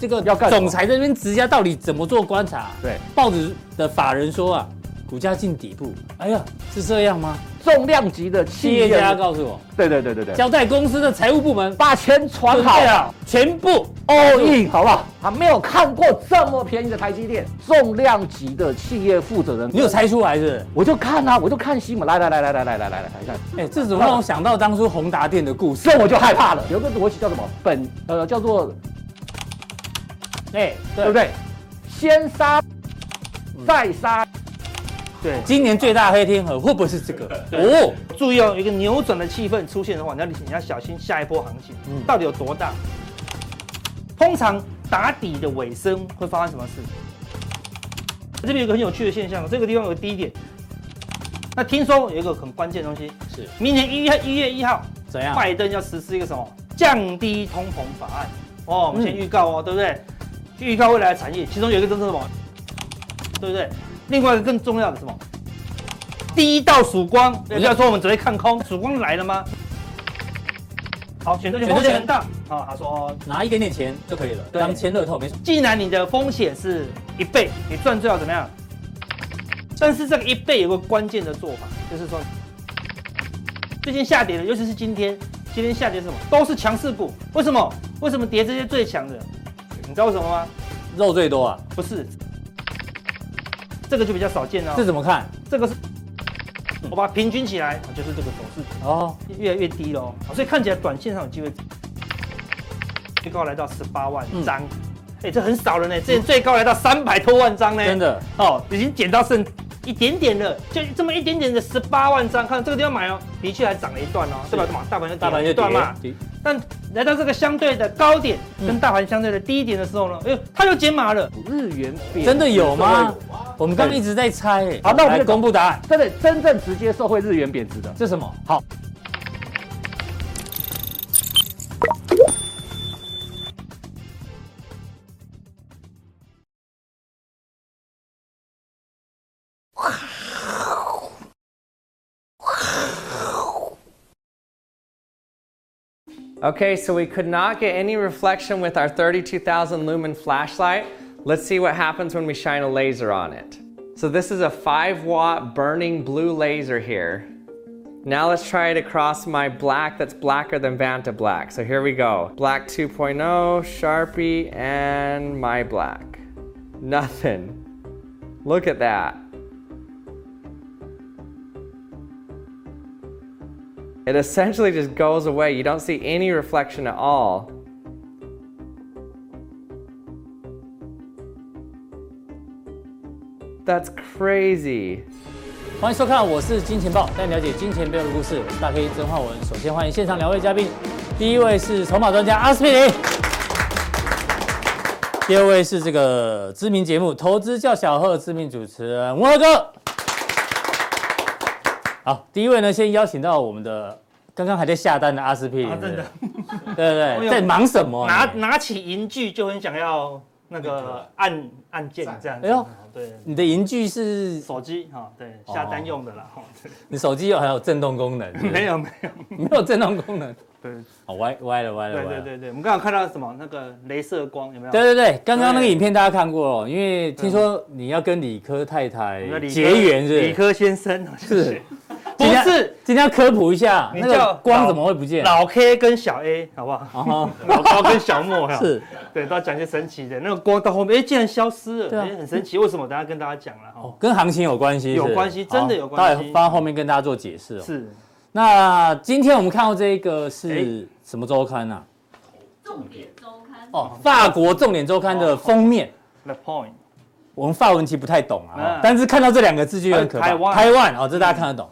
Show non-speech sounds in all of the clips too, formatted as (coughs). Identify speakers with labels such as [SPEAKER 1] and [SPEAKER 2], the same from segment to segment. [SPEAKER 1] 这个
[SPEAKER 2] 要干什么
[SPEAKER 1] 总裁这边直家到底怎么做观察、
[SPEAKER 2] 对，
[SPEAKER 1] 报纸的法人说啊，股价进底部。哎呀，是这样吗？
[SPEAKER 2] 重量级的
[SPEAKER 1] 企
[SPEAKER 2] 企
[SPEAKER 1] 业
[SPEAKER 2] 业
[SPEAKER 1] 家
[SPEAKER 2] 家，
[SPEAKER 1] 告诉我，
[SPEAKER 2] 对对对对对，
[SPEAKER 1] 交代公司的财务部门
[SPEAKER 2] 把钱传
[SPEAKER 1] 准备
[SPEAKER 2] 好。
[SPEAKER 1] 了，全部
[SPEAKER 2] all in 好不好？还没有看过这么便宜的台积电，重量级的企业负责人，
[SPEAKER 1] 你有猜出来是不是？
[SPEAKER 2] 我就看啊，我就看新闻，来来来来来来来来来来看，
[SPEAKER 1] 哎、这怎么让我想到当初宏达店的故事？
[SPEAKER 2] 这我就害怕了。有个逻辑叫什么？本呃叫做
[SPEAKER 1] 哎、
[SPEAKER 2] 对不
[SPEAKER 1] 对？
[SPEAKER 2] 对？先杀，再杀，
[SPEAKER 3] 对，
[SPEAKER 1] 今年最大黑天鹅会不会是这个？哦，
[SPEAKER 3] 注意哦，有一个扭转的气氛出现的话，你要你要小心下一波行情到底有多大。通常打底的尾声会发生什么事？这边有一个很有趣的现象，这个地方有个低点。那听说有一个很关键的东西，
[SPEAKER 1] 是
[SPEAKER 3] 明年一月一月一号，
[SPEAKER 1] 怎样？
[SPEAKER 3] 拜登要实施一个什么降低通膨法案？
[SPEAKER 1] 嗯
[SPEAKER 3] 哦，我们先预告哦，对不对？预告未来的产业，其中有一个就是什么？对不对？另外一个更重要的是什么？第一道曙光，
[SPEAKER 1] 嗯
[SPEAKER 3] 不要说我们只会看空，曙光来了吗？好，选择权
[SPEAKER 1] 选择
[SPEAKER 3] 风
[SPEAKER 1] 权
[SPEAKER 3] 险很大。好，他说，哦
[SPEAKER 1] 拿一点点钱就可以了，
[SPEAKER 3] 对
[SPEAKER 1] 当签乐透没什么。
[SPEAKER 3] 既然你的风险是一倍，你赚最好怎么样？但是这个一倍有个关键的做法，就是说，最近下跌的，尤其是今天，今天下跌是什么？都是强势股。为什么？为什么跌这些最强的？你知道为什么吗？
[SPEAKER 1] 肉最多啊，
[SPEAKER 3] 不是，这个就比较少见了、哦
[SPEAKER 1] 这怎么看？
[SPEAKER 3] 这个是，我把它平均起来，就是这个走势
[SPEAKER 1] 哦，
[SPEAKER 3] 越来越低喽，所以看起来短线上有机会，最高来到十八万
[SPEAKER 1] 嗯
[SPEAKER 3] 张，哎、这很少了呢，之前最高来到三百多万张呢，
[SPEAKER 1] 真的
[SPEAKER 3] 哦，已经减到剩一点点了，就这么一点点的十八万张，看这个地方买哦，的确还涨了一段哦，
[SPEAKER 1] 是
[SPEAKER 3] 对吧？嘛，大盘就
[SPEAKER 2] 哎
[SPEAKER 1] 大盘就跌
[SPEAKER 3] 跌了一段嘛，
[SPEAKER 1] 跌
[SPEAKER 3] 但来到这个相对的高点
[SPEAKER 1] 嗯
[SPEAKER 3] 跟大盘相对的低点的时候呢，哎呦，它又减码了，
[SPEAKER 2] 日元贬
[SPEAKER 1] 真的有吗
[SPEAKER 2] 值？
[SPEAKER 1] 我们刚刚一直在猜、哎
[SPEAKER 2] 好那我
[SPEAKER 1] 来
[SPEAKER 2] 们就
[SPEAKER 1] 公布答案，
[SPEAKER 2] 真的真正直接受惠日元贬值的，
[SPEAKER 1] 这什么？好，
[SPEAKER 4] Okay, so we could not get any reflection with our 32,000 lumen flashlight. Let's see what happens when we shine a laser on it. So this is a 5 watt burning blue laser here. Now let's try it across my black that's blacker than Vanta black. So here we go. Black 2.0, Sharpie, and my black. Nothing. Look at that. It essentially just goes away. You don't see any reflection at all. That's crazy.
[SPEAKER 1] 欢迎收看，我是金钱豹，带你了解金钱背后的故事。我是大 K 曾焕文。首先欢迎现场两位嘉宾，第一位是筹码专家阿司匹林，第二位是这个知名节目《投资叫小贺》知名主持人文和哥。好，第一位呢，先邀请到我们的刚刚还在下单的阿司匹林，
[SPEAKER 3] 啊真的哦
[SPEAKER 1] 对不嗯对对
[SPEAKER 3] 我
[SPEAKER 1] 对，
[SPEAKER 3] 有
[SPEAKER 1] 在忙什么？
[SPEAKER 3] (laughs) 拿拿起银具就很想要那个按按键这样子，
[SPEAKER 1] 哎呦
[SPEAKER 3] 对。
[SPEAKER 1] 你的银具是
[SPEAKER 3] 手机哈、对，
[SPEAKER 1] 哦
[SPEAKER 3] 下单用的啦，哈、对
[SPEAKER 1] 你手机有还有震动功
[SPEAKER 3] (laughs)
[SPEAKER 1] 能？是不是
[SPEAKER 3] 没，有没有，
[SPEAKER 1] 没有震动功能。
[SPEAKER 3] 对
[SPEAKER 1] 好歪歪了歪了歪
[SPEAKER 3] 对
[SPEAKER 1] 了。
[SPEAKER 3] 对对对，我们刚刚看到什么那个镭射光有没有？
[SPEAKER 1] 对对对，刚刚那个
[SPEAKER 3] 对
[SPEAKER 1] 影片大家看过了，因为听说你要跟理科太太
[SPEAKER 3] 我们的理科，
[SPEAKER 1] 结缘是不
[SPEAKER 3] 理
[SPEAKER 1] 是？
[SPEAKER 3] 科先生
[SPEAKER 1] 是，
[SPEAKER 3] 不
[SPEAKER 1] 今天
[SPEAKER 3] 是
[SPEAKER 1] 今天要科普一下，
[SPEAKER 3] 你
[SPEAKER 1] 那
[SPEAKER 3] 叫
[SPEAKER 1] 个光怎么会不见？
[SPEAKER 3] 老 K 跟小 A 好不好？
[SPEAKER 1] 哦，
[SPEAKER 3] 老高跟小莫哈，
[SPEAKER 1] 是
[SPEAKER 3] 对，都要讲一些神奇的。那个光到后面，哎，竟然消失
[SPEAKER 1] 对
[SPEAKER 3] 了，
[SPEAKER 1] 啊
[SPEAKER 3] 哎，很神奇，为什么？等一下跟大家讲了哈。
[SPEAKER 1] 哦跟行情有关系，
[SPEAKER 3] 有
[SPEAKER 1] 是
[SPEAKER 3] 关系真的
[SPEAKER 1] 好
[SPEAKER 3] 有关系
[SPEAKER 1] 待会放到后面跟大家做解释哦。
[SPEAKER 3] 是，
[SPEAKER 1] 那今天我们看到这个是什么周刊啊？
[SPEAKER 5] 重点周刊。
[SPEAKER 1] 哦，法国重点周刊的封面。
[SPEAKER 3] The Point，
[SPEAKER 1] 我们法文其实不太懂啊，
[SPEAKER 3] 嗯呃
[SPEAKER 1] 但是看到这两个字就很可怕。
[SPEAKER 3] 台湾
[SPEAKER 1] 台湾哦，这大家看得懂。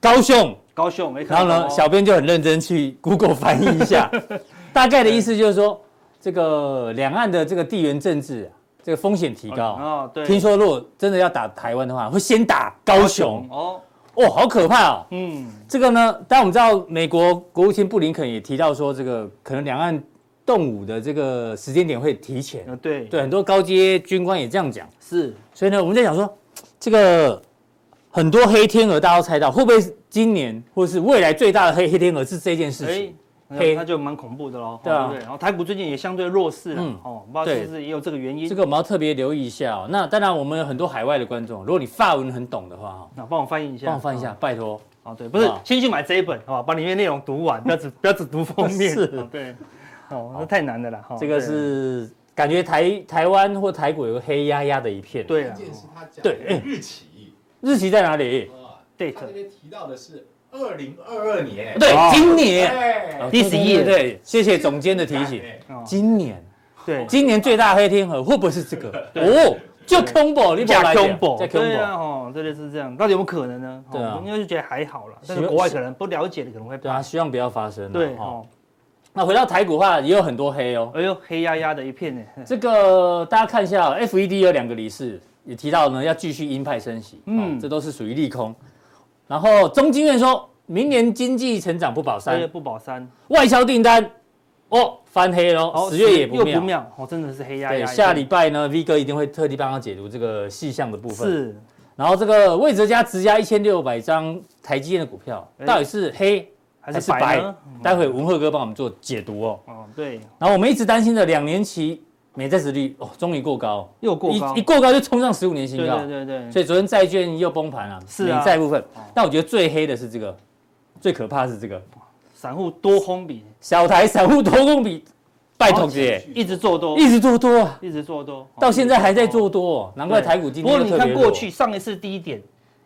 [SPEAKER 1] 高雄，
[SPEAKER 3] 高雄没看
[SPEAKER 1] 然后
[SPEAKER 3] 到哦。
[SPEAKER 1] 呢，小编就很认真去 (laughs) Google 翻译一
[SPEAKER 3] (laughs)
[SPEAKER 1] 下，大概的意思就是说，这个两岸的这个地缘政治、啊，这个风险提高。啊
[SPEAKER 3] 哦，对，
[SPEAKER 1] 听说如果真的要打台湾的话，会先打高雄，
[SPEAKER 3] 哦，
[SPEAKER 1] 哦，好可怕哦。
[SPEAKER 3] 嗯，
[SPEAKER 1] 这个呢，但我们知道，美国国务卿布林肯也提到说，这个可能两岸动武的这个时间点会提前。
[SPEAKER 3] 呃对，
[SPEAKER 1] 对，很多高阶军官也这样讲。
[SPEAKER 3] 是，
[SPEAKER 1] 所以呢，我们在想说，这个很多黑天鹅大家都猜到，会不会今年或是未来最大的黑黑天鹅是这件事情？
[SPEAKER 3] 哎，
[SPEAKER 1] 黑
[SPEAKER 3] 那就蛮恐怖的喽，
[SPEAKER 1] 对啊
[SPEAKER 3] 哦对不对？然后台股最近也相对弱势了
[SPEAKER 1] 嗯，
[SPEAKER 3] 哦，不知道是不是也有这个原因
[SPEAKER 1] 这？个我们要特别留意一下哦。那当然，我们有很多海外的观众，如果你法文很懂的话哦，
[SPEAKER 3] 那啊帮我翻译一下，
[SPEAKER 1] 帮我翻一下，拜托。
[SPEAKER 3] 哦。哦，对，不是
[SPEAKER 1] 啊，
[SPEAKER 3] 先去买这一本，好吧，把里面内容读完，不要
[SPEAKER 1] (laughs)
[SPEAKER 3] 只不要只读封面，
[SPEAKER 1] 是
[SPEAKER 3] 哦对，哦，那太难的啦，哦
[SPEAKER 1] 这个
[SPEAKER 3] 对
[SPEAKER 1] 是感觉台台湾或台股有个黑压压的一片。
[SPEAKER 3] 对
[SPEAKER 6] 关
[SPEAKER 3] 啊
[SPEAKER 6] 键是他讲
[SPEAKER 1] 对哎
[SPEAKER 6] 的日期
[SPEAKER 1] 日期在哪里？
[SPEAKER 6] 啊，
[SPEAKER 3] 对
[SPEAKER 6] 他这边提到的是二零二二年，
[SPEAKER 3] 哦
[SPEAKER 1] 对，今年哦
[SPEAKER 6] 哎，
[SPEAKER 3] 第十一
[SPEAKER 1] 对对对，谢谢总监的提醒。
[SPEAKER 6] 哎
[SPEAKER 3] 哦
[SPEAKER 1] 今年，
[SPEAKER 3] 对，
[SPEAKER 1] 今年最大黑天鹅会不会是这个？
[SPEAKER 3] 对
[SPEAKER 1] 哦，就 combo，你
[SPEAKER 3] 假
[SPEAKER 1] 空
[SPEAKER 3] combo，
[SPEAKER 1] 加
[SPEAKER 3] 对啊，
[SPEAKER 1] combo。
[SPEAKER 3] 哦，真的是这样，到底有没有可能呢？哦
[SPEAKER 1] 对啊
[SPEAKER 3] 我应该是觉得还好啦，但
[SPEAKER 1] 希望
[SPEAKER 3] 是国外可能不了解的可能会
[SPEAKER 1] 对啊，
[SPEAKER 3] 怕，
[SPEAKER 1] 希望不要发生啊。
[SPEAKER 3] 对
[SPEAKER 1] 哦
[SPEAKER 3] 哦，
[SPEAKER 1] 那回到台股的话，也有很多黑哦。
[SPEAKER 3] 哎呦，黑压压的一片呢，
[SPEAKER 1] 这个大家看一下哦，FED 有两个理事也提到呢，要继续鹰派升息，嗯、
[SPEAKER 3] 嗯
[SPEAKER 1] 这都是属于利空。然后中经院说明年经济成长不保
[SPEAKER 3] 这
[SPEAKER 1] 三
[SPEAKER 3] 个，哎不保三，
[SPEAKER 1] 外销订单哦翻黑喽，
[SPEAKER 3] 哦
[SPEAKER 1] 十月也不
[SPEAKER 3] 又
[SPEAKER 1] 妙
[SPEAKER 3] 不。妙，哦，真的是黑压压一
[SPEAKER 1] 对，
[SPEAKER 3] 片。
[SPEAKER 1] 下礼拜呢，V 哥一定会特地帮他解读这个细项的部分。，
[SPEAKER 3] 是
[SPEAKER 1] 然后这个魏哲家直加一千六百张台积电的股票，
[SPEAKER 3] 哎
[SPEAKER 1] 到底是黑还
[SPEAKER 3] 还
[SPEAKER 1] 是
[SPEAKER 3] 是
[SPEAKER 1] 白？
[SPEAKER 3] 白呢？嗯
[SPEAKER 1] 待会文鹤哥帮我们做解读哦。
[SPEAKER 3] 哦，对，
[SPEAKER 1] 然后我们一直担心的两年期美债殖率哦，终于过高，
[SPEAKER 3] 又过高
[SPEAKER 1] 一一，过高就冲上十五年新
[SPEAKER 3] 对
[SPEAKER 1] 高，
[SPEAKER 3] 对对对，
[SPEAKER 1] 所以昨天债券又崩盘了，
[SPEAKER 3] 是啊
[SPEAKER 1] 美债部分
[SPEAKER 3] 哦。
[SPEAKER 1] 但我觉得最黑的是这个，最可怕的是这个
[SPEAKER 3] 散户多空比，
[SPEAKER 1] 小台散户多空比，拜托
[SPEAKER 3] 好
[SPEAKER 1] 姐
[SPEAKER 3] 一直做多，
[SPEAKER 1] 一直做多啊，
[SPEAKER 3] 一直做多，哦
[SPEAKER 1] 到现在还在做多哦，难怪台股今
[SPEAKER 3] 不过
[SPEAKER 1] 天
[SPEAKER 3] 你
[SPEAKER 1] 又特
[SPEAKER 3] 看
[SPEAKER 1] 别
[SPEAKER 3] 过
[SPEAKER 1] 弱。
[SPEAKER 3] 去上一次低点，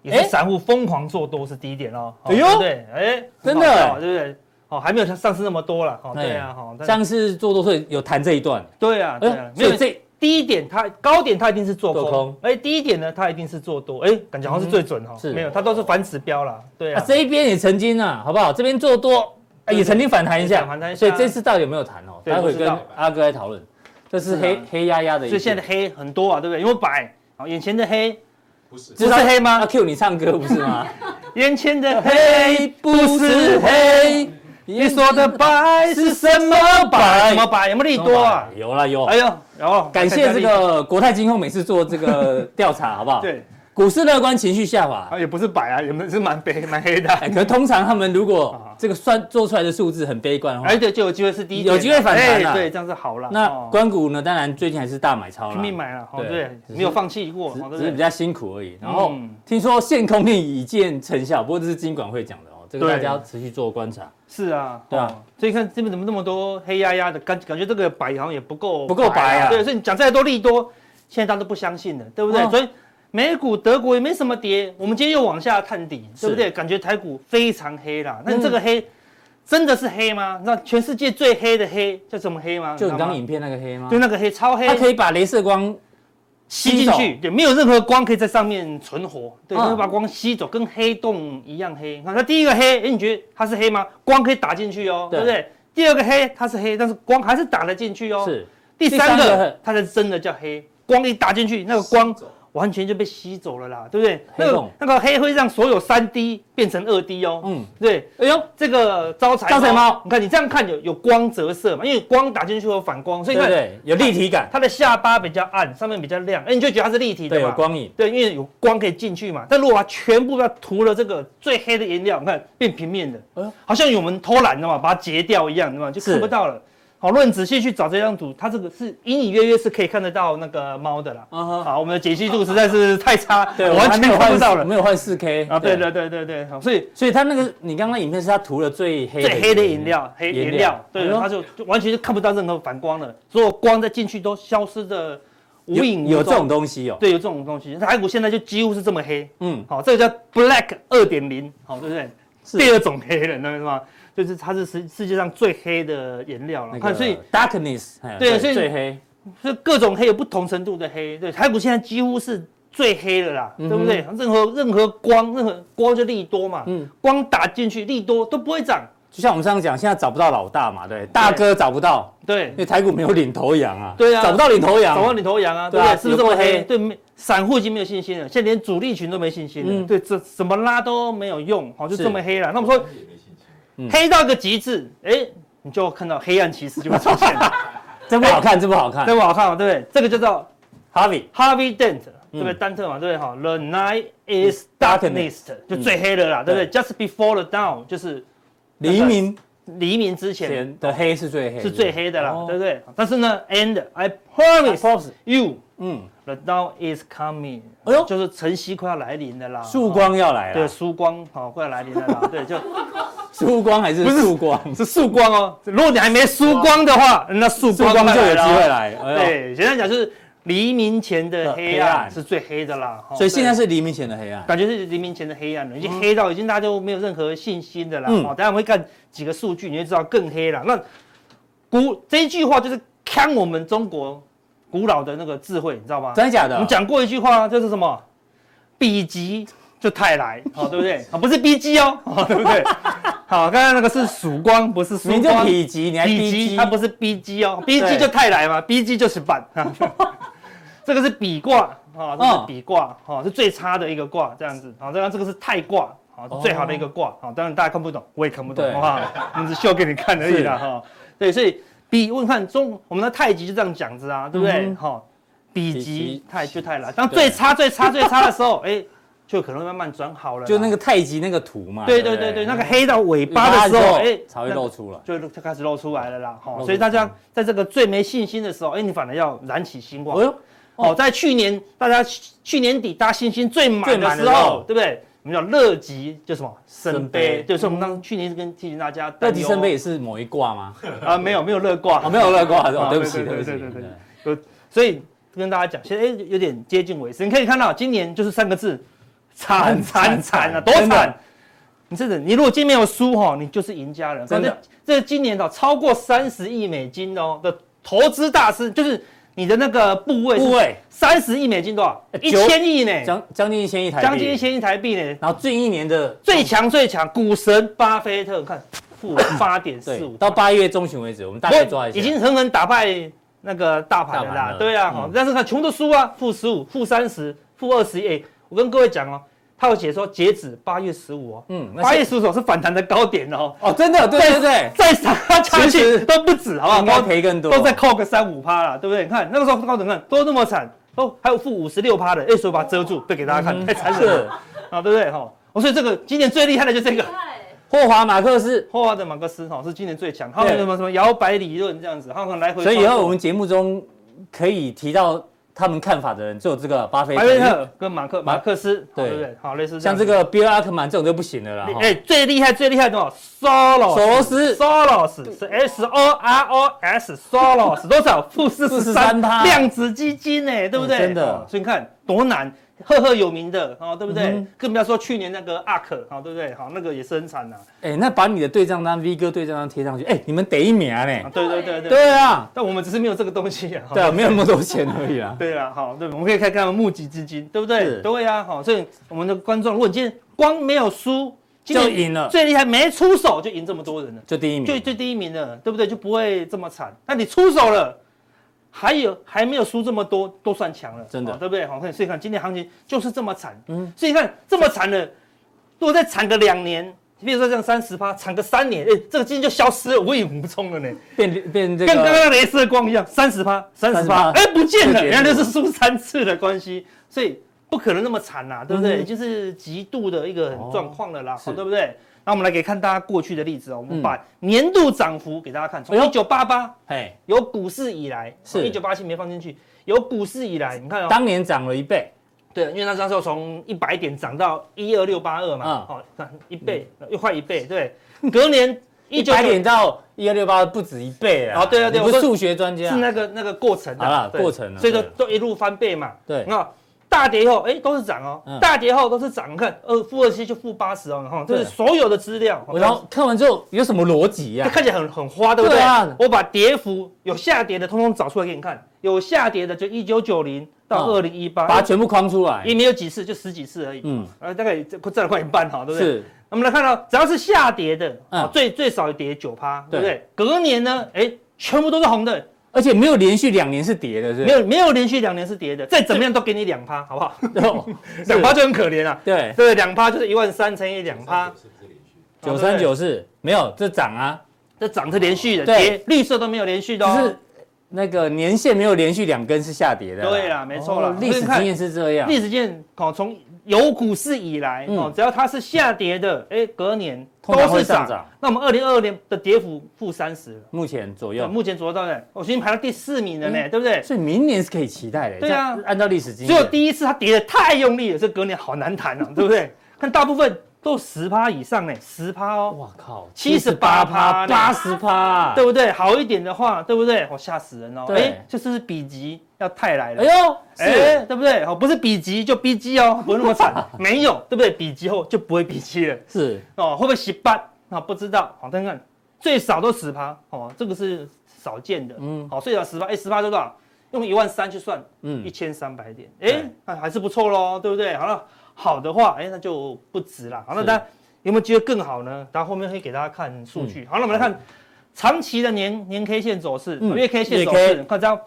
[SPEAKER 1] 哎
[SPEAKER 3] 也是散户疯狂做多是低点哦。哦
[SPEAKER 1] 哎呦
[SPEAKER 3] 对不对，哎，
[SPEAKER 1] 真的
[SPEAKER 3] 很好笑对不对？哦，还没有上次那么多了。哦，
[SPEAKER 1] 哎
[SPEAKER 3] 对啊，哦，但
[SPEAKER 1] 上次做多所以有谈这一段，
[SPEAKER 3] 对啊，对
[SPEAKER 1] 哎
[SPEAKER 3] 啊，，没
[SPEAKER 1] 所
[SPEAKER 3] 有
[SPEAKER 1] 以这
[SPEAKER 3] 低点它高点它一定是做
[SPEAKER 1] 做空嗯
[SPEAKER 3] 空，哎，低点呢它一定是做多，哎，感觉好像是最准哦
[SPEAKER 1] 是。
[SPEAKER 3] 没有，它都是反指标啦。对
[SPEAKER 1] 啊
[SPEAKER 3] 啊，
[SPEAKER 1] 这一边也曾经啊，好不好？这边做多哎也曾经反弹一下
[SPEAKER 3] 反弹，一下
[SPEAKER 1] 所以这次到底有没有谈哦？
[SPEAKER 3] 对
[SPEAKER 1] 待会
[SPEAKER 3] 不知
[SPEAKER 1] 跟
[SPEAKER 3] 道
[SPEAKER 1] 阿哥来讨论。这是
[SPEAKER 3] 是啊
[SPEAKER 1] 黑黑压压的一片，
[SPEAKER 3] 所以现在的黑很多啊，对不对？因为白，哦，眼前的黑
[SPEAKER 1] (laughs)
[SPEAKER 6] 不是
[SPEAKER 3] 不是黑
[SPEAKER 1] 阿
[SPEAKER 3] 吗？
[SPEAKER 1] 啊 Q 你唱歌不是
[SPEAKER 3] (laughs)
[SPEAKER 1] 吗？
[SPEAKER 3] 眼前的黑哎不是黑，，你说的白是
[SPEAKER 1] 什么
[SPEAKER 3] 白什么白？有没有利多啊？
[SPEAKER 1] 有啦有。
[SPEAKER 3] 哎呦，然后
[SPEAKER 1] 哦感谢这个哦国泰金控每次做这个调查，好不好？，
[SPEAKER 3] 对，
[SPEAKER 1] 股市乐观情绪下滑，
[SPEAKER 3] 啊也不是白啊，也不是蛮白蛮黑的啊。
[SPEAKER 1] 哎，可是通常他们如果
[SPEAKER 3] 啊
[SPEAKER 1] 这个算做出来的数字很悲观的话
[SPEAKER 3] (laughs) 哎，，对，就有机会是第一点啊，
[SPEAKER 1] 有机会反弹啊
[SPEAKER 3] 哎对，这样是好了。
[SPEAKER 1] 那
[SPEAKER 3] 哦
[SPEAKER 1] 关谷呢？当然最近还是大买超了，
[SPEAKER 3] 拼命买了，哦，
[SPEAKER 1] 对
[SPEAKER 3] 对，
[SPEAKER 1] 只是
[SPEAKER 3] 没有放弃过，哦对
[SPEAKER 1] 只
[SPEAKER 3] 不
[SPEAKER 1] 只是比
[SPEAKER 3] 对？
[SPEAKER 1] 较辛苦而已。然后
[SPEAKER 3] 嗯
[SPEAKER 1] 听说限空令已见成效，不过这是金管会讲的哦，这个
[SPEAKER 3] 对
[SPEAKER 1] 大家要持续做观察，
[SPEAKER 3] 是啊，
[SPEAKER 1] 对啊
[SPEAKER 3] 哦。所以看这边怎么那么多黑压压的，感感觉这个白好像也不够，
[SPEAKER 1] 不够白啊
[SPEAKER 3] 对，所以你讲再多利多，现在大家都不相信了，对不对
[SPEAKER 1] 哦？
[SPEAKER 3] 所以。美股、德国也没什么跌，我们今天又往下探底，对不对？感觉台股非常黑啦。
[SPEAKER 1] 嗯
[SPEAKER 3] 那你这个黑真的是黑吗？那全世界最黑的黑叫什么黑吗？
[SPEAKER 1] 就
[SPEAKER 3] 知
[SPEAKER 1] 你
[SPEAKER 3] 道
[SPEAKER 1] 刚
[SPEAKER 3] 吗
[SPEAKER 1] 刚影片那个黑吗
[SPEAKER 3] 就？那个黑超黑，
[SPEAKER 1] 它可以把镭射光
[SPEAKER 3] 吸进去，对，没有任何光可以在上面存活，
[SPEAKER 1] 嗯
[SPEAKER 3] 对，它会把光吸走，跟黑洞一样黑。那它第一个黑，哎，你觉得它是黑吗？光可以打进去哦，
[SPEAKER 1] 对
[SPEAKER 3] 对不对？第二个黑，它是黑，但是光还是打得进去哦。。
[SPEAKER 1] 是
[SPEAKER 3] 第三
[SPEAKER 1] 第三个
[SPEAKER 3] 个，它才真的叫黑，光一打进去，那个光
[SPEAKER 6] 走
[SPEAKER 3] 完全就被吸走了啦，对不对？
[SPEAKER 1] 黑
[SPEAKER 3] 那个
[SPEAKER 1] 洞
[SPEAKER 3] 那个黑会让所有三 D 变成二 D 哦。
[SPEAKER 1] 嗯
[SPEAKER 3] 嗯，对。
[SPEAKER 1] 哎呦，
[SPEAKER 3] 这个招财
[SPEAKER 1] 招财猫
[SPEAKER 3] 你看你这样看有有光折射嘛，因为光打进去会有反光，
[SPEAKER 1] 对
[SPEAKER 3] 所以你
[SPEAKER 1] 不
[SPEAKER 3] 看
[SPEAKER 1] 对？有立体感，
[SPEAKER 3] 它的下巴比较暗，上面比较亮，哎、你就觉得它是立体的
[SPEAKER 1] 对，
[SPEAKER 3] 嘛。
[SPEAKER 1] 有光影。
[SPEAKER 3] 对，因为有光可以进去嘛。但如果它全部要涂了这个最黑的颜料，你看变平面的，
[SPEAKER 1] 哎呦
[SPEAKER 3] 好像有我们偷懒的嘛，把它截掉一样，对吧？就是看不到了。好，如果你仔细去找这张图，它这个是隐隐约约是可以看得到那个猫的啦。
[SPEAKER 1] 啊哈
[SPEAKER 3] 好，我们的解析度实在是太差，
[SPEAKER 1] (laughs) 对，
[SPEAKER 3] 我
[SPEAKER 1] 我
[SPEAKER 3] 完
[SPEAKER 1] 还
[SPEAKER 3] 全
[SPEAKER 1] 没有
[SPEAKER 3] 看不
[SPEAKER 1] 换
[SPEAKER 3] 到了。
[SPEAKER 1] 没有换四 K
[SPEAKER 3] 啊，对对。对对对，好，所以
[SPEAKER 1] 所以他那个你刚刚影片是他涂了最黑
[SPEAKER 3] 最黑的饮，料，黑
[SPEAKER 1] 颜料
[SPEAKER 3] 颜料，
[SPEAKER 1] 哎
[SPEAKER 3] 对，
[SPEAKER 1] 呦
[SPEAKER 3] 它就就完全就看不到任何反光了，所有光再进去都消失的无
[SPEAKER 1] 有
[SPEAKER 3] 影无
[SPEAKER 1] 有这
[SPEAKER 3] 踪
[SPEAKER 1] 种。东西哦。
[SPEAKER 3] 对，有这种东西。台股现在就几乎是这么黑，
[SPEAKER 1] 嗯，
[SPEAKER 3] 好、这个叫 Black 二点零，好，对不对？
[SPEAKER 1] 是
[SPEAKER 3] 第二种黑人，那是吗？就是它是世世界上最黑的颜料了。
[SPEAKER 1] 那个
[SPEAKER 3] 看、啊所以
[SPEAKER 1] darkness，哎
[SPEAKER 3] 对所以
[SPEAKER 1] 最黑
[SPEAKER 3] 所以各种黑有不同程度的黑，对，台股现在几乎是最黑的啦，
[SPEAKER 1] 嗯
[SPEAKER 3] 对不对？任何任何光，任何光就利多嘛，
[SPEAKER 1] 嗯
[SPEAKER 3] 光打进去利多都不会涨，
[SPEAKER 1] 就像我们上次讲，现在找不到老大嘛，对，大哥找不到，
[SPEAKER 3] 对
[SPEAKER 1] 因，为台股没有领头羊啊，
[SPEAKER 3] 对啊
[SPEAKER 1] 找不到领头羊，
[SPEAKER 3] 找到领头羊啊，
[SPEAKER 1] 对
[SPEAKER 3] 对
[SPEAKER 1] 啊
[SPEAKER 3] 不对？是不是这么
[SPEAKER 1] 有够
[SPEAKER 3] 黑
[SPEAKER 1] 黑？
[SPEAKER 3] 对，没散户已经没有信心了，现在连主力群都没信心了，
[SPEAKER 1] 嗯
[SPEAKER 3] 对，这怎么拉都没有用，好，就是这么黑了。那我们说
[SPEAKER 6] 也没信心。
[SPEAKER 1] 嗯
[SPEAKER 3] 黑到一个极致，哎，你就看到黑暗骑士就会出
[SPEAKER 1] (laughs)
[SPEAKER 3] 现了，
[SPEAKER 1] 这不好看，这不好看
[SPEAKER 3] 这。不好看嘛，对不对？这个叫做
[SPEAKER 1] Harvey，
[SPEAKER 3] Harvey Dent，对
[SPEAKER 1] 嗯
[SPEAKER 3] 不对？丹特嘛，对不对？哈，The night
[SPEAKER 1] 嗯
[SPEAKER 3] is darkness，就最黑了啦，对不对？Just before the dawn，就是
[SPEAKER 1] 黎明
[SPEAKER 3] 黎明之前
[SPEAKER 1] 前的黑是最黑的，
[SPEAKER 3] 是最黑的啦，
[SPEAKER 1] 哦
[SPEAKER 3] 对不对？但是呢，and I
[SPEAKER 1] I
[SPEAKER 3] promise
[SPEAKER 1] promise，
[SPEAKER 3] you
[SPEAKER 1] 嗯，
[SPEAKER 3] the dawn is coming，
[SPEAKER 1] 哎呦
[SPEAKER 3] 就是晨曦快要来临的啦，
[SPEAKER 1] 曙光要来了
[SPEAKER 3] 哦。对，，曙光好，快要来临的啦。对，就
[SPEAKER 1] 曙光 (laughs) 还是曙光，
[SPEAKER 3] 是曙光哦。如果你还没曙光的话，那曙
[SPEAKER 1] 曙
[SPEAKER 3] 光
[SPEAKER 1] 光就有
[SPEAKER 3] 快
[SPEAKER 1] 机
[SPEAKER 3] 了哦
[SPEAKER 1] 会。来。哎呦，嗯
[SPEAKER 3] 对，简单讲就是黎明前的黑
[SPEAKER 1] 黑
[SPEAKER 3] 暗
[SPEAKER 1] 暗
[SPEAKER 3] 是最黑的啦。哦
[SPEAKER 1] 所以现在
[SPEAKER 3] 对
[SPEAKER 1] 是黎明前的黑啊暗。
[SPEAKER 3] 感觉是黎明前的黑暗了，已经黑到已经大家都没有任何信心的啦。
[SPEAKER 1] 嗯
[SPEAKER 3] 哦，等一下我们会看几个数据，你就知道更黑了。那古这一句话就是看我们中国古老的那个智慧，你知道吗？
[SPEAKER 1] 真的假
[SPEAKER 3] 我
[SPEAKER 1] 的
[SPEAKER 3] 们？讲过一句话，就是什么“比极就太来”，好、对不对？啊，不是 B 鸡哦，好、对不
[SPEAKER 1] (laughs)
[SPEAKER 3] 对？好，刚刚那个是曙光，不是曙
[SPEAKER 1] 你就
[SPEAKER 3] 光。
[SPEAKER 1] 否极，你还
[SPEAKER 3] 比
[SPEAKER 1] 逼
[SPEAKER 3] 基，
[SPEAKER 1] 鸡，
[SPEAKER 3] 它不是 B 鸡哦，B 鸡
[SPEAKER 1] 对
[SPEAKER 3] 就太来嘛，B 鸡就是板。 (laughs) 这个是比卦啊，这是
[SPEAKER 1] 嗯
[SPEAKER 3] 比卦啊，是最差的一个卦，这样子啊。当然这个是太卦啊，是最好的一个卦啊。当然大家看不懂，我也看不懂
[SPEAKER 1] 对
[SPEAKER 3] 啊，我们只秀给你看而已啦哈。对，所以比问看中我们的太极就这样讲子啊，对不对？
[SPEAKER 1] 嗯
[SPEAKER 3] 哈，比
[SPEAKER 1] 比
[SPEAKER 3] 极
[SPEAKER 1] 极
[SPEAKER 3] 太就太来，当
[SPEAKER 1] 对
[SPEAKER 3] 最差最差最差的时候，哎，就可能慢慢转好了啦。
[SPEAKER 1] 就那个太极那个图嘛。
[SPEAKER 3] 对
[SPEAKER 1] 不
[SPEAKER 3] 对对对，那个黑到尾巴的时候，哎，
[SPEAKER 1] 才会
[SPEAKER 3] 那
[SPEAKER 1] 露出来。
[SPEAKER 3] 就就开始露出来了啦，哈、
[SPEAKER 1] 露
[SPEAKER 3] 所以
[SPEAKER 1] 出
[SPEAKER 3] 大家在这个最没信心的时候，哎、你反而要燃起希望。
[SPEAKER 1] 哎呦，
[SPEAKER 3] 哦，在去年大家去去年底大家信心最满
[SPEAKER 1] 最
[SPEAKER 3] 的
[SPEAKER 1] 满的
[SPEAKER 3] 时
[SPEAKER 1] 时
[SPEAKER 3] 候
[SPEAKER 1] 候，
[SPEAKER 3] 对不对？我们叫乐极，就什么生
[SPEAKER 1] 生
[SPEAKER 3] 悲，
[SPEAKER 1] 悲
[SPEAKER 3] 就是我们当去年跟提醒大家担忧，
[SPEAKER 1] 乐极生悲也是某一卦吗？
[SPEAKER 3] 啊，没有没有乐卦，
[SPEAKER 1] 哦，没有乐
[SPEAKER 3] (laughs)
[SPEAKER 1] 卦，哦，
[SPEAKER 3] 啊
[SPEAKER 1] 对不起，
[SPEAKER 3] 对
[SPEAKER 1] 对不起，
[SPEAKER 3] 对对对有，所以跟大家讲，现在哎有点接近尾声，你可以看到今年就是三个字，惨惨
[SPEAKER 1] 惨
[SPEAKER 3] 惨啊，
[SPEAKER 1] 惨
[SPEAKER 3] 多
[SPEAKER 1] 真的
[SPEAKER 3] 惨！你真的，你如果今年有输哈，你就是赢家了。
[SPEAKER 1] 真的
[SPEAKER 3] 可是这，这今年的哦超过三十亿美金哦的投资大师，就是你的那个部位，
[SPEAKER 1] 部位哎
[SPEAKER 3] 三十亿美金多少？一
[SPEAKER 1] 九
[SPEAKER 3] 千亿呢，
[SPEAKER 1] 将将近一千亿台币，
[SPEAKER 3] 将近一。千亿台币呢。
[SPEAKER 1] 然后近一年的
[SPEAKER 3] 最强最强股神巴菲特，看负八点
[SPEAKER 1] 对
[SPEAKER 3] 四五，
[SPEAKER 1] 到八月中旬为止，我们大概抓一下，
[SPEAKER 3] 已经狠狠打败那个大盘了
[SPEAKER 1] 大
[SPEAKER 3] 啦，
[SPEAKER 1] 盘了
[SPEAKER 3] 对啊，
[SPEAKER 1] 嗯
[SPEAKER 3] 好但是看全部都输啊，负十五、负三十、负二十，哎，我跟各位讲哦，他有写说截止八月十五哦，
[SPEAKER 1] 嗯，那
[SPEAKER 3] 八
[SPEAKER 1] 是
[SPEAKER 3] 月十五是反弹的高点哦，
[SPEAKER 1] 哦，真的，对对对，
[SPEAKER 3] 再杀下
[SPEAKER 1] 其
[SPEAKER 3] 去
[SPEAKER 1] 实
[SPEAKER 3] 都不止，好不好？
[SPEAKER 1] 应该
[SPEAKER 3] 都
[SPEAKER 1] 赔更多，(laughs)
[SPEAKER 3] 都再扣个三五趴啦，对不对？你看那个时候高点看都那么惨，都还有负五十六趴的，哎，所以把它遮住，不给大家看，太残忍了
[SPEAKER 1] 是
[SPEAKER 3] 啊，对不对？哈，我所以这个今年最厉害的就是这个。
[SPEAKER 5] 对，
[SPEAKER 1] 霍华马克思。
[SPEAKER 3] 霍华德马克思哈是今年最强，他有
[SPEAKER 1] 对
[SPEAKER 3] 什么什么摇摆理论这样子，他可能来回操
[SPEAKER 1] 所
[SPEAKER 3] 作。
[SPEAKER 1] 以以后我们节目中可以提到他们看法的人，只有这个巴菲
[SPEAKER 3] 巴菲
[SPEAKER 1] 特，
[SPEAKER 3] 特哎跟马克
[SPEAKER 1] 马
[SPEAKER 3] 马克思，哦
[SPEAKER 1] 对
[SPEAKER 3] 对不对？好，类似
[SPEAKER 1] 像
[SPEAKER 3] 样
[SPEAKER 1] 这个比尔阿克曼这种就不行了啦。
[SPEAKER 3] 子，
[SPEAKER 1] 哈
[SPEAKER 3] 哎，最厉害最厉害的哦，Soros，
[SPEAKER 1] 索罗斯
[SPEAKER 3] Soros 是 S O R O S Soros 多少？负四十三
[SPEAKER 1] 43%
[SPEAKER 3] 量子基金呢，对不
[SPEAKER 1] 嗯
[SPEAKER 3] 对？
[SPEAKER 1] 真的
[SPEAKER 3] 哦所以你看多难，赫赫有名的哦，对不对
[SPEAKER 1] 嗯？
[SPEAKER 3] 更不要说去年那个 ARK 哦，对不对？好，那个也是很惨呐。
[SPEAKER 1] 哎，那把你的对账单 V 哥对账单贴上去，哎，你们得一名
[SPEAKER 3] 啊
[SPEAKER 1] 呢？
[SPEAKER 3] 对对对对。
[SPEAKER 1] 对啊，
[SPEAKER 3] 但我们只是没有这个东西啊。哦
[SPEAKER 1] 对啊，没有那么多钱而已啊。
[SPEAKER 3] 对啦，好，对，我们可以看看募集资金，对不对？
[SPEAKER 1] 是
[SPEAKER 3] 对呀、好，所以我们的观众，如果你今天光没有输，今天
[SPEAKER 1] 就赢了嗯
[SPEAKER 3] 最厉害没出手就赢这么多人了，
[SPEAKER 1] 就第一名，
[SPEAKER 3] 就就第一名了，对不对？就不会这么惨。那你出手了，还有还没有输这么多，都算强了，
[SPEAKER 1] 真的
[SPEAKER 3] 好对不对？好，看，所以看今天行情就是这么惨，嗯
[SPEAKER 1] 嗯，
[SPEAKER 3] 所以你看这么惨的，如果再惨个两年。比如说像三十趴，惨个三年，哎、这个基金就消失了，无影无踪了呢。
[SPEAKER 1] 变变这
[SPEAKER 3] 跟刚
[SPEAKER 1] 个
[SPEAKER 3] 刚镭射光一样，三十趴，三十
[SPEAKER 1] 38
[SPEAKER 3] 趴，哎，不
[SPEAKER 1] 就
[SPEAKER 3] 见了，
[SPEAKER 1] 结束
[SPEAKER 3] 原来就是输三次的关系，所以不可能那么惨啦、对不对？
[SPEAKER 1] 嗯
[SPEAKER 3] 已经是极度的一个
[SPEAKER 1] 哦
[SPEAKER 3] 状况了啦，
[SPEAKER 1] 是
[SPEAKER 3] 好对不对？那我们来给看大家过去的例子哦，我们
[SPEAKER 1] 嗯
[SPEAKER 3] 把年度涨幅给大家看，从
[SPEAKER 1] 哎
[SPEAKER 3] 一
[SPEAKER 1] 呦
[SPEAKER 3] 九八八
[SPEAKER 1] 哎，
[SPEAKER 3] 有股市以来，
[SPEAKER 1] 是
[SPEAKER 3] 一九八七没放进去，有股市以来，你看哦，
[SPEAKER 1] 当年涨了一倍，
[SPEAKER 3] 对，因为那时候从一百点涨到一二六八二
[SPEAKER 1] 嗯
[SPEAKER 3] 嘛，哦，看一倍又快一倍，对，隔年一
[SPEAKER 1] 一
[SPEAKER 3] 九
[SPEAKER 1] 百点到一二六八不止一倍啊。
[SPEAKER 3] 哦对啊对
[SPEAKER 1] 你
[SPEAKER 3] 啊
[SPEAKER 1] 不
[SPEAKER 3] 我
[SPEAKER 1] 是
[SPEAKER 3] 说
[SPEAKER 1] 数学专家
[SPEAKER 3] 是，那个那个过程
[SPEAKER 1] 好
[SPEAKER 3] 啊
[SPEAKER 1] 啦，
[SPEAKER 3] 对
[SPEAKER 1] 过程啊
[SPEAKER 3] 所以就
[SPEAKER 1] 对
[SPEAKER 3] 都一路翻倍嘛。
[SPEAKER 1] 对
[SPEAKER 3] 那大跌后，哎，都是涨哦，
[SPEAKER 1] 嗯
[SPEAKER 3] 大跌后都是涨，你看，呃，负二七就负八十哦，然后这是
[SPEAKER 1] 对
[SPEAKER 3] 所有的资料，
[SPEAKER 1] 我然后看完之后有什么逻辑啊
[SPEAKER 3] 它
[SPEAKER 1] 呀？
[SPEAKER 3] 看起来很很花，对不对？
[SPEAKER 1] 对啊
[SPEAKER 3] 我把跌幅有下跌的通通找出来给你看，有下跌的就一九九零到二
[SPEAKER 1] 嗯
[SPEAKER 3] 零一八，
[SPEAKER 1] 把它全部框出来
[SPEAKER 3] 也，没有几次，就十几次而已，
[SPEAKER 1] 嗯，
[SPEAKER 3] 呃，大概也占了快一半哈，对不对？
[SPEAKER 1] 是
[SPEAKER 3] 那我们来看到，只要是下跌的，
[SPEAKER 1] 嗯
[SPEAKER 3] 啊，最最少也跌九趴，对不
[SPEAKER 1] 对
[SPEAKER 3] 对？隔年呢，哎，全部都是红的，
[SPEAKER 1] 而且没有连续两年是跌的，是
[SPEAKER 3] 没有没有连续两年是跌的，再怎么样都给你两趴，好不好？ (laughs)
[SPEAKER 1] 有
[SPEAKER 3] 两趴就很可怜啊。 (laughs)
[SPEAKER 1] 对，
[SPEAKER 3] 对，两趴就是一万三乘以两趴，
[SPEAKER 6] 是不是连续？
[SPEAKER 1] 九三九四没有这涨啊，
[SPEAKER 3] 这涨是连续的，
[SPEAKER 1] 对
[SPEAKER 3] 跌绿色都没有连续的
[SPEAKER 1] 就
[SPEAKER 3] 哦
[SPEAKER 1] 是。那个年线没有连续两根是下跌的。
[SPEAKER 3] 对啦，没错啦啊
[SPEAKER 1] 哦。历史
[SPEAKER 3] 所以
[SPEAKER 1] 经
[SPEAKER 3] 你
[SPEAKER 1] 验是这
[SPEAKER 3] 看
[SPEAKER 1] 样。
[SPEAKER 3] 历史经验，哦，从有股市以来，
[SPEAKER 1] 嗯
[SPEAKER 3] 哦，只要它是下跌的，哎，隔年
[SPEAKER 1] 通
[SPEAKER 3] 都
[SPEAKER 1] 常会
[SPEAKER 3] 是
[SPEAKER 1] 上
[SPEAKER 3] 涨
[SPEAKER 1] 涨。
[SPEAKER 3] 那我们二零二二年的跌幅负三十了，
[SPEAKER 1] 目前左
[SPEAKER 3] 对
[SPEAKER 1] 右，
[SPEAKER 3] 目前左右到呢，我已经排到第四名了
[SPEAKER 1] 嗯
[SPEAKER 3] 呢，对不对？
[SPEAKER 1] 所以明年是可以期待的。
[SPEAKER 3] 对啊
[SPEAKER 1] 这样按照历史经
[SPEAKER 3] 只有
[SPEAKER 1] 验，
[SPEAKER 3] 第一次它跌的太用力了，这隔年好难谈啊，对不对？看大部分都十趴以上呢，十趴哦，
[SPEAKER 1] 哇靠，
[SPEAKER 3] 78趴呢
[SPEAKER 1] 八十趴，
[SPEAKER 3] 对不对？好一点的话，对不对？我、吓死人哦！
[SPEAKER 1] 对
[SPEAKER 3] 哎，这是不是比级要太来了
[SPEAKER 1] 哎？呦，
[SPEAKER 3] 哎、
[SPEAKER 1] 是
[SPEAKER 3] 对不对？哦，不是比级就 B 级哦，不会那
[SPEAKER 1] (laughs)
[SPEAKER 3] 么惨，没有，对不对？比级后就不会比级了
[SPEAKER 1] 是，
[SPEAKER 3] 哦，会不会十八？啊，不知道，好，看看，最少都十趴哦，这个是少见的，
[SPEAKER 1] 嗯
[SPEAKER 3] 嗯，好、最少十趴，哎，十趴多少？用一万三去算，一
[SPEAKER 1] 嗯，
[SPEAKER 3] 千三百点，哎
[SPEAKER 1] 对，
[SPEAKER 3] 那还是不错喽，对不对？好了，好的话，哎，那就不值啦。好，那
[SPEAKER 1] 是嗯
[SPEAKER 3] 大家有没有觉得更好呢？然后后面会给大家看数据。好，那我们来看长期的年年 K 线走势，哦
[SPEAKER 1] 嗯
[SPEAKER 3] 月 K 线
[SPEAKER 1] 月
[SPEAKER 3] 走
[SPEAKER 1] K
[SPEAKER 3] 势，看这样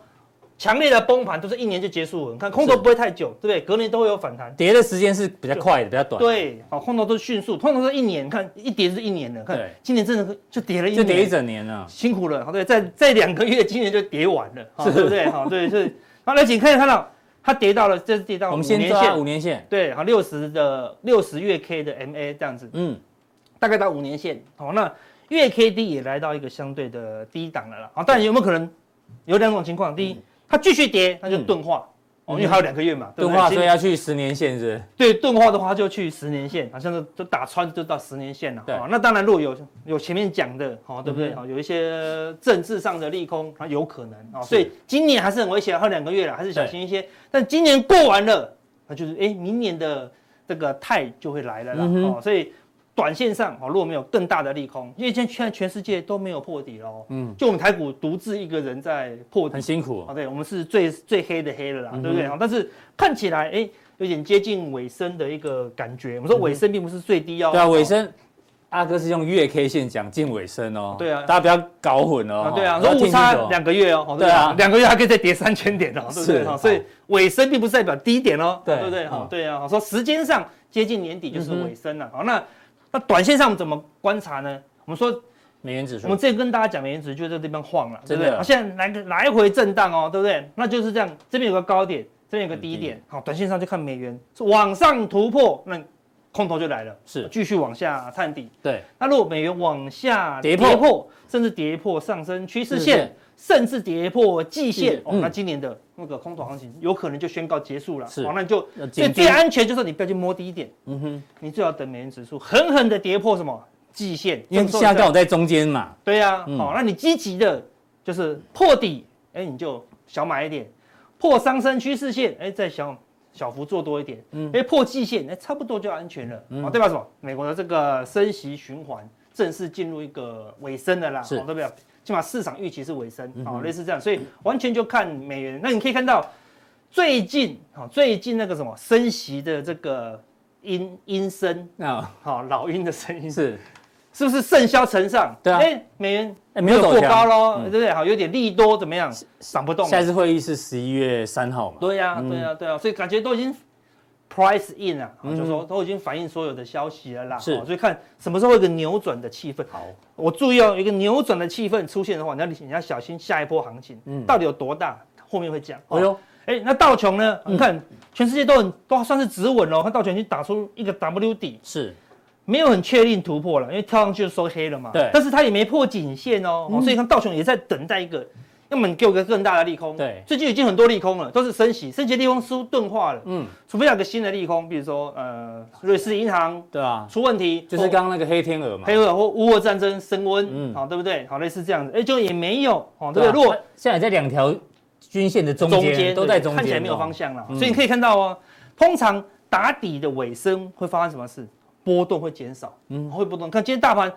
[SPEAKER 3] 强烈的崩盘都是一年就结束了。你看空头
[SPEAKER 1] 是
[SPEAKER 3] 不会太久，对不对？隔年都会有反弹。
[SPEAKER 1] 跌的时间是比较快的，比较短，，
[SPEAKER 3] 对，好，空头都是迅速，通常都是一年，看一跌就是一年了。看
[SPEAKER 1] 对
[SPEAKER 3] 今年真的就跌了一
[SPEAKER 1] 就
[SPEAKER 3] 年，
[SPEAKER 1] 跌一整年啊了。
[SPEAKER 3] 辛苦了，好对，在在两个月，今年就跌完
[SPEAKER 1] (laughs)
[SPEAKER 3] 了，好
[SPEAKER 1] 是
[SPEAKER 3] 对不对？好，对，是。好，而且可以看到，它跌到了，这是跌到
[SPEAKER 1] 我
[SPEAKER 3] 五
[SPEAKER 1] 们
[SPEAKER 3] 年
[SPEAKER 1] 先抓
[SPEAKER 3] 线
[SPEAKER 1] 五，年线，
[SPEAKER 3] 对，好，六十的六十月 K 的 MA 这样子，
[SPEAKER 1] 嗯，
[SPEAKER 3] 大概到五年线。好，那月 K D 也来到一个相对的低档了啦。好，但有没有可能有两种情况？
[SPEAKER 1] 嗯
[SPEAKER 3] 第一，它继续跌，那就钝化，哦，因为还有两个月嘛，对不
[SPEAKER 1] 钝
[SPEAKER 3] 对
[SPEAKER 1] 化
[SPEAKER 3] 今
[SPEAKER 1] 所以要去十年线是
[SPEAKER 3] 对钝化的话，就去十年线，好像是就打穿就到十年线了。
[SPEAKER 1] 对
[SPEAKER 3] 哦那当然，如果有有前面讲的，好、对不对？
[SPEAKER 1] 嗯哼
[SPEAKER 3] 好、有一些政治上的利空，啊，有可能啊、哦所以今年还是很危险，还有两个月了，还是小心一些。但今年过完了，那就是哎，明年的这个态就会来了啦。
[SPEAKER 1] 嗯哼
[SPEAKER 3] 哦，所以短线上哦，如果没有更大的利空，因为现在现在全世界都没有破底喽，
[SPEAKER 1] 嗯
[SPEAKER 3] 嗯，就我们台股独自一个人在
[SPEAKER 1] 不是，
[SPEAKER 3] 破底
[SPEAKER 1] 很，辛苦
[SPEAKER 3] 啊，，对，我们是最最黑的黑了啦，
[SPEAKER 1] 哦嗯哼
[SPEAKER 3] 对不对？好但是看起来，哎，有点接近尾声的一个感觉。我们说尾声并不是最低哦，
[SPEAKER 1] 嗯对啊，
[SPEAKER 3] 哦
[SPEAKER 1] 尾。声。阿哥是用月 K 线讲进尾声哦，
[SPEAKER 3] 对啊
[SPEAKER 1] 大家不要搞混哦
[SPEAKER 3] 啊，，对啊，
[SPEAKER 1] 要
[SPEAKER 3] 说
[SPEAKER 1] 听
[SPEAKER 3] 误
[SPEAKER 1] 清楚
[SPEAKER 3] 差
[SPEAKER 1] 哦
[SPEAKER 3] 两个月哦，哦
[SPEAKER 1] 对啊
[SPEAKER 3] 两个月还可以再跌三千点哦，对不对？
[SPEAKER 1] 是
[SPEAKER 3] 哦所以尾声并不是代表低点哦，
[SPEAKER 1] 对
[SPEAKER 3] 对不对？
[SPEAKER 1] 嗯
[SPEAKER 3] 好，对啊，好说时间上接近年底就
[SPEAKER 1] 嗯
[SPEAKER 3] 是
[SPEAKER 1] 哼
[SPEAKER 3] 尾声了。好，那那短线上我们怎么观察呢？我们说
[SPEAKER 1] 美元指数
[SPEAKER 3] 我们，之前跟大家讲美元指就在这边晃了，对
[SPEAKER 1] 真
[SPEAKER 3] 不
[SPEAKER 1] 的
[SPEAKER 3] 对？好现在来个来回震荡哦，对不对？那就是这样，这边有个高点，这边有个低
[SPEAKER 1] 嗯
[SPEAKER 3] 点，好，短线上就看美元往上突破，那空头就来了，
[SPEAKER 1] 是
[SPEAKER 3] 继续往下探底。
[SPEAKER 1] 对，
[SPEAKER 3] 那如果美元往下
[SPEAKER 1] 跌破
[SPEAKER 3] 甚至跌破上升趋势
[SPEAKER 1] 趋势
[SPEAKER 3] 线
[SPEAKER 1] 线，
[SPEAKER 3] 甚至跌破季
[SPEAKER 1] 季
[SPEAKER 3] 线
[SPEAKER 1] 线，
[SPEAKER 3] 哦
[SPEAKER 1] 嗯，
[SPEAKER 3] 那今年的那个空头行情有可能就宣告结束了。
[SPEAKER 1] 是
[SPEAKER 3] 哦，那你就
[SPEAKER 1] 要
[SPEAKER 3] 所以
[SPEAKER 1] 减
[SPEAKER 3] 最
[SPEAKER 1] 低
[SPEAKER 3] 安全就是你不要去摸低点，
[SPEAKER 1] 嗯哼，
[SPEAKER 3] 你最好等美元指数狠狠的跌破什么季线，
[SPEAKER 1] 因为
[SPEAKER 3] 这个时候
[SPEAKER 1] 下
[SPEAKER 3] 你再
[SPEAKER 1] 刚好在中间嘛，
[SPEAKER 3] 对呀、好、
[SPEAKER 1] 嗯
[SPEAKER 3] 那你积极的，就是破底，哎、你就小买一点；破上升趋势线，哎、再小小幅做多一点；哎、
[SPEAKER 1] 嗯
[SPEAKER 3] 破季线，哎、差不多就安全了，
[SPEAKER 1] 嗯
[SPEAKER 3] 哦，代表什么？美国的这个升息循环正式进入一个尾声的啦，
[SPEAKER 1] 是
[SPEAKER 3] 哦，代表起码市场预期是尾声，
[SPEAKER 1] 嗯
[SPEAKER 3] 哦
[SPEAKER 1] 哼，
[SPEAKER 3] 类似这样，所以完全就看美元。那你可以看到最近，哦，最近那个什么升息的这个音音声，
[SPEAKER 1] 那
[SPEAKER 3] 好、哦老鹰的声音
[SPEAKER 1] 啊是
[SPEAKER 3] 是不是盛嚣尘上？
[SPEAKER 1] 对啊
[SPEAKER 3] 哎、美元
[SPEAKER 1] 哎
[SPEAKER 3] 没有过高喽，
[SPEAKER 1] 嗯
[SPEAKER 3] 对不对？好，有点利多怎么样？涨不动了。
[SPEAKER 1] 下一次会议是十一月三号嘛？
[SPEAKER 3] 对呀、
[SPEAKER 1] 嗯
[SPEAKER 3] 对呀、对呀、所以感觉都已经 price in 了、啊，
[SPEAKER 1] 嗯
[SPEAKER 3] 就说都已经反映所有的消息了啦。
[SPEAKER 1] 是
[SPEAKER 3] 哦所以看什么时候会有一个扭转的气氛。好，我注意哦，有一个扭转的气氛出现的话，你要你要小心下一波行情、
[SPEAKER 1] 嗯
[SPEAKER 3] 到底有多大，后面会讲。
[SPEAKER 1] 哎
[SPEAKER 3] 哦
[SPEAKER 1] 呦，嗯
[SPEAKER 3] 哎，那道琼呢？你看，全世界都很都算是止稳了。看道琼已经打出一个 W 底，
[SPEAKER 1] 是
[SPEAKER 3] 没有很确定突破了，因为跳上去就收黑了嘛。
[SPEAKER 1] 对嗯
[SPEAKER 3] 但是它也没破颈线哦，哦所以看道琼也在等待一个，要么你给我一个更大的利空。
[SPEAKER 1] 对
[SPEAKER 3] 最近已经很多利空了，都是升息，升息的利空似乎钝化了。
[SPEAKER 1] 嗯
[SPEAKER 3] 嗯，除非有个新的利空，比如说呃，瑞士银行
[SPEAKER 1] 对啊，
[SPEAKER 3] 出问题，哦
[SPEAKER 1] 就是刚刚那个黑天鹅嘛，
[SPEAKER 3] 黑俄或乌俄战争升温，
[SPEAKER 1] 嗯
[SPEAKER 3] 好、对不对？好，类似这样子，哎，就也没有，哦，对
[SPEAKER 1] 对啊，
[SPEAKER 3] 不对？如果
[SPEAKER 1] 它现在在两条均线的中间，都在中间，
[SPEAKER 3] 看起来没有方。向了。
[SPEAKER 1] 嗯
[SPEAKER 3] 所以你可以看到哦，通常打底的尾声会发生什么事？波动会减少，
[SPEAKER 1] 嗯
[SPEAKER 3] 嗯，会波动。看今天大盘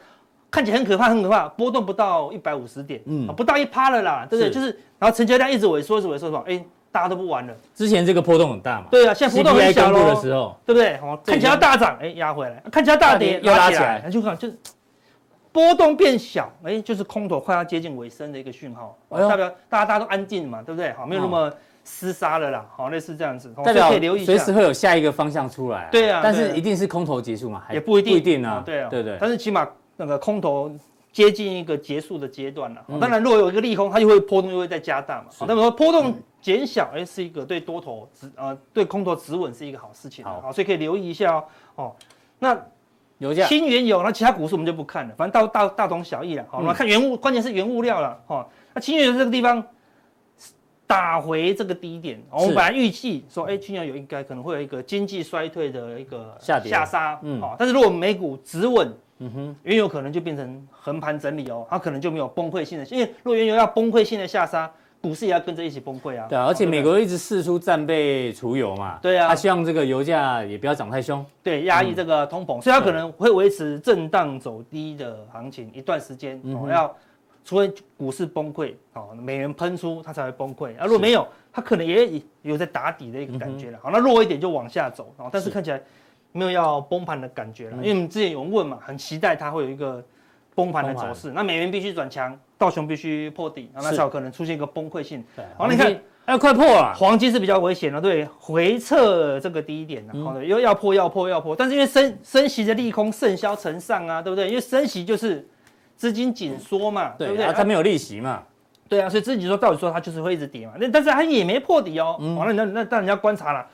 [SPEAKER 3] 看起来很可怕，很可怕，波动不到一百五十点，
[SPEAKER 1] 嗯
[SPEAKER 3] 嗯，不到一趴了啦，对不对？
[SPEAKER 1] 是
[SPEAKER 3] 就是然后成交量一直萎缩，一直萎缩，什么？哎，大家都不玩了，
[SPEAKER 1] 哦之前这个波动很大嘛，
[SPEAKER 3] 对啊，现在浮动很
[SPEAKER 1] CPI 公
[SPEAKER 3] 小
[SPEAKER 1] 布的
[SPEAKER 3] 喽，
[SPEAKER 1] 时候，
[SPEAKER 3] 对不对？哦，看起来要大涨，哎，压回来；看起来要大跌
[SPEAKER 1] 大，跌又拉
[SPEAKER 3] 起
[SPEAKER 1] 起来
[SPEAKER 3] 来，就看就是波动变小，哎，就是空头快要接近尾声的一个讯号，
[SPEAKER 1] 哎呦哦
[SPEAKER 3] 代表大家大家都安静嘛，对不对？好，没有那么厮杀了啦，好，类似这样子，哦
[SPEAKER 1] 代
[SPEAKER 3] 所以
[SPEAKER 1] 表
[SPEAKER 3] 可以留意一
[SPEAKER 1] 随时
[SPEAKER 3] 下。
[SPEAKER 1] 会有下一个方向出来啊。
[SPEAKER 3] 对啊
[SPEAKER 1] 但
[SPEAKER 3] 对
[SPEAKER 1] 是
[SPEAKER 3] 啊
[SPEAKER 1] 一定是空头结束嘛？还
[SPEAKER 3] 也不一定，
[SPEAKER 1] 不一定啊。
[SPEAKER 3] 对啊，
[SPEAKER 1] 对对，
[SPEAKER 3] 但是起码那个空头接近一个结束的阶段了。哦
[SPEAKER 1] 嗯嗯
[SPEAKER 3] 当然，如果有一个利空，它就会波动就会再加大嘛。好那么说波动减小哎是一个对多头止呃对空头止稳是一个好事情啊，
[SPEAKER 1] 好
[SPEAKER 3] 好，所以可以留意一下哦。哦，那
[SPEAKER 1] 油价
[SPEAKER 3] 轻原油，那其他股市我们就不看了，反正大大大同小异了。
[SPEAKER 1] 嗯
[SPEAKER 3] 好，我们看原物，关键是原物料了。哈，那轻原油这个地方打回这个低点，哦我们
[SPEAKER 1] 是
[SPEAKER 3] 本来预计说，哎，轻原油应该可能会有一个经济衰退的一个
[SPEAKER 1] 下跌
[SPEAKER 3] 下杀，
[SPEAKER 1] 嗯
[SPEAKER 3] 嗯，好，但是如果美股止稳。嗯哼，原油可能就变成横盘整理哦，它可能就没有崩溃性的，因为如果原油要崩溃性的下杀，股市也要跟着一起崩溃啊。
[SPEAKER 1] 对啊，而且
[SPEAKER 3] 哦
[SPEAKER 1] 美国一直试出战备储油嘛，
[SPEAKER 3] 对啊
[SPEAKER 1] 他希望这个油价也不要涨太凶，
[SPEAKER 3] 对，压
[SPEAKER 1] 嗯
[SPEAKER 3] 抑这个通膨，所以它可能会维持震荡走低的行情一段时间，
[SPEAKER 1] 嗯
[SPEAKER 3] 哦
[SPEAKER 1] 哼，
[SPEAKER 3] 要除非股市崩溃，哦，美元喷出它才会崩溃，啊，如果没有，它可能也有在打底的一个感觉了，好，那弱一点就往下走，哦，但
[SPEAKER 1] 嗯
[SPEAKER 3] 是
[SPEAKER 1] 是
[SPEAKER 3] 看起来没有要崩盘的感觉了，
[SPEAKER 1] 嗯
[SPEAKER 3] 因为我们之前有问嘛，很期待它会有一个崩盘的
[SPEAKER 1] 崩盘
[SPEAKER 3] 走势，那美元必须转强，道琼必须破底，啊那
[SPEAKER 1] 是
[SPEAKER 3] 才有可能出现一个崩溃性。
[SPEAKER 1] 对，
[SPEAKER 3] 好，那你看，
[SPEAKER 1] 哎，快破了，
[SPEAKER 3] 黄金是比较危险的，对，回撤这个低点
[SPEAKER 1] 嗯
[SPEAKER 3] 的、啊，好的、又要破要破要破，但是因为升升息的利空盛嚣成上啊，对不对？因为升息就是资金紧缩嘛，对不
[SPEAKER 1] 对
[SPEAKER 3] 对？
[SPEAKER 1] 啊，他
[SPEAKER 3] 啊
[SPEAKER 1] 没有利息嘛，
[SPEAKER 3] 对啊，所以资金紧缩到底说它就是会一直跌嘛，那但是它也没破底哦，
[SPEAKER 1] 嗯
[SPEAKER 3] 完了、那那当然要观察了。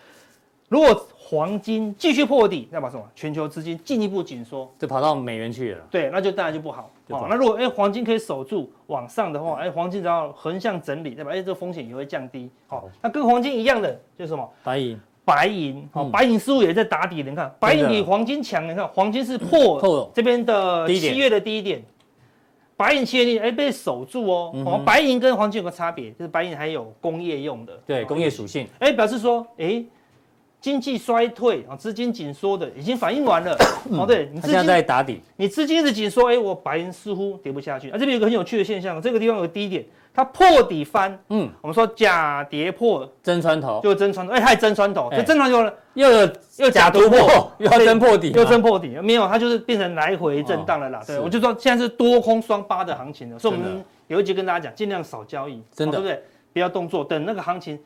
[SPEAKER 3] 如果黄金继续破底，那把什么？全球资金进一步紧缩，
[SPEAKER 1] 就跑到美元去了，
[SPEAKER 3] 对，那就当然就不好。
[SPEAKER 1] 就不
[SPEAKER 3] 哦
[SPEAKER 1] 好，嗯
[SPEAKER 3] 那如果哎、黄金可以守住往上的话，哎、黄金只要横向整理，对吧？哎、这个风险也会降低。好、
[SPEAKER 1] 好
[SPEAKER 3] 那跟黄金一样的就是什么？
[SPEAKER 1] 白银
[SPEAKER 3] 白银，哦，
[SPEAKER 1] 嗯
[SPEAKER 3] 白银似乎也在打底，你看，白银比黄金强，你看，黄金是
[SPEAKER 1] (coughs) 破
[SPEAKER 3] 破这边的
[SPEAKER 1] 低点
[SPEAKER 3] 七月的低点，白银七月低点，哎，被守住哦。
[SPEAKER 1] 嗯
[SPEAKER 3] 哦
[SPEAKER 1] 哼，
[SPEAKER 3] 白银跟黄金有个差别，就是白银还有工业用的，
[SPEAKER 1] 对
[SPEAKER 3] 哦
[SPEAKER 1] 工业，属性，
[SPEAKER 3] 哎，表示说，哎，经济衰退啊，资金紧缩的已经反映完
[SPEAKER 1] (coughs)
[SPEAKER 3] 了，哦，对，你
[SPEAKER 1] 他
[SPEAKER 3] 资
[SPEAKER 1] 现在
[SPEAKER 3] 金
[SPEAKER 1] 在打底，
[SPEAKER 3] 你资金一直紧缩，哎，我白银似乎跌不下去。啊，这边有个很有趣的现象，这个地方有个低点，它破底翻，
[SPEAKER 1] 嗯，
[SPEAKER 3] 我们说假跌破
[SPEAKER 1] 真穿头，
[SPEAKER 3] 就真穿头，哎，它还真穿头，
[SPEAKER 1] 哎
[SPEAKER 3] 所以真穿头呢。
[SPEAKER 1] 又有
[SPEAKER 3] 又假突破
[SPEAKER 1] 又要真破底嘛，
[SPEAKER 3] 又真破底，没有，它就是变成来回震荡了啦。对，
[SPEAKER 1] 啊哦是
[SPEAKER 3] 我就说现在是多空双八的行情了，所以我
[SPEAKER 1] 真
[SPEAKER 3] 们
[SPEAKER 1] 的
[SPEAKER 3] 有一集跟大家讲，尽量少交易，
[SPEAKER 1] 真的
[SPEAKER 3] 哦对不对？不要动作，等那个行情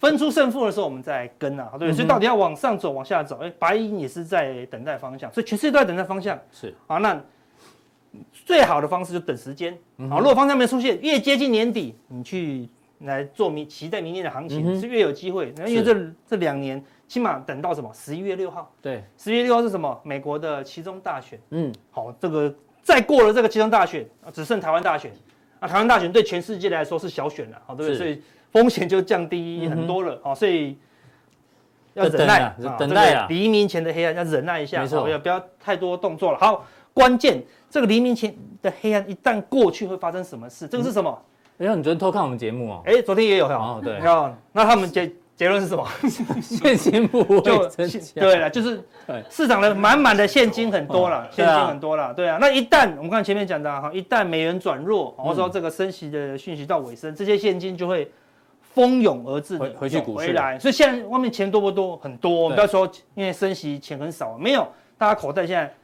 [SPEAKER 3] 分出胜负的时候，我们再跟啊，
[SPEAKER 1] 嗯
[SPEAKER 3] 对不对。所以到底要往上走，往下走，哎，白银也是在等待方向，所以全世界都在等待方向。
[SPEAKER 1] 是
[SPEAKER 3] 好，那最好的方式就等时间。
[SPEAKER 1] 嗯
[SPEAKER 3] 好，如果方向没出现，越接近年底，你去来做明期待明年的
[SPEAKER 1] 嗯
[SPEAKER 3] 行
[SPEAKER 1] 哼
[SPEAKER 3] 情是越有机会。那因为这这两年起码等到什么十一月六号。
[SPEAKER 1] 对，
[SPEAKER 3] 十月六号是什么？美国的其中大选。
[SPEAKER 1] 嗯，
[SPEAKER 3] 好，这个再过了这个其中大选，啊只剩台湾大选。啊，台湾大选对全世界来说是小选了，好，对不对？
[SPEAKER 1] 是
[SPEAKER 3] 所以风险就降低很多了，好，所以要
[SPEAKER 1] 就
[SPEAKER 3] 忍耐，
[SPEAKER 1] 等啊
[SPEAKER 3] 啊
[SPEAKER 1] 等待啊
[SPEAKER 3] 这个黎明前的黑暗要忍耐一下，
[SPEAKER 1] 没错
[SPEAKER 3] 好要不要太多动作了。好，关键这个黎明前的黑暗一旦过去，会发生什么事？这个是什么？
[SPEAKER 1] 哎呦，你昨天偷看我们节目哦，
[SPEAKER 3] 哎，昨天也有
[SPEAKER 1] 哦
[SPEAKER 3] 哦，
[SPEAKER 1] 对 (laughs)
[SPEAKER 3] 哦，那他们结结论是什么？
[SPEAKER 1] 现金不会
[SPEAKER 3] 就
[SPEAKER 1] 增
[SPEAKER 3] 现
[SPEAKER 1] 加，
[SPEAKER 3] 对了，就是
[SPEAKER 1] 对
[SPEAKER 3] 市场的满满的现金很多了，
[SPEAKER 1] 对
[SPEAKER 3] 现
[SPEAKER 1] 啊
[SPEAKER 3] 金很多了，对啊。那一旦我们看前面讲的啊哈，一旦美元转弱，或者说
[SPEAKER 1] 嗯
[SPEAKER 3] 这个升息的讯息到尾声，这些现金就会蜂拥而至地
[SPEAKER 1] 回回去股市
[SPEAKER 3] 涌回来。所以现在外面钱多不多？很多。我们不要说因为升息钱很少，没有，大家口袋现在。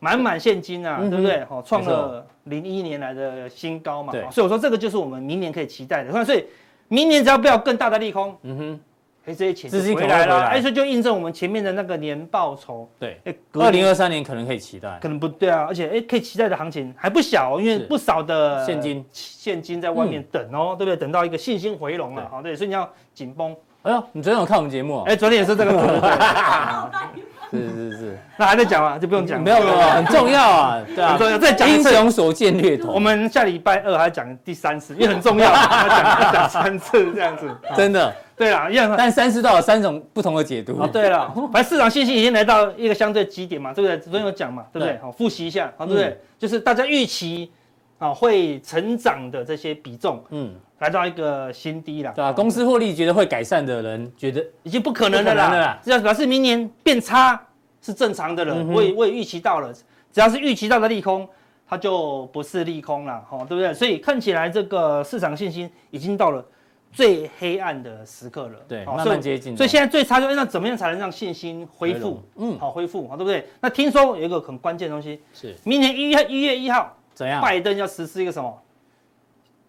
[SPEAKER 3] 满满现金啊，
[SPEAKER 1] 嗯哼
[SPEAKER 3] 对不对？好，创
[SPEAKER 1] 没错
[SPEAKER 3] 了零一年来的新高嘛
[SPEAKER 1] 对，
[SPEAKER 3] 所以我说这个就是我们明年可以期待的。所以明年只要不要更大的利空，
[SPEAKER 1] 嗯哼，
[SPEAKER 3] 哎，这些钱就
[SPEAKER 1] 资金
[SPEAKER 3] 回
[SPEAKER 1] 可能
[SPEAKER 3] 来
[SPEAKER 1] 会回
[SPEAKER 3] 了，
[SPEAKER 1] 来
[SPEAKER 3] 哎，所以就印证我们前面的那个年报酬，
[SPEAKER 1] 对，
[SPEAKER 3] 哎，
[SPEAKER 1] 二
[SPEAKER 3] 隔
[SPEAKER 1] 零
[SPEAKER 3] 年
[SPEAKER 1] 二三年可能可以期待，
[SPEAKER 3] 可能不对啊，而且哎，可以期待的行情还不小、哦，因为
[SPEAKER 1] 是
[SPEAKER 3] 不少的
[SPEAKER 1] 现金嗯
[SPEAKER 3] 现金在外面等哦，对不对？等到一个信心回笼了
[SPEAKER 1] 对，
[SPEAKER 3] 好对，所以你要紧绷。
[SPEAKER 1] 哎呦，你昨天有看我们节目哦，
[SPEAKER 3] 哎，昨天也是这个主题，
[SPEAKER 1] 是是是，
[SPEAKER 3] 那还在讲啊，就不用哎讲了，
[SPEAKER 1] 没有没有，很重要
[SPEAKER 3] (laughs)
[SPEAKER 1] 啊，对啊
[SPEAKER 3] 很，重要，再讲一
[SPEAKER 1] 英
[SPEAKER 3] 次。
[SPEAKER 1] 雄所见略同，
[SPEAKER 3] 我们下礼拜二还讲第三次，因为很重要，啊要讲要讲三次这样子。
[SPEAKER 1] 啊真的，
[SPEAKER 3] 对啦，一样啊
[SPEAKER 1] 但三十道有三种不同的解读
[SPEAKER 3] 哦，，对
[SPEAKER 1] (laughs)
[SPEAKER 3] 了，反正市场信心已经来到一个相对极点嘛，对不对？昨天有讲嘛，对不对
[SPEAKER 1] 对？
[SPEAKER 3] 好，复习一下，好，对不对？
[SPEAKER 1] 嗯
[SPEAKER 3] 就是大家预期啊会成长的这些比重
[SPEAKER 1] 嗯，
[SPEAKER 3] 来到一个新低了，
[SPEAKER 1] 对啊，公司获利觉得会改善的人，觉得
[SPEAKER 3] 已经不可能的
[SPEAKER 1] 不可能的
[SPEAKER 3] 啦
[SPEAKER 1] 啦，
[SPEAKER 3] 只要表示明年变差是正常的了，
[SPEAKER 1] 嗯哼
[SPEAKER 3] 我也我也预期到了，只要是预期到的利空。它就不是利空了，哦，对不对？所以看起来这个市场信心已经到了最黑暗的时刻了，
[SPEAKER 1] 对
[SPEAKER 3] 哦
[SPEAKER 1] 慢慢
[SPEAKER 3] 所以
[SPEAKER 1] 接近了
[SPEAKER 3] 所以现在最差就是那怎么样才能让信心恢复？
[SPEAKER 1] 嗯，
[SPEAKER 3] 好恢复，好哦对不对？那听说有一个很关键的东西，
[SPEAKER 1] 是
[SPEAKER 3] 明年一月一月一号，
[SPEAKER 1] 怎样？
[SPEAKER 3] 拜登要实施一个什么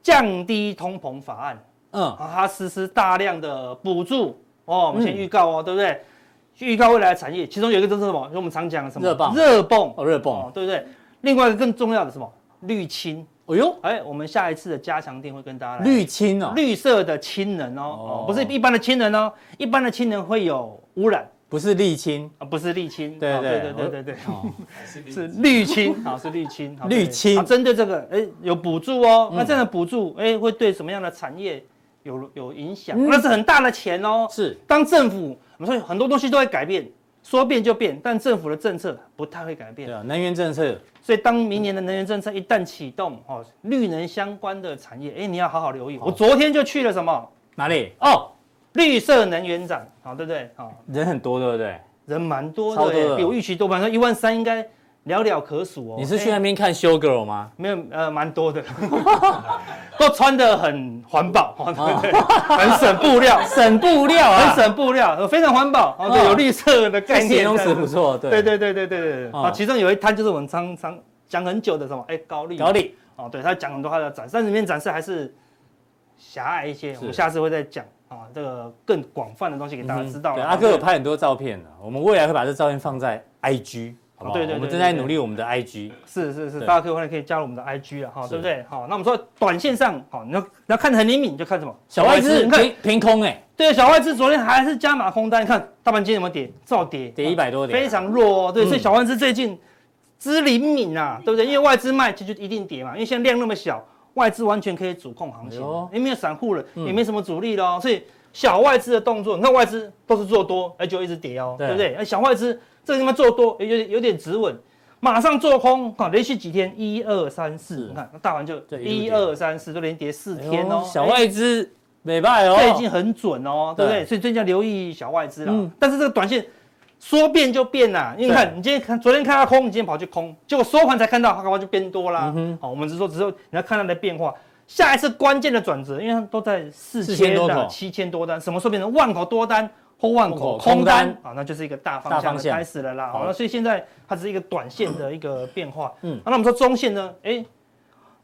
[SPEAKER 3] 降低通膨法案
[SPEAKER 1] 嗯，
[SPEAKER 3] 啊，他实施大量的补助哦，我们
[SPEAKER 1] 嗯
[SPEAKER 3] 先预告哦，对不对？预告未来的产业，其中有一个就是什么？就我们常讲的什么
[SPEAKER 1] 热泵
[SPEAKER 3] 热泵
[SPEAKER 1] 哦，热泵
[SPEAKER 3] 哦，对不对？另外一个更重要的是什么？绿氢
[SPEAKER 1] 哎呦，
[SPEAKER 3] 哎，我们下一次的加强店会跟大家来
[SPEAKER 1] 绿氢哦，
[SPEAKER 3] 绿色的氢能哦
[SPEAKER 1] 哦
[SPEAKER 3] 哦，不是一般的氢能哦，一般的氢能会有污染
[SPEAKER 1] 不是沥青，
[SPEAKER 3] 啊，不是沥青，
[SPEAKER 1] 对
[SPEAKER 3] 哦
[SPEAKER 1] 对
[SPEAKER 3] 对对
[SPEAKER 1] 我
[SPEAKER 3] 对对对，
[SPEAKER 6] 还是
[SPEAKER 3] (laughs) 是沥青，好是沥青，好
[SPEAKER 1] 绿
[SPEAKER 3] 对
[SPEAKER 1] 青
[SPEAKER 3] 好针对这个，哎，有补助哦，
[SPEAKER 1] 嗯
[SPEAKER 3] 那这样的补助，哎，会对什么样的产业有有影响？
[SPEAKER 1] 嗯
[SPEAKER 3] 那是很大的钱哦。
[SPEAKER 1] 是
[SPEAKER 3] 当政府我们说很多东西都会改变，说变就变，但政府的政策不太会改变
[SPEAKER 1] 对。啊，能源政策
[SPEAKER 3] 所以当明年的能源政策一旦启动，哦，绿能相关的产业，哎，你要好好留意。我昨天就去了什么
[SPEAKER 1] 哪里
[SPEAKER 3] 哦，绿色能源展，好、对不对？啊好、
[SPEAKER 1] 人很多，对不对？
[SPEAKER 3] 人蛮多
[SPEAKER 1] 超
[SPEAKER 3] 的
[SPEAKER 1] 多
[SPEAKER 3] 耶，
[SPEAKER 1] 的
[SPEAKER 3] 比我预期多，反正一万三应该寥寥可数哦。
[SPEAKER 1] 你是去
[SPEAKER 3] 哎
[SPEAKER 1] 那边看 show girl 吗？
[SPEAKER 3] 没有，呃，蛮多的， (laughs) 都穿的很环保，哦、对不对？很省布料，
[SPEAKER 1] 啊 (laughs) 省布料啊，
[SPEAKER 3] 哦很省布料，呃非常环保，哦，对，
[SPEAKER 1] 哦
[SPEAKER 3] 有绿色的概
[SPEAKER 1] 这形
[SPEAKER 3] 念
[SPEAKER 1] 容
[SPEAKER 3] 在。
[SPEAKER 1] 词不错，对
[SPEAKER 3] 对对对对对对对。
[SPEAKER 1] 哦
[SPEAKER 3] 啊，其中有一摊就是我们常常讲很久的什么，哎，高丽，
[SPEAKER 1] 搞定。
[SPEAKER 3] 哦，对他讲很多他的展示，但是里面展示还是狭隘一些，我们下次会再讲啊，这个更广泛的东西给大家知道
[SPEAKER 1] 嗯对
[SPEAKER 3] 了。
[SPEAKER 1] 阿哥有拍很多照片的，啊我们未来会把这照片放在 IG，好不好？
[SPEAKER 3] 哦对对对
[SPEAKER 1] 我们正在
[SPEAKER 3] 对对
[SPEAKER 1] 努力我们的 IG，
[SPEAKER 3] 是是是，
[SPEAKER 1] 对
[SPEAKER 3] 大家可以欢迎可以加入我们的 IG 啊，哈，
[SPEAKER 1] 是
[SPEAKER 3] 对不对？好，那我们说短线上，好，你要你要看得很灵敏，你就看什么
[SPEAKER 1] 小外资
[SPEAKER 3] 你看
[SPEAKER 1] 凭凭空哎，
[SPEAKER 3] 对小外资昨天还是加码空单，你看大盘今天有没有跌？照跌，
[SPEAKER 1] 跌一百多点，
[SPEAKER 3] 啊非常弱哦。对，
[SPEAKER 1] 嗯
[SPEAKER 3] 所以小外资最近资灵敏啊，对不对？因为外资卖就就一定跌嘛，因为现在量那么小，外资完全可以主控行情
[SPEAKER 1] 哎呦，
[SPEAKER 3] 也没有散户了，
[SPEAKER 1] 嗯
[SPEAKER 3] 也没什么主力喽，所以小外资的动作，你看外资都是做多，哎，就一直跌哦，
[SPEAKER 1] 对
[SPEAKER 3] 对不对？哎，小外资这个地方做多，哎有点有点止稳。马上做空，好，连续几天，一二三四，你看那大盘就
[SPEAKER 1] 对一
[SPEAKER 3] 一
[SPEAKER 1] 路跌
[SPEAKER 3] 二三四，都连跌四
[SPEAKER 1] 哎呦
[SPEAKER 3] 天哦。
[SPEAKER 1] 小
[SPEAKER 3] 哎
[SPEAKER 1] 外资美败哦，
[SPEAKER 3] 最近很准哦，对不
[SPEAKER 1] 对
[SPEAKER 3] 对？所以最近要留意小外资啦。
[SPEAKER 1] 嗯
[SPEAKER 3] 但是这个短线说变就变啦，因为你看
[SPEAKER 1] 对
[SPEAKER 3] 你今天看昨天看它空，你今天跑去空，结果收盘才看到它搞不好就变多
[SPEAKER 1] 嗯
[SPEAKER 3] 啦。好，我们只说只是你要看它的变化。下一次关键的转折，因为它都在四
[SPEAKER 1] 4000
[SPEAKER 3] 千
[SPEAKER 1] 多口
[SPEAKER 3] 的七千多单，什么时候变成万口多单或万口
[SPEAKER 1] 万口空
[SPEAKER 3] 空
[SPEAKER 1] 单
[SPEAKER 3] 单？啊，那就是一个大
[SPEAKER 1] 大
[SPEAKER 3] 方向
[SPEAKER 1] 方
[SPEAKER 3] 的
[SPEAKER 1] 向
[SPEAKER 3] 开始了啦。
[SPEAKER 1] 好
[SPEAKER 3] 好，那所以现在它只是一个短线的一个变化。
[SPEAKER 1] 嗯
[SPEAKER 3] 嗯，那我们说中线呢？哎，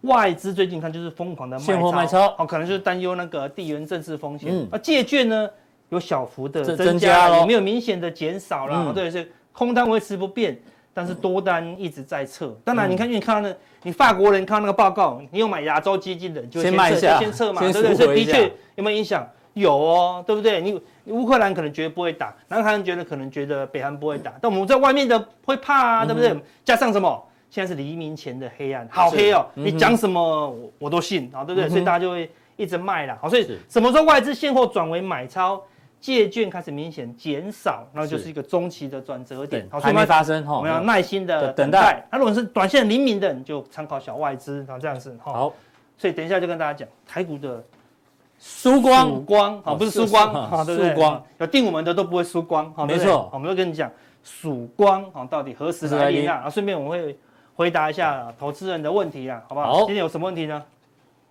[SPEAKER 3] 外资最近看就是疯狂的
[SPEAKER 1] 现货卖超
[SPEAKER 3] 哦，可能就是担忧那个地缘政治风险。
[SPEAKER 1] 嗯
[SPEAKER 3] 啊，借券呢有小幅的
[SPEAKER 1] 这增
[SPEAKER 3] 增
[SPEAKER 1] 加
[SPEAKER 3] 加，
[SPEAKER 1] 咯
[SPEAKER 3] 也没有明显的减少啦。
[SPEAKER 1] 嗯
[SPEAKER 3] 哦对，所以空单维持不变，但是多单一直在撤。
[SPEAKER 1] 嗯
[SPEAKER 3] 当然，你看，因为你看到那，你法国人看到那个报告，你有买亚洲基金的，你就
[SPEAKER 1] 先
[SPEAKER 3] 先
[SPEAKER 1] 卖一
[SPEAKER 3] 撤
[SPEAKER 1] 下
[SPEAKER 3] 就先撤嘛，
[SPEAKER 1] 先
[SPEAKER 3] 对不对？
[SPEAKER 1] 赎
[SPEAKER 3] 所
[SPEAKER 1] 回一
[SPEAKER 3] 以
[SPEAKER 1] 下
[SPEAKER 3] 的确有没有影响？有哦，对不对？你你乌克兰可能觉得不会打，南韩觉得可能觉得北韩不会打，但我们在外面的会怕啊，对
[SPEAKER 1] 嗯
[SPEAKER 3] 不对？加上什么？现在是黎明前的黑暗，好黑哦！
[SPEAKER 1] 嗯哼
[SPEAKER 3] 你讲什么我我都信啊，对不对？
[SPEAKER 1] 嗯哼
[SPEAKER 3] 所以大家就会一直卖啦。好，所
[SPEAKER 1] 是
[SPEAKER 3] 以什么时候外资现货转为买超，借券开始明显减少，然后就是是一个中期的转折点
[SPEAKER 1] 对。
[SPEAKER 3] 好，所
[SPEAKER 1] 还
[SPEAKER 3] 以我们
[SPEAKER 1] 没
[SPEAKER 3] 要
[SPEAKER 1] 发生嗯
[SPEAKER 3] 我们要
[SPEAKER 1] 哈，
[SPEAKER 3] 耐心的
[SPEAKER 1] 哦等
[SPEAKER 3] 等
[SPEAKER 1] 待
[SPEAKER 3] 待。那如果是短线灵敏的，你就参考小外资，然后这样子哈。
[SPEAKER 1] 好，
[SPEAKER 3] 所以等一下就跟大家讲台股的
[SPEAKER 1] 输
[SPEAKER 3] 曙
[SPEAKER 1] 光
[SPEAKER 3] 光，
[SPEAKER 1] 哦
[SPEAKER 3] 好，不是
[SPEAKER 1] 是
[SPEAKER 3] 输光，
[SPEAKER 1] 是
[SPEAKER 3] 好，对不
[SPEAKER 1] 曙
[SPEAKER 3] 对？
[SPEAKER 1] 光
[SPEAKER 3] 好有定我们的都不会输光，哦好，对不
[SPEAKER 1] 没
[SPEAKER 3] 对
[SPEAKER 1] 错
[SPEAKER 3] 好我们都跟你讲曙光，好，到底何时来临啊？啊，顺便我们会回答一下投资人的问题啊，好不好？
[SPEAKER 1] 好
[SPEAKER 3] 今天有什么问题呢？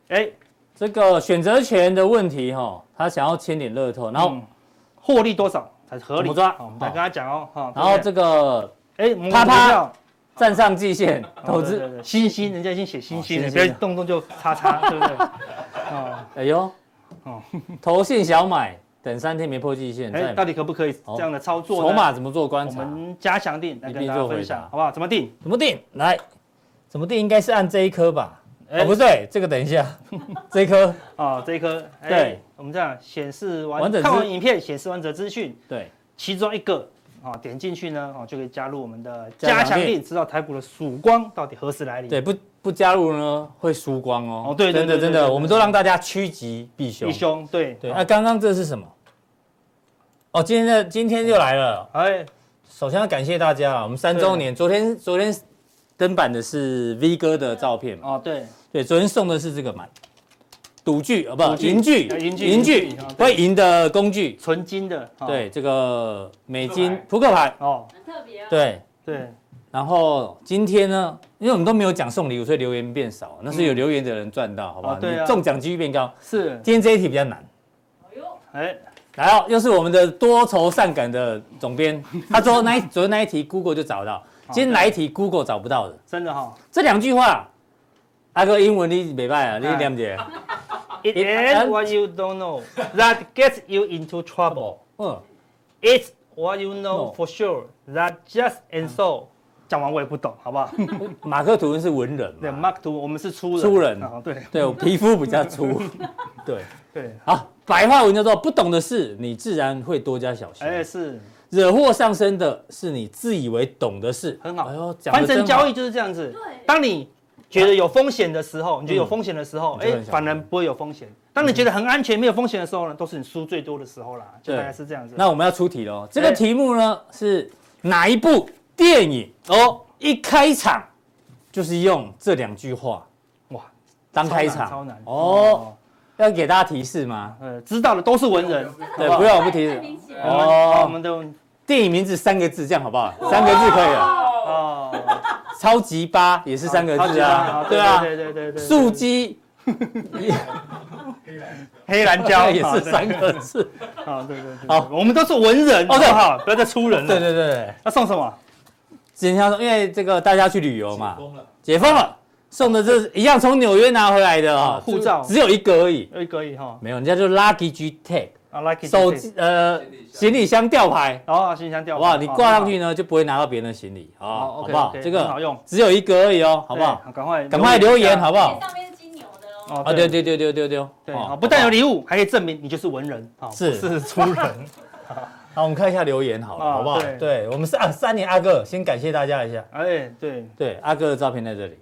[SPEAKER 3] 哎，
[SPEAKER 1] 这个选择权的问题哈，他想要签点乐透，然后
[SPEAKER 3] 嗯获利多少才合
[SPEAKER 1] 怎么
[SPEAKER 3] 理？
[SPEAKER 1] 抓
[SPEAKER 3] 好我们来跟他讲哦，哈，
[SPEAKER 1] 然后
[SPEAKER 3] 对
[SPEAKER 1] 这个
[SPEAKER 3] 不对哎，
[SPEAKER 1] 啪
[SPEAKER 3] 啪
[SPEAKER 1] 啪
[SPEAKER 3] 啪，
[SPEAKER 1] 站上季线投
[SPEAKER 3] 投资
[SPEAKER 1] 资，
[SPEAKER 3] 星星，人家已经写星星
[SPEAKER 1] 哦
[SPEAKER 3] 了，
[SPEAKER 1] 星
[SPEAKER 3] 不
[SPEAKER 1] 星
[SPEAKER 3] 要动不动就叉叉，对不对？哦，
[SPEAKER 1] 哎呦
[SPEAKER 3] 哦，
[SPEAKER 1] 投信小买，等三天没破季线再
[SPEAKER 3] 哎，
[SPEAKER 1] 买
[SPEAKER 3] 到底可不可以这样的操作呢？
[SPEAKER 1] 哦筹码怎么做观
[SPEAKER 3] 我
[SPEAKER 1] 察？
[SPEAKER 3] 们加强定来跟大家分享，好不好？怎么定？
[SPEAKER 1] 怎么定？来，怎么定？应该是按这一颗吧？
[SPEAKER 3] 哎
[SPEAKER 1] 哦，不对，这个等一下， (laughs) 这一颗
[SPEAKER 3] 啊，这一颗，哎
[SPEAKER 1] 对，
[SPEAKER 3] 我们这样显示
[SPEAKER 1] 完
[SPEAKER 3] 完
[SPEAKER 1] 整资
[SPEAKER 3] 看完影片显示完整资讯，
[SPEAKER 1] 对，
[SPEAKER 3] 其中一个啊点进去呢，哦就可以加入我们的
[SPEAKER 1] 加
[SPEAKER 3] 加
[SPEAKER 1] 强
[SPEAKER 3] 强
[SPEAKER 1] 定
[SPEAKER 3] 定，知道台股的曙光到底何时来临。
[SPEAKER 1] 对，不不加入呢会输光哦。
[SPEAKER 3] 哦对对
[SPEAKER 1] 真的
[SPEAKER 3] 对对
[SPEAKER 1] 真
[SPEAKER 3] 对
[SPEAKER 1] 的，
[SPEAKER 3] 对
[SPEAKER 1] 我们都让大家趋吉避凶
[SPEAKER 3] 一。凶，对啊
[SPEAKER 1] 对，
[SPEAKER 3] 好
[SPEAKER 1] 那刚刚这是什么？哦，今天的今天就来了。
[SPEAKER 3] 哎，
[SPEAKER 1] 首先要感谢大家啊，我们三周年，昨天昨天登版的是 V 哥的照片嘛？
[SPEAKER 3] 哦对，
[SPEAKER 1] 对，昨天送的是这个嘛，赌具啊，不
[SPEAKER 3] 赌，具
[SPEAKER 1] 银具，
[SPEAKER 3] 呃银具
[SPEAKER 1] 银具
[SPEAKER 3] 银具啊，对
[SPEAKER 1] 会赢的工具。
[SPEAKER 3] 纯金的，哦
[SPEAKER 1] 对，这个美金
[SPEAKER 6] 扑
[SPEAKER 1] 扑克牌，
[SPEAKER 3] 哦
[SPEAKER 5] 很特别哦。
[SPEAKER 1] 对。
[SPEAKER 3] 对，
[SPEAKER 1] 然后今天呢，因为我们都没有讲送礼物，所以留言变少，那是有留言的人赚到，好不好？
[SPEAKER 3] 哦对啊
[SPEAKER 1] 你中奖几率变高。
[SPEAKER 3] 是，
[SPEAKER 1] 今天这一题比较难，
[SPEAKER 5] 哎呦，
[SPEAKER 3] 哎
[SPEAKER 1] 来哦，又是我们的多愁善感的总编，他说那一昨天那一题 Google 就找
[SPEAKER 3] (laughs)
[SPEAKER 1] 到，今天来一题 Google 找不到的。
[SPEAKER 3] 真的哈，
[SPEAKER 1] 这两句话，阿哥英文你没办啊，你念不
[SPEAKER 3] (laughs)
[SPEAKER 1] 解。It
[SPEAKER 3] It is
[SPEAKER 1] and-
[SPEAKER 3] what you don't know that gets you into trouble.
[SPEAKER 1] 嗯，
[SPEAKER 3] It's what you know
[SPEAKER 1] No.
[SPEAKER 3] for sure that just and so 讲完我也不懂，好不 (laughs) 好？
[SPEAKER 1] 马克吐温是文人
[SPEAKER 3] 对
[SPEAKER 1] 嘛，
[SPEAKER 3] ，Mark Two，我们是粗人，
[SPEAKER 1] 粗人
[SPEAKER 3] 啊，对
[SPEAKER 1] 对，我皮肤比较
[SPEAKER 3] (laughs)
[SPEAKER 1] 粗，对，
[SPEAKER 3] 对，
[SPEAKER 1] 好，白话文叫做不懂的事，你自然会多加小心。
[SPEAKER 3] 哎是，
[SPEAKER 1] 惹祸上身的是你自以为懂的事，
[SPEAKER 3] 很好
[SPEAKER 1] 哎呦，讲
[SPEAKER 3] 传
[SPEAKER 1] 得真
[SPEAKER 3] 承
[SPEAKER 1] 好
[SPEAKER 3] 交易就是这样子。
[SPEAKER 5] 对
[SPEAKER 3] 当你觉得有风险的时候，你觉得有风险的时候，
[SPEAKER 1] 嗯你就
[SPEAKER 3] 哎
[SPEAKER 1] 很，小心
[SPEAKER 3] 反而不会有风险。当你觉得很安全、没有风险的时候呢，都是你输最多的时候啦，就
[SPEAKER 1] 嗯对
[SPEAKER 3] 大概是这样子。
[SPEAKER 1] 那我们要出题喽，这
[SPEAKER 3] 哎
[SPEAKER 1] 个题目呢是哪一部电影哦？一开场就是用这两句话
[SPEAKER 3] 哇，
[SPEAKER 1] 当开
[SPEAKER 3] 超
[SPEAKER 1] 场
[SPEAKER 3] 难
[SPEAKER 1] 哦，，要给大家提示吗？
[SPEAKER 3] 呃，知道的都是文人，哎
[SPEAKER 1] 对，
[SPEAKER 3] 好
[SPEAKER 1] 不
[SPEAKER 3] 不好
[SPEAKER 1] 要我不提
[SPEAKER 5] 太
[SPEAKER 1] 示。
[SPEAKER 5] 明显
[SPEAKER 3] 我们
[SPEAKER 1] 哦
[SPEAKER 3] 我们的
[SPEAKER 1] 电影名字三个字，这样好不好？三个字可以了。
[SPEAKER 3] 哦，
[SPEAKER 1] 超级八也是三个字啊
[SPEAKER 3] 好，
[SPEAKER 1] 对啊，
[SPEAKER 3] 对对对对，
[SPEAKER 1] 素
[SPEAKER 3] (laughs)
[SPEAKER 1] 鸡
[SPEAKER 3] 黑蓝
[SPEAKER 1] 这 (laughs)
[SPEAKER 3] 椒
[SPEAKER 1] 个也是三，
[SPEAKER 3] 啊
[SPEAKER 1] 个字。
[SPEAKER 3] 对好对对，对
[SPEAKER 1] 好
[SPEAKER 3] 我们都是文人，
[SPEAKER 1] 哦
[SPEAKER 3] 好
[SPEAKER 1] 对
[SPEAKER 3] 不好？不要再出人了。
[SPEAKER 1] 对对对，
[SPEAKER 3] 那送什么？
[SPEAKER 1] 之前他说，因为这个大家去旅游嘛，
[SPEAKER 6] 疯了，
[SPEAKER 1] 解封了，送的这一样从纽约拿回来的哦，
[SPEAKER 3] 啊护照
[SPEAKER 1] 只有一个而已，
[SPEAKER 3] 哎，可以哈，
[SPEAKER 1] 没有，人家就 lucky G tag，
[SPEAKER 3] 啊，like it，
[SPEAKER 1] 手
[SPEAKER 3] take it
[SPEAKER 1] 机呃行李箱吊牌，
[SPEAKER 3] 然后行李箱掉，
[SPEAKER 1] 好不好？你挂上去
[SPEAKER 3] 哦，
[SPEAKER 1] 呢就不会拿到别人的行李，哦好，好
[SPEAKER 3] ，OK，
[SPEAKER 1] 不好？
[SPEAKER 3] OK，
[SPEAKER 1] 这
[SPEAKER 3] 很好
[SPEAKER 1] 个
[SPEAKER 3] 用，
[SPEAKER 1] 只有一个而已哦，好不好？
[SPEAKER 3] 对？赶快
[SPEAKER 1] 赶快留言好不
[SPEAKER 3] 不
[SPEAKER 1] 好？
[SPEAKER 5] 上面是金牛的哦。
[SPEAKER 3] 好
[SPEAKER 1] 啊，对对对对对对哦，
[SPEAKER 3] 对，
[SPEAKER 1] 好
[SPEAKER 3] 好不但有礼物，还可以证明你就是文人，好
[SPEAKER 1] 是
[SPEAKER 3] 不是粗
[SPEAKER 1] (laughs)
[SPEAKER 3] 人，
[SPEAKER 1] 好，我们看一下留言好了，
[SPEAKER 3] 啊
[SPEAKER 1] 好不好
[SPEAKER 3] 对？
[SPEAKER 1] 对我们是啊，三年阿哥，先感谢大家一下。
[SPEAKER 3] 哎，对，
[SPEAKER 1] 对，阿哥的照片在这里。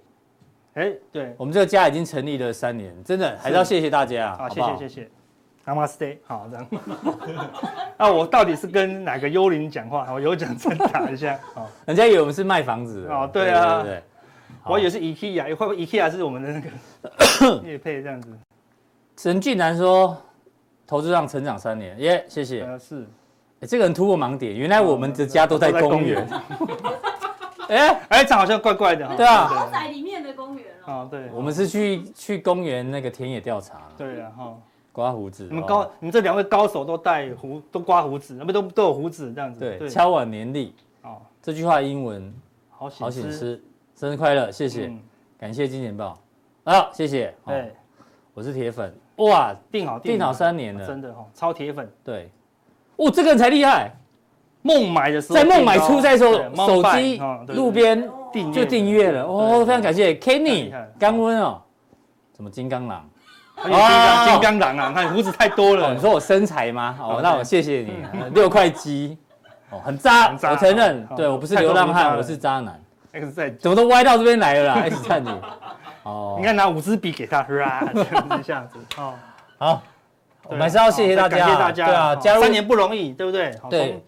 [SPEAKER 3] 哎，对，
[SPEAKER 1] 我们这个家已经成立了三年，真的还是要谢谢大家啊，
[SPEAKER 3] 好，
[SPEAKER 1] 好
[SPEAKER 3] 谢
[SPEAKER 1] 不好
[SPEAKER 3] 谢？谢谢，Namaste，好这样。 (laughs) 那我到底是跟哪个幽灵讲话？我有奖征答一下。
[SPEAKER 1] (laughs)
[SPEAKER 3] 好，
[SPEAKER 1] 人家以为我们是卖房子的
[SPEAKER 3] 哦对啊
[SPEAKER 1] 对对对好
[SPEAKER 3] 我以为是 IKEA，会不会 IKEA 是我们的那
[SPEAKER 1] (coughs)
[SPEAKER 3] 个叶配这样子？
[SPEAKER 1] 沈俊南说，投资上成长三年，耶、谢谢、
[SPEAKER 3] 呃，哦是
[SPEAKER 1] 诶这个人突破盲点，原来我们的家都在公园。。哎、
[SPEAKER 3] 哎，这样好像怪怪的哈。
[SPEAKER 1] 对啊
[SPEAKER 5] 豪宅里面的公园哦。
[SPEAKER 3] 啊，对，
[SPEAKER 1] 我们是去去公园那个田野调查，
[SPEAKER 3] 对啊
[SPEAKER 1] 嗯
[SPEAKER 3] 哈。
[SPEAKER 1] 刮胡子。
[SPEAKER 3] 你们
[SPEAKER 1] 哦
[SPEAKER 3] 高，你们这两位高手都戴胡，都刮胡子，那边都都有胡子这样子。
[SPEAKER 1] 对敲碗年历
[SPEAKER 3] 哦，
[SPEAKER 1] 这句话英文
[SPEAKER 3] 好
[SPEAKER 1] 好
[SPEAKER 3] 险
[SPEAKER 1] 显吃，生日快乐，谢
[SPEAKER 3] 谢
[SPEAKER 1] 谢，感谢金钱豹啊，谢谢。哦
[SPEAKER 3] 嗯对，
[SPEAKER 1] 我是铁粉哇，
[SPEAKER 3] 定好
[SPEAKER 1] 定好三年了
[SPEAKER 3] 真的哈，超铁粉。
[SPEAKER 1] 对，哦，这个人才厉害，
[SPEAKER 3] 孟买的时候
[SPEAKER 1] 在
[SPEAKER 3] 订到，
[SPEAKER 1] 孟买出差的时候
[SPEAKER 3] 对，
[SPEAKER 1] 手
[SPEAKER 3] Mumbai，
[SPEAKER 1] 机
[SPEAKER 3] 哦对对哎
[SPEAKER 1] 路边
[SPEAKER 3] 订
[SPEAKER 1] 就订阅了哦，
[SPEAKER 3] 对
[SPEAKER 1] 非常感谢
[SPEAKER 3] 太厉害
[SPEAKER 1] Kenny
[SPEAKER 3] 了
[SPEAKER 1] 干温哦，什么金刚狼？
[SPEAKER 3] 还有金刚
[SPEAKER 1] 哦
[SPEAKER 3] 金刚狼啊，看胡子太多
[SPEAKER 1] 哦，
[SPEAKER 3] 了
[SPEAKER 1] 你。说我身材吗？哦
[SPEAKER 3] 哦，
[SPEAKER 1] 那
[SPEAKER 3] 对
[SPEAKER 1] 我谢谢你，呃六块肌，哦，很渣，
[SPEAKER 3] 很渣
[SPEAKER 1] 我承认
[SPEAKER 3] 好，
[SPEAKER 1] 对
[SPEAKER 3] 好
[SPEAKER 1] 我不是
[SPEAKER 3] 太
[SPEAKER 1] 流
[SPEAKER 3] 多
[SPEAKER 1] 浪
[SPEAKER 3] 不渣
[SPEAKER 1] 汉，
[SPEAKER 3] 了
[SPEAKER 1] 我是渣男，
[SPEAKER 3] 那个哎在，
[SPEAKER 1] 怎么都歪到这边来了啦， (laughs) 一直看你，哦
[SPEAKER 3] 你，看拿五支笔给他，啦，
[SPEAKER 1] (laughs)
[SPEAKER 3] 这样子一下子哦。
[SPEAKER 1] 好，
[SPEAKER 3] 对啊
[SPEAKER 1] 我们还是要谢谢大家，
[SPEAKER 3] 感谢大家。
[SPEAKER 1] 对啊，
[SPEAKER 3] 哦
[SPEAKER 1] 加入
[SPEAKER 3] 三年不容易，对不对？好
[SPEAKER 1] 对，
[SPEAKER 3] 从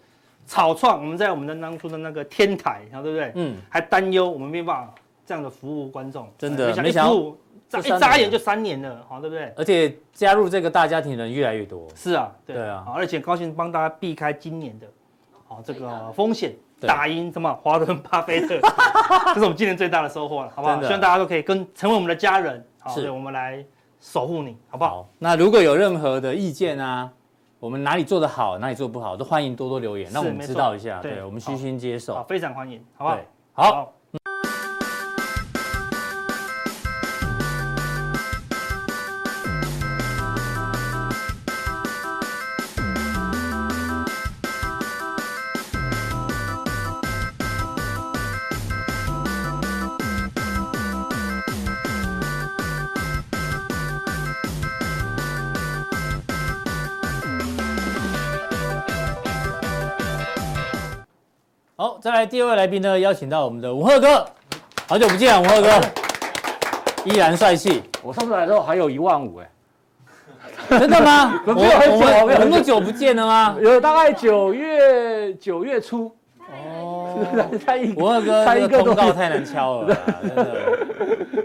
[SPEAKER 3] 草创，我们在我们的当初的那个天台，然后对不对？
[SPEAKER 1] 嗯，
[SPEAKER 3] 还担忧我们没办法这样的服务观众，
[SPEAKER 1] 真的
[SPEAKER 3] 哎
[SPEAKER 1] 没
[SPEAKER 3] 没
[SPEAKER 1] 想
[SPEAKER 3] 想
[SPEAKER 1] 到
[SPEAKER 3] 到服务
[SPEAKER 1] 就三
[SPEAKER 3] 眨
[SPEAKER 1] 年
[SPEAKER 3] 一眨眼就三年了，好，对不对？
[SPEAKER 1] 而且加入这个大家庭的人越来越多，
[SPEAKER 3] 是啊，
[SPEAKER 1] 对啊
[SPEAKER 3] 好而且高兴帮大家避开今年的，好这个哦风险，
[SPEAKER 1] 对
[SPEAKER 3] 打赢什么华伦巴菲
[SPEAKER 1] (laughs)
[SPEAKER 3] 特，这是我们今年最大的收获了，好不好？
[SPEAKER 1] 真的
[SPEAKER 3] 希望大家都可以跟成为我们的家人，好，
[SPEAKER 1] 是
[SPEAKER 3] 对，我们来守护你，好不好？
[SPEAKER 1] 好，那如果有任何的意见啊，我们哪里做得好，哪里做不好，都欢迎多多留言，
[SPEAKER 3] 是
[SPEAKER 1] 让我们
[SPEAKER 3] 没
[SPEAKER 1] 知
[SPEAKER 3] 错
[SPEAKER 1] 道一下，
[SPEAKER 3] 对
[SPEAKER 1] 对我们
[SPEAKER 3] 好
[SPEAKER 1] 虚心接受
[SPEAKER 3] 好，，非常欢迎，好不好
[SPEAKER 1] 对？，好，，好，再来第二位来宾呢，邀请到我们的吴赫哥，好久不见啊，吴赫哥，依然帅气，
[SPEAKER 2] 我上次来的时候还有一万五哎，
[SPEAKER 1] 真的
[SPEAKER 2] (laughs)
[SPEAKER 1] 吗？我
[SPEAKER 2] 没有很久
[SPEAKER 1] 我们
[SPEAKER 2] 没有很久
[SPEAKER 1] 我们多久不见了
[SPEAKER 2] (laughs)
[SPEAKER 1] 吗？
[SPEAKER 2] 有大概九月九月初， (laughs) 哦，才一
[SPEAKER 1] 吴赫哥，
[SPEAKER 2] 才
[SPEAKER 1] 这
[SPEAKER 2] 一
[SPEAKER 1] 个
[SPEAKER 2] 个
[SPEAKER 1] 通
[SPEAKER 2] 多
[SPEAKER 1] 告
[SPEAKER 2] 月。
[SPEAKER 1] 太难敲了
[SPEAKER 2] (laughs)
[SPEAKER 1] 啦，真的，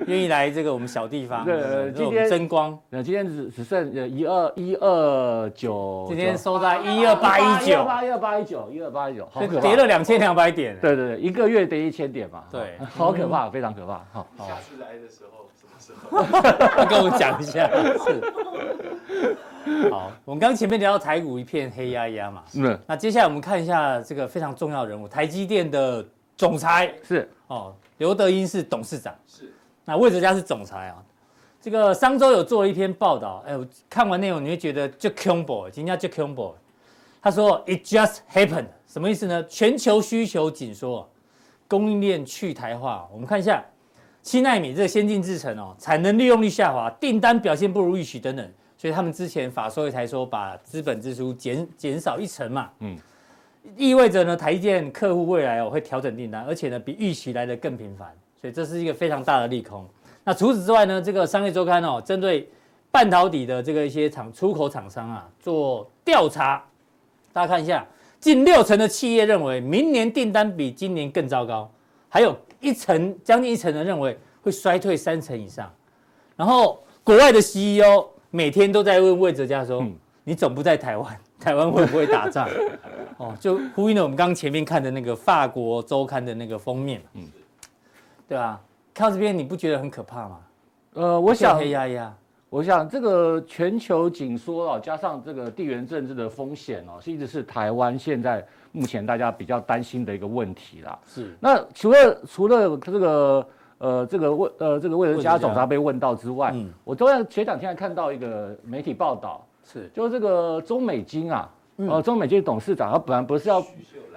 [SPEAKER 1] 愿意来这个我们小地方，啊
[SPEAKER 2] 对
[SPEAKER 1] 这是
[SPEAKER 2] 今
[SPEAKER 1] 我们
[SPEAKER 2] 天
[SPEAKER 1] 争光，
[SPEAKER 2] 那今天只只剩呃一二一二九，
[SPEAKER 1] 今天收在一二八一九，
[SPEAKER 2] 八一二八一九一二八一九，好可怕
[SPEAKER 1] 跌了。两千两百点，
[SPEAKER 2] 对对对，一个月跌一千点嘛，
[SPEAKER 1] 对
[SPEAKER 2] (laughs) 好可怕，非常可怕。好，
[SPEAKER 6] 下次来的时候什么时候？
[SPEAKER 1] 要跟我们讲一
[SPEAKER 2] (laughs)
[SPEAKER 1] 下。是。好，我们刚前面聊到台股一片黑压压嘛，
[SPEAKER 2] 嗯，
[SPEAKER 1] 那接下来我们看一下这个非常重要的人物，台积电的总裁
[SPEAKER 2] 是
[SPEAKER 1] 哦，刘德英是董事长，
[SPEAKER 6] 是
[SPEAKER 1] 那魏哲家是总裁啊。这个商周有做了一篇报道，哎，我看完内容你会觉得就 combo，今天就 combo。他说 it just happened，什么意思呢？全球需求紧缩，供应链去台化。我们看一下七纳米这个先进制程哦，产能利用率下滑，订单表现不如预期等等，所以他们之前法说会才说把资本支出减减少一成嘛，
[SPEAKER 7] 嗯
[SPEAKER 1] 嗯，意味着呢台积电客户未来哦会调整订单，而且呢比预期来的更频繁，所以这是一个非常大的利空。那除此之外呢，这个商业周刊哦针对半导体的这个一些厂出口厂商啊做调查，大家看一下。近六成的企业认为明年订单比今年更糟糕，还有一成将近一成的认为会衰退三成以上。然后国外的 CEO 每天都在问魏哲家说：“
[SPEAKER 7] 嗯
[SPEAKER 1] 你总部在台湾，台湾会不会打仗？”哦，就呼应了我们刚刚前面看的那个法国周刊的那个封面，嗯，对啊，看到这边你不觉得很可怕吗？
[SPEAKER 2] 呃，我
[SPEAKER 1] 我
[SPEAKER 2] 想
[SPEAKER 1] 黑压压，
[SPEAKER 2] 我想这个全球紧缩哦，加上这个地缘政治的风险哦，是一直是台湾现在目前大家比较担心的一个问题啦。
[SPEAKER 1] 是
[SPEAKER 2] 那除了除了这个呃这个魏呃这个魏
[SPEAKER 1] 魏
[SPEAKER 2] 德
[SPEAKER 1] 哲
[SPEAKER 2] 家
[SPEAKER 1] 家
[SPEAKER 2] 总他被问到之外，
[SPEAKER 1] 嗯
[SPEAKER 2] 我昨天前两天还看到一个媒体报道，
[SPEAKER 1] 是，嗯
[SPEAKER 2] 就是这个中美金啊，呃中美金董事长他本来不是要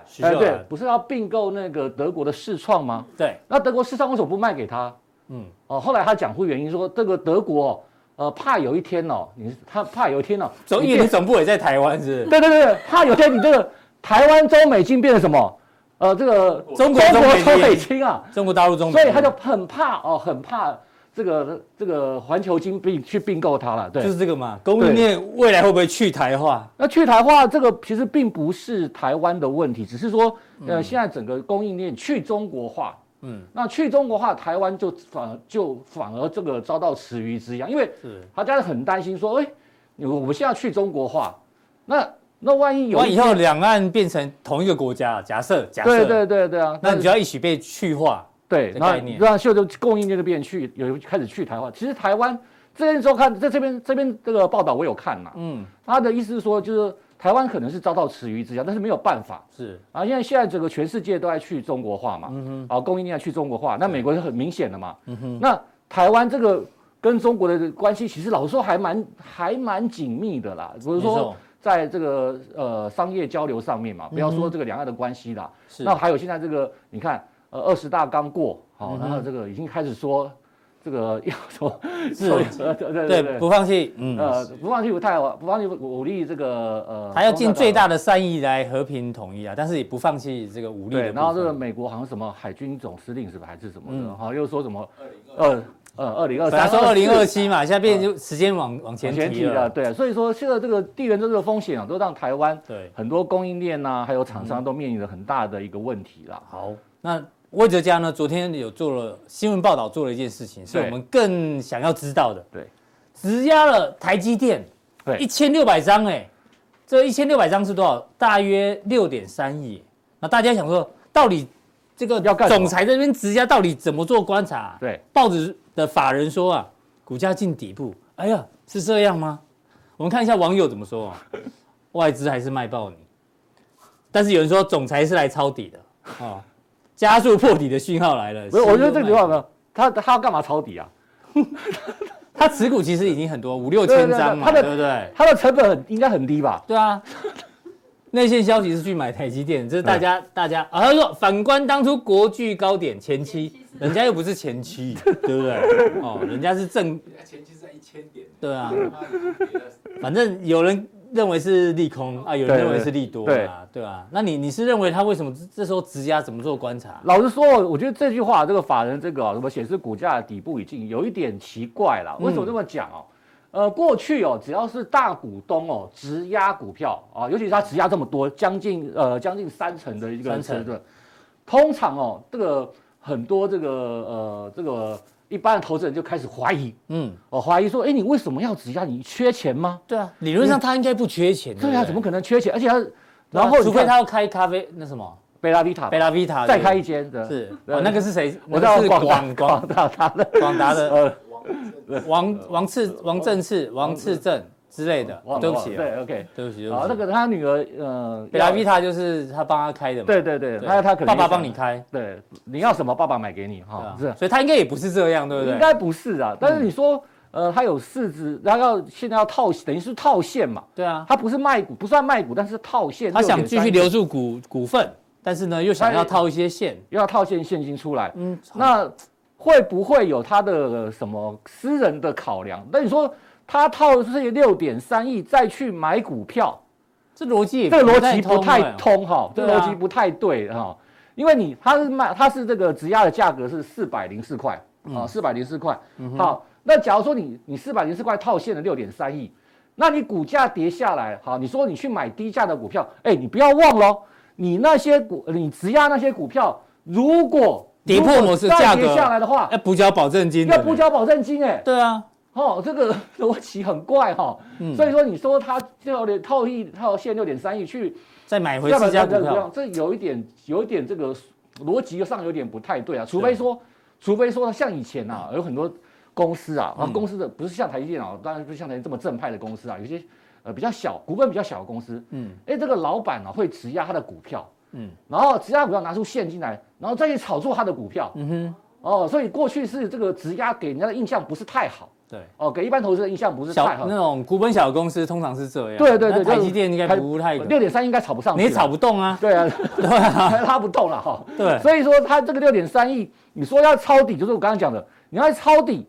[SPEAKER 1] 徐
[SPEAKER 2] 哎
[SPEAKER 1] 秀
[SPEAKER 2] 对
[SPEAKER 1] 兰，
[SPEAKER 2] 不是要并购那个德国的世创吗？
[SPEAKER 1] 对，
[SPEAKER 2] 那德国市场为什么不卖给他？嗯
[SPEAKER 1] 嗯，
[SPEAKER 2] 哦，后来他讲出原因说，这个德国哦，呃，怕有一天哦，你他怕有一天哦，
[SPEAKER 1] 总因为你总部也在台湾是不
[SPEAKER 2] 对对对，对怕有一天你这个台湾中美金变成什么？呃，这个
[SPEAKER 1] 中国
[SPEAKER 2] 中
[SPEAKER 1] 中
[SPEAKER 2] 国
[SPEAKER 1] 美金
[SPEAKER 2] 中美金啊，
[SPEAKER 1] 是，中国大陆中，
[SPEAKER 2] 所以他就很怕哦，很怕这个这个环球金并去并购它了，对，
[SPEAKER 1] 就是这个嘛，供应链未来会不会去台化？
[SPEAKER 2] 那去台化这个其实并不是台湾的问题，只是说，呃，现在整个供应链去中国化，嗯
[SPEAKER 1] 嗯，
[SPEAKER 2] 那去中国化，台湾就反而就反而这个遭到池鱼之殃，因为
[SPEAKER 1] 是，
[SPEAKER 2] 大家很担心说，哎、你我们现在去中国化，那那万一有
[SPEAKER 1] 万一以后两岸变成同一个国家，假设假设，
[SPEAKER 2] 对对对对啊，
[SPEAKER 1] 那你就要一起被去化。
[SPEAKER 2] 对，
[SPEAKER 1] 的
[SPEAKER 2] 那
[SPEAKER 1] 概念
[SPEAKER 2] 让秀就供应链就变去有开始去台湾，其实台湾这边周看在这边这边这个报道我有看呐、
[SPEAKER 1] 嗯，
[SPEAKER 2] 他的意思是说就是台湾可能是遭到池鱼之殃，但是没有办法。
[SPEAKER 1] 是
[SPEAKER 2] 啊，因为现在整个全世界都在去中国化嘛，
[SPEAKER 1] 嗯
[SPEAKER 2] 啊，供应链去中国化，那美国是很明显的嘛，那台湾这个跟中国的关系，其实老实说还蛮还蛮紧密的啦，比如
[SPEAKER 1] 没
[SPEAKER 2] 说
[SPEAKER 1] 错
[SPEAKER 2] 在这个呃商业交流上面嘛，不要
[SPEAKER 1] 嗯
[SPEAKER 2] 说这个两岸的关系啦，
[SPEAKER 1] 是，
[SPEAKER 2] 那还有现在这个你看，呃，二十大刚过，好、
[SPEAKER 1] 嗯
[SPEAKER 2] 然后这个已经开始说这个要说， (laughs)
[SPEAKER 1] 是
[SPEAKER 2] 呃对对对
[SPEAKER 1] 对，不放弃，嗯，
[SPEAKER 2] 呃，不放弃不太好，不放弃武力这个呃，
[SPEAKER 1] 还要尽最大
[SPEAKER 2] 的
[SPEAKER 1] 的善意来和平统一啊，但是也不放弃这个武力
[SPEAKER 2] 对，
[SPEAKER 1] 的部分。
[SPEAKER 2] 然后这个美国好像什么海军总司令是吧，还是什么的，
[SPEAKER 1] 嗯
[SPEAKER 2] 哈、又说什么呃呃二零二
[SPEAKER 1] 本
[SPEAKER 2] 三，
[SPEAKER 1] 来说二零
[SPEAKER 2] 24
[SPEAKER 1] 二七嘛，现在变就时间往往前
[SPEAKER 2] 嗯往前
[SPEAKER 1] 提
[SPEAKER 2] 提了，
[SPEAKER 1] 了。
[SPEAKER 2] 对，所以说现在这个地缘政治的风险啊，都让台湾
[SPEAKER 1] 对，
[SPEAKER 2] 很多供应链呐、还有厂商都面临着很大的一个问题啦。
[SPEAKER 1] 嗯好，那魏哲家呢，昨天有做了新闻报道，做了一件事情，是
[SPEAKER 2] 对
[SPEAKER 1] 我们更想要知道的。
[SPEAKER 2] 对，
[SPEAKER 1] 质押了台积电，
[SPEAKER 2] 对
[SPEAKER 1] 一千六百张，哎，这一千六百张是多少？大约六点三亿。那大家想说，到底这个
[SPEAKER 2] 要干什么
[SPEAKER 1] 总裁这边质押到底怎么做观察啊、
[SPEAKER 2] 对，
[SPEAKER 1] 报纸的法人说啊，股价进底部。哎呀，是这样吗？我们看一下网友怎么说啊。 (laughs) 外资还是卖爆你，但是有人说总裁是来抄底的啊、哦，加速破底的讯号来了。
[SPEAKER 2] 不是，我觉得这
[SPEAKER 1] 新闻
[SPEAKER 2] 个地
[SPEAKER 1] 卖
[SPEAKER 2] 方没有他他要干嘛抄底啊？
[SPEAKER 1] 他持股其实已经很多，五六
[SPEAKER 2] 对对
[SPEAKER 1] 千
[SPEAKER 2] 对
[SPEAKER 1] 张嘛，
[SPEAKER 2] 他的
[SPEAKER 1] 对不对？
[SPEAKER 2] 他的成本很应该很低吧？
[SPEAKER 1] 对啊，内线消息是去买台积电，这是大
[SPEAKER 2] 嗯
[SPEAKER 1] 家大家啊。他说，反观当初国巨高点前期，人家又不是前
[SPEAKER 2] (laughs)
[SPEAKER 1] 期，对不对？哦，人家是正，
[SPEAKER 6] 人家前期是在一千点，
[SPEAKER 1] 对啊，
[SPEAKER 6] 他妈的跌了
[SPEAKER 1] 反正有人认为是利空啊，有人
[SPEAKER 2] 对
[SPEAKER 1] 认为是利多
[SPEAKER 2] 对
[SPEAKER 1] 啊，对啊。那你你是认为他为什么这这时候直压怎么做观察？
[SPEAKER 2] 老实说，我觉得这句话，这个法人这个啊什么显示股价底部已经有一点奇怪了。
[SPEAKER 1] 嗯
[SPEAKER 2] 为什么这么讲哦？呃，过去哦，只要是大股东哦质押股票啊，尤其是他质押这么多，将近呃将近三成的一个
[SPEAKER 1] 三成
[SPEAKER 2] 持股通常哦，这个很多这个呃这个一般的投资人就开始怀疑
[SPEAKER 1] 嗯，
[SPEAKER 2] 哦，怀疑说，哎，你为什么要质押？你缺钱吗？
[SPEAKER 1] 对啊，理论上他应该不缺钱，
[SPEAKER 2] 对啊，怎么
[SPEAKER 1] 可？
[SPEAKER 2] 可能缺钱？而且他，
[SPEAKER 1] 然
[SPEAKER 2] 然
[SPEAKER 1] 后
[SPEAKER 2] 后
[SPEAKER 1] 除非他要开咖啡那什么
[SPEAKER 2] 贝拉维塔
[SPEAKER 1] 贝拉维塔
[SPEAKER 2] 再开一间的，
[SPEAKER 1] 是，
[SPEAKER 2] 对
[SPEAKER 1] 哦那个是谁？那
[SPEAKER 2] 我到
[SPEAKER 1] 个是
[SPEAKER 2] 广
[SPEAKER 1] 广广
[SPEAKER 2] 广大他的
[SPEAKER 1] 广达的
[SPEAKER 2] 呃
[SPEAKER 6] 王正
[SPEAKER 1] 王王次王正次王次正之类的
[SPEAKER 2] (laughs) 忘，了
[SPEAKER 1] 对不
[SPEAKER 2] 忘
[SPEAKER 1] 起啊，
[SPEAKER 2] 了对，OK，
[SPEAKER 1] 对不起，对
[SPEAKER 2] 啊，那
[SPEAKER 1] 不起。
[SPEAKER 2] 个他女儿呃，
[SPEAKER 1] 贝拉
[SPEAKER 2] 要
[SPEAKER 1] 维，塔就是他帮他开的嘛，
[SPEAKER 2] 对对对，他他可能
[SPEAKER 1] 爸爸
[SPEAKER 2] 也想
[SPEAKER 1] 帮你，开，
[SPEAKER 2] 对，你要什么爸爸买给你
[SPEAKER 1] 对
[SPEAKER 2] 哈
[SPEAKER 1] 啊，
[SPEAKER 2] 是，
[SPEAKER 1] 所以他应该也不是这样，对不对？嗯
[SPEAKER 2] 应该不是啊，但是你说呃，他有市值，然后要现在要套，等于是套现嘛，
[SPEAKER 1] 对啊，
[SPEAKER 2] 他不是卖股，不算卖股，但是套现，
[SPEAKER 1] 他想
[SPEAKER 2] 6.3
[SPEAKER 1] 继续留住股股份，但是呢又想要套一些线，
[SPEAKER 2] 又要套现现金出来，
[SPEAKER 1] 嗯，
[SPEAKER 2] 那会不会有他的什么私人的考量？那你说他套这六点三亿再去买股票，
[SPEAKER 1] 这逻辑也
[SPEAKER 2] 这个
[SPEAKER 1] 不
[SPEAKER 2] 逻辑不太
[SPEAKER 1] 通哎。
[SPEAKER 2] 通哈，这
[SPEAKER 1] 对
[SPEAKER 2] 个
[SPEAKER 1] 啊
[SPEAKER 2] 逻辑不太对哈，因为你它是卖它是这个质押的价格是四百零四块
[SPEAKER 1] 嗯
[SPEAKER 2] 啊，四百零四块。好，那假如说你你四百零四块套现了六点三亿，那你股价跌下来，好，你说你去买低价的股票，哎，你不要忘了，你那些股你质押那些股票，如果
[SPEAKER 1] 跌破
[SPEAKER 2] 如果
[SPEAKER 1] 某次
[SPEAKER 2] 再
[SPEAKER 1] 价
[SPEAKER 2] 跌
[SPEAKER 1] 格
[SPEAKER 2] 下来的话，
[SPEAKER 1] 要补缴保证金的
[SPEAKER 2] 啊要
[SPEAKER 1] 呢
[SPEAKER 2] 不交保证金哎、
[SPEAKER 1] 对啊，
[SPEAKER 2] 哦，这个 (laughs) 逻辑很怪哈、
[SPEAKER 1] 嗯
[SPEAKER 2] 所以说你说他六点套一套现六点三亿去
[SPEAKER 1] 再买回
[SPEAKER 2] 要不
[SPEAKER 1] 自
[SPEAKER 2] 然
[SPEAKER 1] 家
[SPEAKER 2] 这
[SPEAKER 1] 股
[SPEAKER 2] 样这
[SPEAKER 1] 票
[SPEAKER 2] 样，，这有一点有一点这个逻辑上有点不太
[SPEAKER 1] 嗯
[SPEAKER 2] 对啊，除非说，除非说像以前啊，有很多公司啊，
[SPEAKER 1] 嗯
[SPEAKER 2] 啊公司的不是像台积电啊，当然不是像台积电这么正派的公司啊，有些呃比较小股本比较小的公司，
[SPEAKER 1] 嗯，
[SPEAKER 2] 哎，这个老板啊会质押他的股票，
[SPEAKER 1] 嗯
[SPEAKER 2] 嗯，然后质押股票拿出现金来，然后再去炒作他的股票，
[SPEAKER 1] 嗯哼，
[SPEAKER 2] 哦，所以过去是这个质押给人家的印象不是太好，
[SPEAKER 1] 对。
[SPEAKER 2] 哦，给一般投资人印象不是
[SPEAKER 1] 小
[SPEAKER 2] 太好
[SPEAKER 1] 那，种股本小公司通常是这样，
[SPEAKER 2] 对对对
[SPEAKER 1] 那台
[SPEAKER 2] 就是
[SPEAKER 1] 积电应该
[SPEAKER 2] 台
[SPEAKER 1] 不太可能，
[SPEAKER 2] 六点三应该炒不上去
[SPEAKER 1] 你
[SPEAKER 2] 啊，
[SPEAKER 1] 也炒不动啊，
[SPEAKER 2] 对啊，对 (laughs) 啊，拉不动了哈。
[SPEAKER 1] 对
[SPEAKER 2] 所以说它这个六点三亿，你说要抄底，就是我刚刚讲的，你要抄底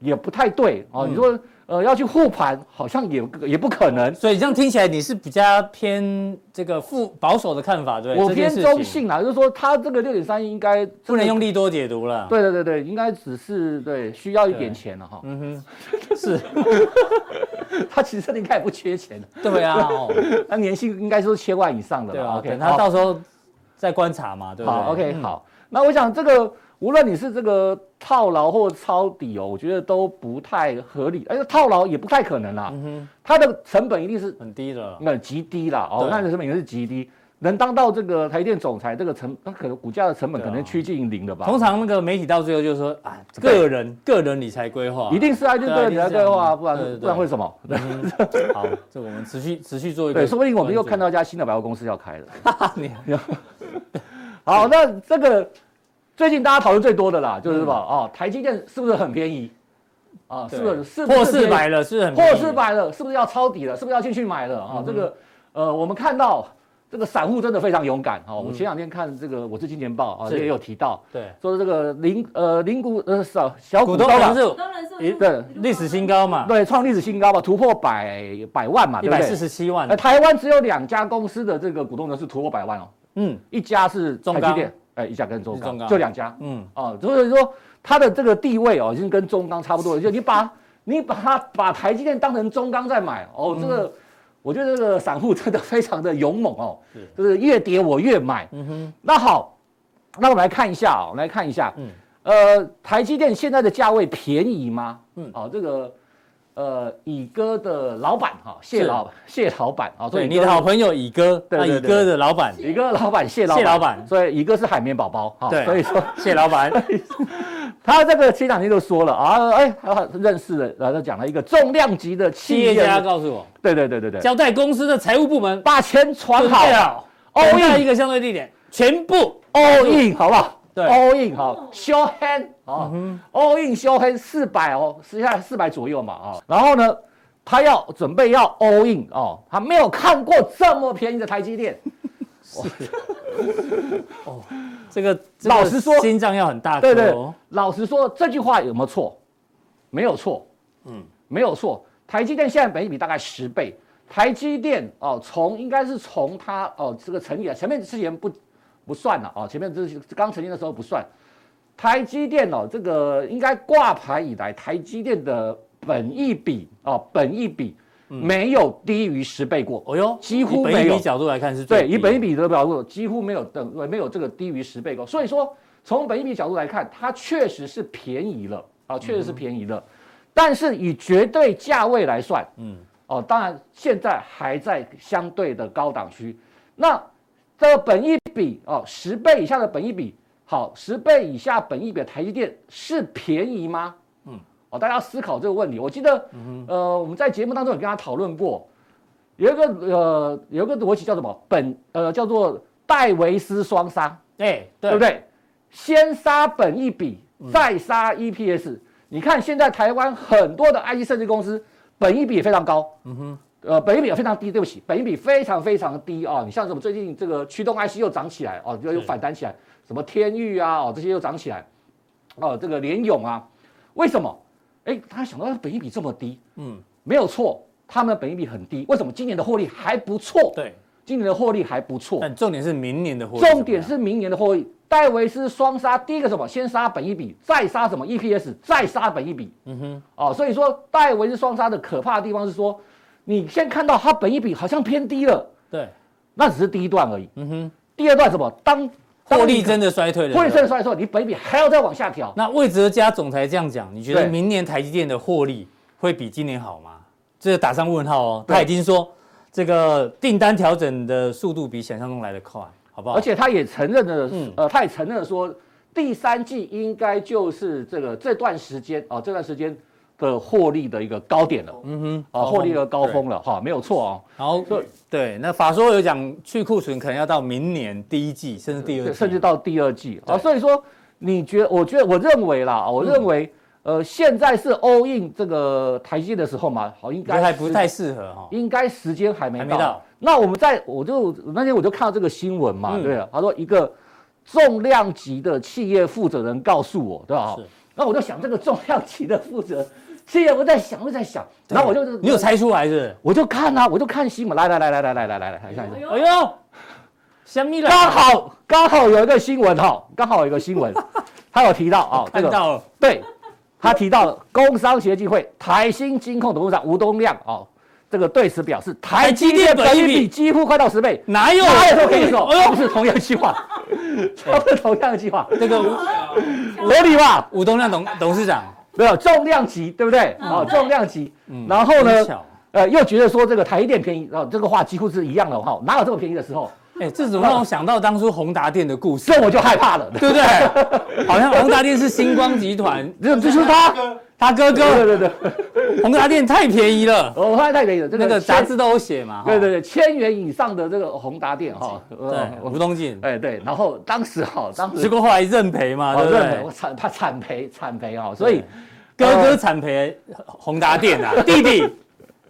[SPEAKER 2] 也不太对
[SPEAKER 1] 嗯
[SPEAKER 2] 哦。你说呃要去护盘，好像也也不可能。
[SPEAKER 1] 所以这样听起来你是比较偏这个负保守的看法，对？
[SPEAKER 2] 我
[SPEAKER 1] 这件
[SPEAKER 2] 偏
[SPEAKER 1] 事情
[SPEAKER 2] 中，性啦，就是说它这个六点三亿应该
[SPEAKER 1] 不能用。利多解读了。
[SPEAKER 2] 对对对对，应该只是对需要一点钱了哈。
[SPEAKER 1] 嗯
[SPEAKER 2] (laughs)
[SPEAKER 1] 哼，是，
[SPEAKER 2] 他其实应该也不缺钱，
[SPEAKER 1] 对啊，
[SPEAKER 2] (laughs)
[SPEAKER 1] 哦，
[SPEAKER 2] 他年薪应该是千万以上的
[SPEAKER 1] 对
[SPEAKER 2] 了。
[SPEAKER 1] 啊，
[SPEAKER 2] OK，
[SPEAKER 1] 等他
[SPEAKER 2] 好
[SPEAKER 1] 到时候再观察嘛，对不对嗯
[SPEAKER 2] 好，OK，、好。那我想这个，无论你是这个套牢或抄底哦，我觉得都不太合理，而且套牢也不太可能啦。
[SPEAKER 1] 嗯
[SPEAKER 2] 它的成本一定是
[SPEAKER 1] 很低了，
[SPEAKER 2] 那、极低啦，哦
[SPEAKER 1] 对，
[SPEAKER 2] 那成本也是极低，能当到这个台积电总裁，这个成那可能股价的成本
[SPEAKER 1] 对啊
[SPEAKER 2] 可能趋近零了吧？
[SPEAKER 1] 通常那个媒体到最后就说啊，个人个人理财规划
[SPEAKER 2] 一定是啊，就
[SPEAKER 1] 对啊
[SPEAKER 2] 对
[SPEAKER 1] 一定
[SPEAKER 2] 你
[SPEAKER 1] 是
[SPEAKER 2] 来
[SPEAKER 1] 这样
[SPEAKER 2] 对话，
[SPEAKER 1] 的
[SPEAKER 2] 不
[SPEAKER 1] 对对
[SPEAKER 2] 然
[SPEAKER 1] 对
[SPEAKER 2] 不然会什么？
[SPEAKER 1] 好，这我们持续持续做一个关
[SPEAKER 2] 对，
[SPEAKER 1] 注，
[SPEAKER 2] 说不定我们又看到一家新的百货公司要开了。
[SPEAKER 1] (laughs)
[SPEAKER 2] (laughs)
[SPEAKER 1] 你
[SPEAKER 2] 好，那这个最近大家讨论最多的啦，就是什么？
[SPEAKER 1] 嗯
[SPEAKER 2] 哦，台积电是不是很便宜？啊，是不
[SPEAKER 1] 对
[SPEAKER 2] 是是不
[SPEAKER 1] 破
[SPEAKER 2] 是
[SPEAKER 1] 四
[SPEAKER 2] 便宜
[SPEAKER 1] 百了，是不是很
[SPEAKER 2] 或
[SPEAKER 1] 便宜
[SPEAKER 2] 是买了，是不是要抄底了？是不是要进去买了？啊、这个，呃，我们看到这个散户真的非常勇敢啊、我前两天看这个《我是金钱报》啊，
[SPEAKER 1] 嗯是
[SPEAKER 2] 这也有提到，
[SPEAKER 1] 对
[SPEAKER 2] 说这个零呃零股呃小小
[SPEAKER 1] 股
[SPEAKER 2] 股
[SPEAKER 1] 东
[SPEAKER 2] 东
[SPEAKER 1] 人
[SPEAKER 2] 啊，
[SPEAKER 1] 数
[SPEAKER 5] 当然是
[SPEAKER 1] 一
[SPEAKER 2] 对
[SPEAKER 1] 历史新高嘛，
[SPEAKER 2] 对，创历史新高吧，突破百百万嘛，
[SPEAKER 1] 一
[SPEAKER 2] 对不
[SPEAKER 1] 百
[SPEAKER 2] 对？
[SPEAKER 1] 四十七万
[SPEAKER 2] 呃，，台湾只有两家公司的这个股东人是突破百万哦，
[SPEAKER 1] 嗯
[SPEAKER 2] 一家是
[SPEAKER 1] 中
[SPEAKER 2] 台
[SPEAKER 1] 钢
[SPEAKER 2] 积电，哎，一家跟中
[SPEAKER 1] 是中
[SPEAKER 2] 钢，
[SPEAKER 1] 钢
[SPEAKER 2] 就两家。
[SPEAKER 1] 嗯，
[SPEAKER 2] 哦，所以说它的这个地位哦，已经跟中钢差不
[SPEAKER 1] (laughs)
[SPEAKER 2] 多了。就你把你把它把台积电当成中钢在买
[SPEAKER 1] 嗯
[SPEAKER 2] 哦，这个、我觉得这个散户真的非常的勇猛哦，就是越跌我越买。嗯哼，那好，那我们来看一下哦，我们来看一下，
[SPEAKER 1] 嗯
[SPEAKER 2] 嗯，呃，台积电现在的价位便宜吗？
[SPEAKER 1] 嗯
[SPEAKER 2] 嗯，好、这个。呃，乙哥的老板哈，谢
[SPEAKER 1] 是
[SPEAKER 2] 老谢老板啊，所以
[SPEAKER 1] 哦对，你的好朋友乙哥，
[SPEAKER 2] 对
[SPEAKER 1] 那
[SPEAKER 2] 对
[SPEAKER 1] 乙
[SPEAKER 2] 对
[SPEAKER 1] 哥的老板，
[SPEAKER 2] 乙哥老板谢老
[SPEAKER 1] 谢老板
[SPEAKER 2] 所以乙哥是海绵宝宝哈，
[SPEAKER 1] 对
[SPEAKER 2] 所以说
[SPEAKER 1] 谢老
[SPEAKER 2] (laughs)
[SPEAKER 1] 板，
[SPEAKER 2] 他这个前两天就说了啊，哎，他认识了，然后讲了一个重量级的
[SPEAKER 1] 企
[SPEAKER 2] 企
[SPEAKER 1] 业
[SPEAKER 2] 业
[SPEAKER 1] 家
[SPEAKER 2] 家，
[SPEAKER 1] 告诉我，
[SPEAKER 2] 对对对对对，
[SPEAKER 1] 交代公司的财务部门
[SPEAKER 2] 把钱传
[SPEAKER 1] 准备
[SPEAKER 2] 好
[SPEAKER 1] 好，
[SPEAKER 2] ，all
[SPEAKER 1] 在
[SPEAKER 2] in
[SPEAKER 1] 一个相对地点，全部
[SPEAKER 2] all in 好不好？
[SPEAKER 1] 对
[SPEAKER 2] ，all in 好，show hand 啊，all in show hand 四百哦，实际上四百左右嘛啊，然后呢，他要准备要 all in 哦，他没有看过这么便宜的台积电，
[SPEAKER 1] 这个这个
[SPEAKER 2] 老实说
[SPEAKER 1] 心脏要很大颗
[SPEAKER 2] 对对
[SPEAKER 1] 哦，，
[SPEAKER 2] 老实说这句话有没有错？没有错，嗯，没有错。台积电现在本益比大概十倍，台积电哦，从应该是从它哦这个成立啊，前面之前不不算了哦，前面这刚成立的时候不算。台积电哦，这个应该挂牌以来，台积电的本益比哦，本益比没有低于十倍过。
[SPEAKER 1] 哦哟，
[SPEAKER 2] 几乎
[SPEAKER 1] 以本益
[SPEAKER 2] 没
[SPEAKER 1] 比
[SPEAKER 2] 有
[SPEAKER 1] 角度来看是最
[SPEAKER 2] 对，以
[SPEAKER 1] 低
[SPEAKER 2] 本益
[SPEAKER 1] 的
[SPEAKER 2] 比的角度，几乎没有等没有这个低于十倍高，所以说从本益比角度来看，它确实是便宜了啊，确实是便宜了，但是以绝对价位来算，嗯，哦，当然现在还在相对的高档区，那这个本益比哦，十倍以下的本益比，好，十倍以下本益比的台积电是便宜吗？嗯，哦，大家要思考这个问题。我记得，
[SPEAKER 1] 嗯
[SPEAKER 2] 呃，我们在节目当中有跟他讨论过，有一个呃，有一个逻辑叫什么？本呃叫做戴维斯双杀，
[SPEAKER 1] 哎，
[SPEAKER 2] 对
[SPEAKER 1] 对
[SPEAKER 2] 不？对？先杀本益比，再杀 E EPS。你看现在台湾很多的 IT 设计公司本益比也非常高，嗯哼，呃，本益比非常低，对不起，本益比非常非常低啊、你像什么最近这个驱动 IC 又涨起来哦，又又
[SPEAKER 1] 是
[SPEAKER 2] 反弹起来，什么天域啊哦这些又涨起来，哦这个联咏啊，为什么？哎，他想到本益比这么低，
[SPEAKER 1] 嗯，
[SPEAKER 2] 没有错，他们的本益比很低，为什么今年的获利还不错？，
[SPEAKER 1] 对，
[SPEAKER 2] 今年的获利还不错，
[SPEAKER 1] 但重点是明年的获利怎么样。
[SPEAKER 2] 重点是明年的获利。戴维斯双杀，第一个什么？先杀本一比，再杀什么 EPS，再杀本一比。嗯哼，哦，所以说戴维斯双杀的可怕的地方是说，你先看到它本一比好像偏低了，
[SPEAKER 1] 对，
[SPEAKER 2] 那只是第一段而已。嗯哼，第二段什么？当
[SPEAKER 1] 获利真的衰退了。
[SPEAKER 2] 获利
[SPEAKER 1] 对
[SPEAKER 2] 正
[SPEAKER 1] 吧
[SPEAKER 2] 衰的时候，你本一比还要再往下调。
[SPEAKER 1] 那魏哲家总裁这样讲，你觉得
[SPEAKER 2] 对
[SPEAKER 1] 明年台积电的获利会比今年好吗？这个打上问号哦。
[SPEAKER 2] 对
[SPEAKER 1] 他已经说这个订单调整的速度比想象中来得快，好不好？
[SPEAKER 2] 而且他也承认了，
[SPEAKER 1] 嗯
[SPEAKER 2] 呃，他也承认了说，第三季应该就是这个这段时间哦，这段时间的获利的一个高点了，
[SPEAKER 1] 嗯哼，
[SPEAKER 2] 哦，获利的高
[SPEAKER 1] 对
[SPEAKER 2] 峰了，哈，没有错哦。
[SPEAKER 1] 然后
[SPEAKER 2] 所以
[SPEAKER 1] 对，那法说有讲去库存可能要到明年第一季，甚至第二
[SPEAKER 2] 对
[SPEAKER 1] 季，
[SPEAKER 2] 甚至到第二季
[SPEAKER 1] 对嗯
[SPEAKER 2] 啊。所以说，你觉我觉得我认为啦，啊我认为、呃，现在是 all in 这个台阶的时候嘛，好，应
[SPEAKER 1] 觉得
[SPEAKER 2] 该
[SPEAKER 1] 还不
[SPEAKER 2] 时
[SPEAKER 1] 太适合哈。
[SPEAKER 2] 应该时间还没
[SPEAKER 1] 还
[SPEAKER 2] 到。
[SPEAKER 1] 没到
[SPEAKER 2] 那我们在我就那天我就看到这个新闻嘛，
[SPEAKER 1] 嗯
[SPEAKER 2] 对啊，他说一个重量级的企业负责人告诉我，对吧
[SPEAKER 1] 是？
[SPEAKER 2] 那我就想这个重量级的负责企业，我在想，我在想，然后我就
[SPEAKER 1] 你有猜出来是
[SPEAKER 2] 我就看啊，我就看新闻，来来来来来来来来来，看一下。
[SPEAKER 5] 哎
[SPEAKER 1] 不是？
[SPEAKER 5] 呦，
[SPEAKER 1] 哎呦，香米了，
[SPEAKER 2] 啊刚好刚好有一个新闻哈，刚好有一个新闻，他有提到啊，这
[SPEAKER 1] 看
[SPEAKER 2] 个
[SPEAKER 1] 到了，
[SPEAKER 2] 对，他提到了工商协进会台新金控董事长吴东亮哦，这个对此表示，台积电本益比几乎快到十倍。
[SPEAKER 1] 哪有？
[SPEAKER 2] 哪有这么跟你说？
[SPEAKER 1] 哎
[SPEAKER 2] 哎
[SPEAKER 1] 呦
[SPEAKER 2] 呦，不是同样的计
[SPEAKER 1] (laughs)
[SPEAKER 2] 划，他不是同样的计划，
[SPEAKER 1] 这个
[SPEAKER 2] 合理吧？
[SPEAKER 1] 吴东亮董董事长，
[SPEAKER 2] 没有重量级，对不对？
[SPEAKER 5] 嗯
[SPEAKER 2] 哦，
[SPEAKER 5] 对
[SPEAKER 2] 重量级。然后呢
[SPEAKER 1] 真，嗯巧
[SPEAKER 2] 呃，又觉得说这个台积电便宜，哦，这个话几乎是一样的哈，哪有这么便宜的时候？
[SPEAKER 1] (laughs) 哎，这怎么让我想到当初宏达电的
[SPEAKER 2] (laughs)
[SPEAKER 1] 故事
[SPEAKER 2] 所？以我就害怕了。
[SPEAKER 1] 对不对？ (laughs) 好像宏达电是星光集
[SPEAKER 2] (laughs)
[SPEAKER 1] 团，
[SPEAKER 2] 这这就是他，
[SPEAKER 1] 他哥
[SPEAKER 2] 对
[SPEAKER 1] 哥
[SPEAKER 2] 对
[SPEAKER 1] (laughs)
[SPEAKER 2] 对。
[SPEAKER 1] 宏达电太便宜了，
[SPEAKER 2] 我发现太便宜了，这
[SPEAKER 1] 那个杂
[SPEAKER 2] 千
[SPEAKER 1] 志，都有写嘛。哈
[SPEAKER 2] 对对，对，千元以上的这个宏达电哈，
[SPEAKER 1] 对，
[SPEAKER 2] 呃
[SPEAKER 1] 吴东进，
[SPEAKER 2] (laughs) 哎对，然后当时哈，当
[SPEAKER 1] 结
[SPEAKER 2] 时
[SPEAKER 1] 果后来认赔嘛，对
[SPEAKER 2] 哦
[SPEAKER 1] 不
[SPEAKER 2] 认赔，
[SPEAKER 1] 对
[SPEAKER 2] 我？惨怕惨赔惨赔哦，所以
[SPEAKER 1] 哥
[SPEAKER 2] 哦
[SPEAKER 1] 哥惨赔宏达电啊，弟弟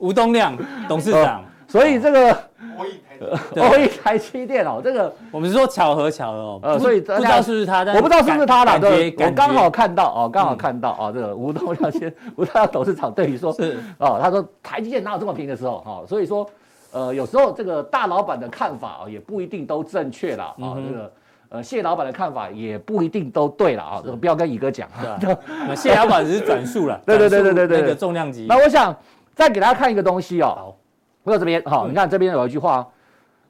[SPEAKER 1] 吴东亮董事长，
[SPEAKER 2] 所以这个
[SPEAKER 6] 我以台积
[SPEAKER 2] (laughs)
[SPEAKER 1] 对
[SPEAKER 2] 欧一台积电哦，这个
[SPEAKER 1] 我们是说巧合巧合哦，
[SPEAKER 2] 呃
[SPEAKER 1] 不
[SPEAKER 2] 所以
[SPEAKER 1] 不
[SPEAKER 2] 大家
[SPEAKER 1] 知道是不是他，但
[SPEAKER 2] 我不知道是不是他啦，
[SPEAKER 1] 感觉，
[SPEAKER 2] 对我
[SPEAKER 1] 感觉
[SPEAKER 2] 刚好看到哦，刚好看到哦，这个吴东亮先 (laughs) 吴东亮董事长对于说
[SPEAKER 1] 是
[SPEAKER 2] 哦，他说台积电哪有这么平的时候哈、哦，所以说，呃，有时候这个大老板的看法哦，也不一定都正确啦啊、
[SPEAKER 1] 嗯
[SPEAKER 2] 哦这个呃谢老板的看法也不一定都对了啊、这个不要跟乙哥讲。
[SPEAKER 1] 对啊那谢老板只是转述了，
[SPEAKER 2] (laughs) 对对对对对对
[SPEAKER 1] 转述那个
[SPEAKER 2] 对
[SPEAKER 1] 重量级
[SPEAKER 2] 那我想再给大家看一个东西哦，我到这边哈、哦，你看这边有一句话、哦。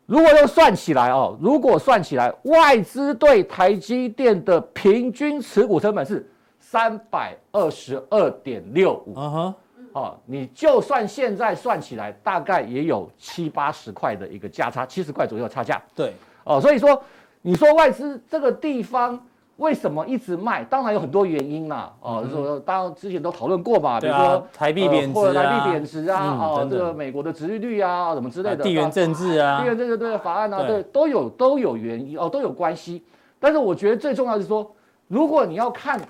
[SPEAKER 2] 如果又算起来哦，如果算起来，外资对台积电的平均持股成本是三百二十二点六五
[SPEAKER 1] 嗯哼，
[SPEAKER 2] 哦，你就算现在算起来，大概也有七八十块的一个价差，七十块左右的差价
[SPEAKER 1] 对，
[SPEAKER 2] 哦。所以说，你说外资这个地方为什么一直卖？当然有很多原因啦。哦，就是说当然之前都讨论过嘛，比
[SPEAKER 1] 嗯对
[SPEAKER 2] 如
[SPEAKER 1] 啊
[SPEAKER 2] 说，
[SPEAKER 1] 台币
[SPEAKER 2] 呃
[SPEAKER 1] 贬值
[SPEAKER 2] 或者台
[SPEAKER 1] 啊
[SPEAKER 2] 币贬值啊
[SPEAKER 1] 嗯，
[SPEAKER 2] 哦
[SPEAKER 1] 等，
[SPEAKER 2] 这
[SPEAKER 1] 等
[SPEAKER 2] 个美国的殖利率啊，什么之类的，
[SPEAKER 1] 地缘政治啊
[SPEAKER 2] 地，缘政治对法案啊，
[SPEAKER 1] 对
[SPEAKER 2] 对，都有都有原因哦，都有关系。但是我觉得最重要的是说，如果你要看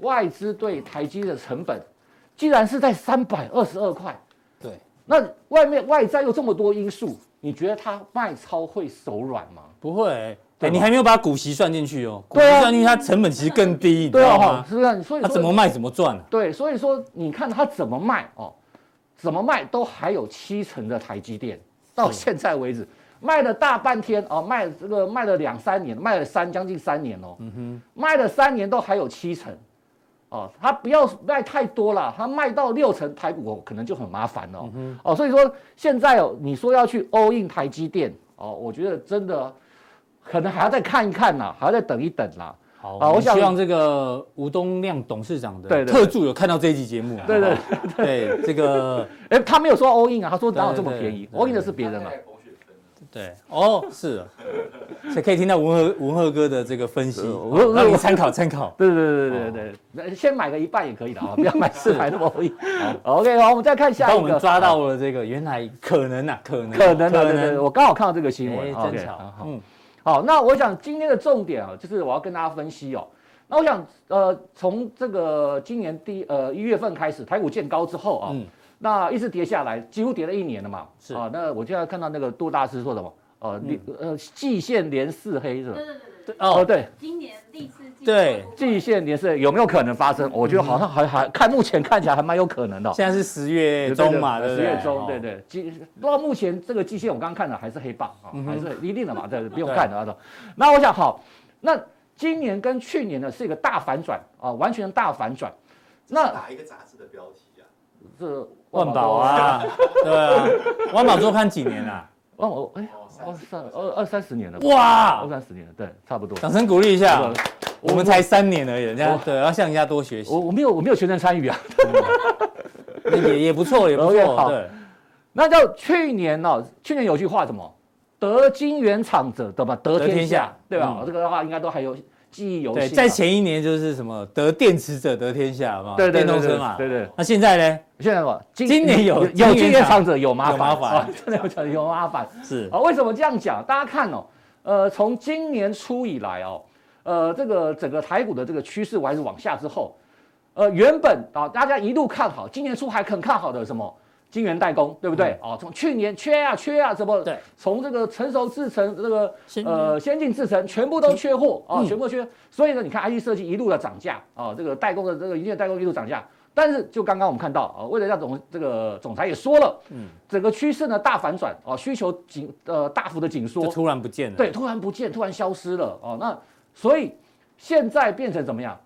[SPEAKER 2] 外资对台积的成本，既然是在三百二十二块，
[SPEAKER 1] 对，
[SPEAKER 2] 那外面外在又这么多因素，你觉得它卖超会手软吗？
[SPEAKER 1] 不会、欸，
[SPEAKER 2] 对吧
[SPEAKER 1] 你还没有把股息算进去哦。股息
[SPEAKER 2] 对啊
[SPEAKER 1] 算进去，它成本其实更低，你知
[SPEAKER 2] 对啊，
[SPEAKER 1] 道
[SPEAKER 2] 哈
[SPEAKER 1] 吗，？
[SPEAKER 2] 是不是？所以
[SPEAKER 1] 它
[SPEAKER 2] 说
[SPEAKER 1] 怎么卖怎么赚啊。
[SPEAKER 2] 对，所以说你看它怎么卖哦，怎么卖都还有七成的台积电，到现在为止卖了大半天哦，卖这个卖了两三年，卖了三将近三年哦，
[SPEAKER 1] 嗯
[SPEAKER 2] 卖了三年都还有七成，哦，它不要卖太多了，它卖到六成台股哦可能就很麻烦
[SPEAKER 1] 嗯
[SPEAKER 2] 了哦，哦，所以说现在哦，你说要去 all in 台积电哦，我觉得真的可能还要再看一看呐、还要再等一等啦、
[SPEAKER 1] 好，
[SPEAKER 2] 啊我
[SPEAKER 1] 我
[SPEAKER 2] 想
[SPEAKER 1] 希望这个吴东亮董事长的
[SPEAKER 2] 对对
[SPEAKER 1] 特助有看到这一集节目啊。
[SPEAKER 2] 对对
[SPEAKER 1] 好不好 (laughs) 对，这个
[SPEAKER 2] 哎，他没有说 all in 啊，他说哪有这么
[SPEAKER 1] 对对
[SPEAKER 2] 便宜
[SPEAKER 1] 对对
[SPEAKER 2] ？all in 的是别人嘛
[SPEAKER 6] 他。在冯雪芬啊
[SPEAKER 1] 对哦是，所以可以听到文和文和哥的这个分析，
[SPEAKER 2] 呃
[SPEAKER 1] 好
[SPEAKER 2] 我
[SPEAKER 1] 让你参考参考。
[SPEAKER 2] 对对对对对对，那哦先买个一半也可
[SPEAKER 1] (laughs)
[SPEAKER 2] 以的啊，不要买四台那么容易。OK，好，我们再看下
[SPEAKER 1] 当
[SPEAKER 2] 一
[SPEAKER 1] 我们
[SPEAKER 2] 个。
[SPEAKER 1] 抓到了这个，原来可能啊，可能
[SPEAKER 2] 可能的，对对对，我刚好看到这个新闻。哦
[SPEAKER 1] 哎，真
[SPEAKER 2] OK，
[SPEAKER 1] 巧
[SPEAKER 2] 好，好
[SPEAKER 1] 嗯，
[SPEAKER 2] 好，那我想今天的重点啊，就是我要跟大家分析哦。那我想，呃，从这个今年第一呃一月份开始，台股见高之后啊，
[SPEAKER 1] 嗯
[SPEAKER 2] 那一直跌下来，几乎跌了一年了嘛。
[SPEAKER 1] 是嗯
[SPEAKER 2] 啊，那我现在看到那个杜大师说什么？呃，连呃，季线连四黑是吧
[SPEAKER 5] 对？对对对，
[SPEAKER 2] 哦，
[SPEAKER 1] 哦，
[SPEAKER 2] 对，
[SPEAKER 5] 今年历次季
[SPEAKER 1] 对
[SPEAKER 2] 季线连四黑有没有可能发生？我觉得好像还还看目前看起来还蛮有可能的哦。
[SPEAKER 1] 现在是十月中嘛，对不
[SPEAKER 2] 十
[SPEAKER 1] 对？
[SPEAKER 2] 月中，对
[SPEAKER 1] 哦，
[SPEAKER 2] 对，季到目前这个季线我刚刚看了还是黑棒
[SPEAKER 1] 嗯
[SPEAKER 2] 啊，还是一定的嘛，对，不用看的啊。那我想好，那今年跟去年呢是一个大反转啊，完全大反转。那
[SPEAKER 6] 打一个杂志的标题啊，
[SPEAKER 2] 是
[SPEAKER 1] 万宝，啊，对啊，万宝周刊几年
[SPEAKER 2] (laughs)
[SPEAKER 1] 啊？
[SPEAKER 2] 万宝哎，
[SPEAKER 6] 哦，三
[SPEAKER 2] 二
[SPEAKER 6] 十
[SPEAKER 2] 三二二三十年了，
[SPEAKER 1] 哇啊
[SPEAKER 2] 二，三十年了，对，差不多。
[SPEAKER 1] 掌声鼓励一下
[SPEAKER 2] 我，
[SPEAKER 1] 我们才三年而已，人家
[SPEAKER 2] 我
[SPEAKER 1] 对要向人家多学习
[SPEAKER 2] 我，我没有我没有全程参与啊，
[SPEAKER 1] 也也不错，也不
[SPEAKER 2] OK，好
[SPEAKER 1] 错，对，
[SPEAKER 2] 那就去年呢、去年有句话什么？得金元厂者怎么得
[SPEAKER 1] 得
[SPEAKER 2] 天下，
[SPEAKER 1] 天下
[SPEAKER 2] 对吧？
[SPEAKER 1] 嗯
[SPEAKER 2] 这个的话应该都还有记忆犹新啊。
[SPEAKER 1] 对，在前一年就是什么得电池者得天下嘛，
[SPEAKER 2] 对对
[SPEAKER 1] 电
[SPEAKER 2] 对
[SPEAKER 1] 动
[SPEAKER 2] 对
[SPEAKER 1] 车嘛。
[SPEAKER 2] 对对，
[SPEAKER 1] 那现在呢？
[SPEAKER 2] 现在什么？今
[SPEAKER 1] 今年有
[SPEAKER 2] 有金
[SPEAKER 1] 金
[SPEAKER 2] 元
[SPEAKER 1] 元
[SPEAKER 2] 厂者有麻
[SPEAKER 1] 有
[SPEAKER 2] 烦，
[SPEAKER 1] 麻烦
[SPEAKER 2] 啊 (laughs) 真的有讲有麻烦。
[SPEAKER 1] 是
[SPEAKER 2] 啊，为什么这样讲？大家看哦，呃，从今年初以来哦，呃，这个整个台股的这个趋势还是往下之后，呃，原本啊，大家一路看好，今年初还很看好的什么晶圆代工，对不对？啊，从去年缺啊缺啊，什么
[SPEAKER 1] 嗯对，
[SPEAKER 2] 从这个成熟制程这个
[SPEAKER 1] 先
[SPEAKER 2] 呃先进制程全部都缺货啊，
[SPEAKER 1] 嗯
[SPEAKER 2] 全部缺，所以呢，你看 IC 设计一路的涨价啊，这个代工的这个营业代工一路涨价。但是就刚刚我们看到啊，为了让总这个总裁也说了，整个趋势呢大反转啊，需求紧呃大幅的紧缩
[SPEAKER 1] 就，突然不见了。
[SPEAKER 2] 对，突然不见，突然消失了哦。那所以现在变成怎么样？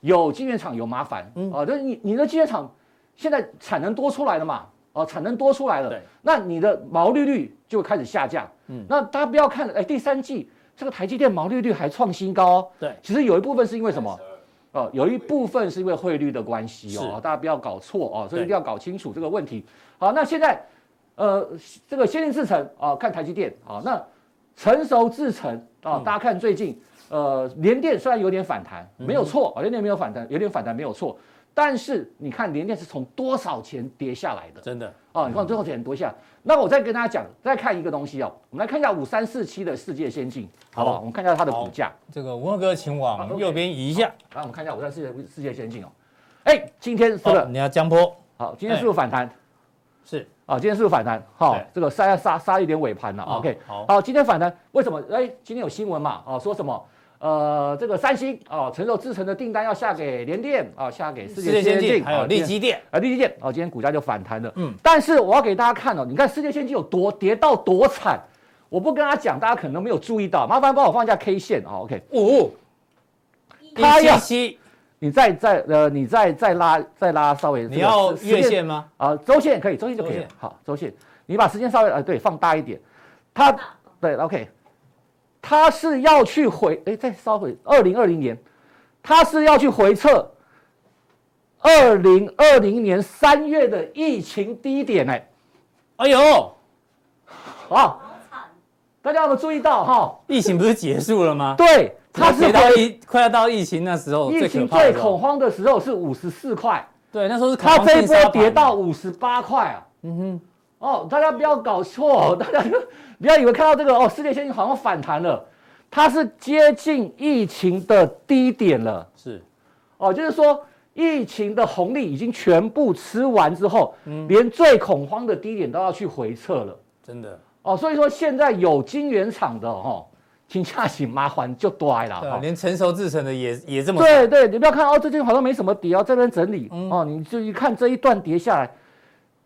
[SPEAKER 2] 有晶圆厂有麻烦
[SPEAKER 1] 嗯
[SPEAKER 2] 啊，就是你你的晶圆厂现在产能多出来了嘛，哦，产能多出来了
[SPEAKER 1] 对，
[SPEAKER 2] 那你的毛利率就开始下降。嗯，那大家不要看，哎，第三季这个台积电毛利率还创新高哦。
[SPEAKER 1] 对
[SPEAKER 2] 其实有一部分是因为什么？
[SPEAKER 6] 二
[SPEAKER 2] 哦，有一部分是因为汇率的关系哦
[SPEAKER 1] 是，
[SPEAKER 2] 大家不要搞错哦，所
[SPEAKER 1] 对
[SPEAKER 2] 以一定要搞清楚这个问题。好，那现在，呃，这个先进制程啊、看台积电啊、那成熟制程啊、大家看最近，呃，联电虽然有点反弹，没有错，啊联电没有反弹，有点反弹没有错，但是你看联电是从多少钱跌下来的？
[SPEAKER 1] 真的
[SPEAKER 2] 啊，你看最后点多一下。那我再跟大家讲，再看一个东西哦，我们来看一下五三四七的世界先进，好不好？
[SPEAKER 1] 好
[SPEAKER 2] 我们看一下它的股
[SPEAKER 1] 好
[SPEAKER 2] 价。
[SPEAKER 1] 这个文哥，请
[SPEAKER 2] 啊
[SPEAKER 1] 往
[SPEAKER 2] ，OK
[SPEAKER 1] 右边移一下。
[SPEAKER 2] 来，我们看一下五三四的世界先进哦。哎，今天是不
[SPEAKER 1] 哦
[SPEAKER 2] 是
[SPEAKER 1] 你要江波
[SPEAKER 2] 好？今天是不是反弹？
[SPEAKER 1] 是
[SPEAKER 2] 啊，今天是不是反弹？好
[SPEAKER 1] 对，
[SPEAKER 2] 这个杀杀杀一点尾盘了。
[SPEAKER 1] 哦
[SPEAKER 2] OK，
[SPEAKER 1] 好
[SPEAKER 2] 好，今天反弹为什么？哎，今天有新闻嘛？啊，说什么？呃，这个三星啊，承受制成的订单要下给联电啊，下给世
[SPEAKER 1] 世
[SPEAKER 2] 界
[SPEAKER 1] 界先
[SPEAKER 2] 先
[SPEAKER 1] 进
[SPEAKER 2] 进，
[SPEAKER 1] 还有
[SPEAKER 2] 啊
[SPEAKER 1] 利
[SPEAKER 2] 今天
[SPEAKER 1] 基电，
[SPEAKER 2] 啊，利基电啊，今天股价就反弹了。嗯
[SPEAKER 1] 嗯，
[SPEAKER 2] 但是我要给大家看哦，你看世界先进有多跌到多惨，我不跟大家讲，大家可能都没有注意到，麻烦帮我放一下 K 线啊。OK，
[SPEAKER 1] 五
[SPEAKER 2] 它
[SPEAKER 1] 一
[SPEAKER 2] 要
[SPEAKER 1] 七七，
[SPEAKER 2] 你再再呃，你再再拉再拉稍微这个
[SPEAKER 1] 你要
[SPEAKER 2] 时
[SPEAKER 1] 月
[SPEAKER 2] 时间
[SPEAKER 1] 线吗？
[SPEAKER 2] 啊，周线也可以，周线就可以
[SPEAKER 1] 周
[SPEAKER 2] 了
[SPEAKER 1] 线。
[SPEAKER 2] 好，周线，你把时间稍微啊，对，放大一点。它对，OK，它是要去回，哎，再稍微，二零二零年，它是要去回测二零二零年三月的疫情低点，哎，
[SPEAKER 1] 哎呦，
[SPEAKER 2] 啊，
[SPEAKER 5] 好惨，
[SPEAKER 2] 大家有没有注意到哈？
[SPEAKER 1] 疫情不是结束了吗？
[SPEAKER 2] (laughs) 对，它是
[SPEAKER 1] 跌到
[SPEAKER 2] 回
[SPEAKER 1] 疫，快要到疫情那时候
[SPEAKER 2] 疫
[SPEAKER 1] 最可
[SPEAKER 2] 情
[SPEAKER 1] 怕的
[SPEAKER 2] 最
[SPEAKER 1] 时候
[SPEAKER 2] 恐慌的时候是五十四块。
[SPEAKER 1] 对，那时候是
[SPEAKER 2] 它
[SPEAKER 1] 恐慌
[SPEAKER 2] 这一
[SPEAKER 1] 性
[SPEAKER 2] 波
[SPEAKER 1] 杀盘
[SPEAKER 2] 跌到五十八块啊。嗯哼。哦，大家不要搞错、 (laughs) 哦，大家不要以为看到这个哦，世界先进好像反弹了，它是接近疫情的低点了。
[SPEAKER 1] 是
[SPEAKER 2] 哦，就是说疫情的红利已经全部吃完之后，连最恐慌的低点都要去回撤了。
[SPEAKER 1] 真的，
[SPEAKER 2] 哦，所以说现在有晶圆厂的哦，请下请麻烦就多来了。
[SPEAKER 1] 对
[SPEAKER 2] 哦
[SPEAKER 1] 啊，连成熟制成的也也这么嗯
[SPEAKER 2] 对啊对，你不要看哦，最近好像没什么跌哦，这边整理、哦，你就一看这一段跌下来，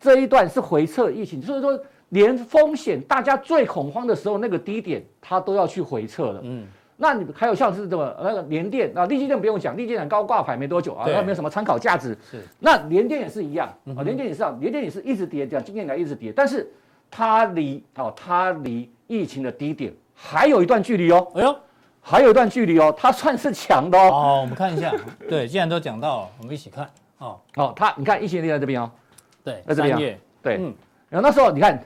[SPEAKER 2] 这一段是回撤疫情，所以说连风险大家最恐慌的时候那个低点，它都要去回撤了。嗯，那你还有像是什么那个联电啊，利基电不用讲，利基电刚挂牌没多久啊，
[SPEAKER 1] 对
[SPEAKER 2] 它没有什么参考价值。
[SPEAKER 1] 是，嗯
[SPEAKER 2] 那联电也是一样啊，联电也是啊，联电也是一直跌，讲今年来一直跌，但是它离哦，它离疫情的低点还有一段距离哦，
[SPEAKER 1] 哎呦，
[SPEAKER 2] 还有一段距离哦，它算是强的哦。
[SPEAKER 1] 哦，我们看一下，对，既然都讲到了，我们一起看哦，
[SPEAKER 2] 哦，它你看疫情力在这边哦，
[SPEAKER 1] 对，
[SPEAKER 2] 那这边啊
[SPEAKER 1] 三月
[SPEAKER 2] 对，
[SPEAKER 1] 嗯
[SPEAKER 2] 然后那时候你看，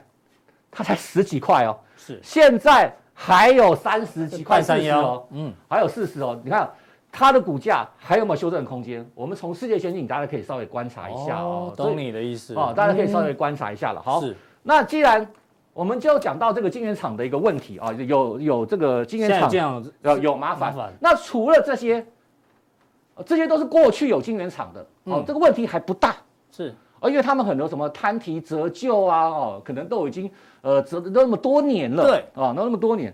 [SPEAKER 2] 它才十几块哦，
[SPEAKER 1] 是
[SPEAKER 2] 现在还有三十几块四十哦，
[SPEAKER 1] 嗯，
[SPEAKER 2] 还有四十哦，你看它的股价还有没有修正空间？我们从世界先进，大家可以稍微观察一下哦，所以
[SPEAKER 1] 懂你的意思嗯
[SPEAKER 2] 哦，大家可以稍微观察一下了。好，
[SPEAKER 1] 是
[SPEAKER 2] 那既然我们就讲到这个晶圆厂的一个问题啊，有有这个晶
[SPEAKER 1] 现
[SPEAKER 2] 圆
[SPEAKER 1] 在
[SPEAKER 2] 厂
[SPEAKER 1] 这样子，
[SPEAKER 2] 有有麻烦
[SPEAKER 1] 麻烦。
[SPEAKER 2] 那除了这些，呃这些都是过去有晶圆厂的，哦，
[SPEAKER 1] 嗯
[SPEAKER 2] 这个问题还不大。
[SPEAKER 1] 是
[SPEAKER 2] 哦，因为他们很多什么摊提折旧啊，哦，可能都已经呃折都那么多年了，
[SPEAKER 1] 对
[SPEAKER 2] 啊，那那么多年，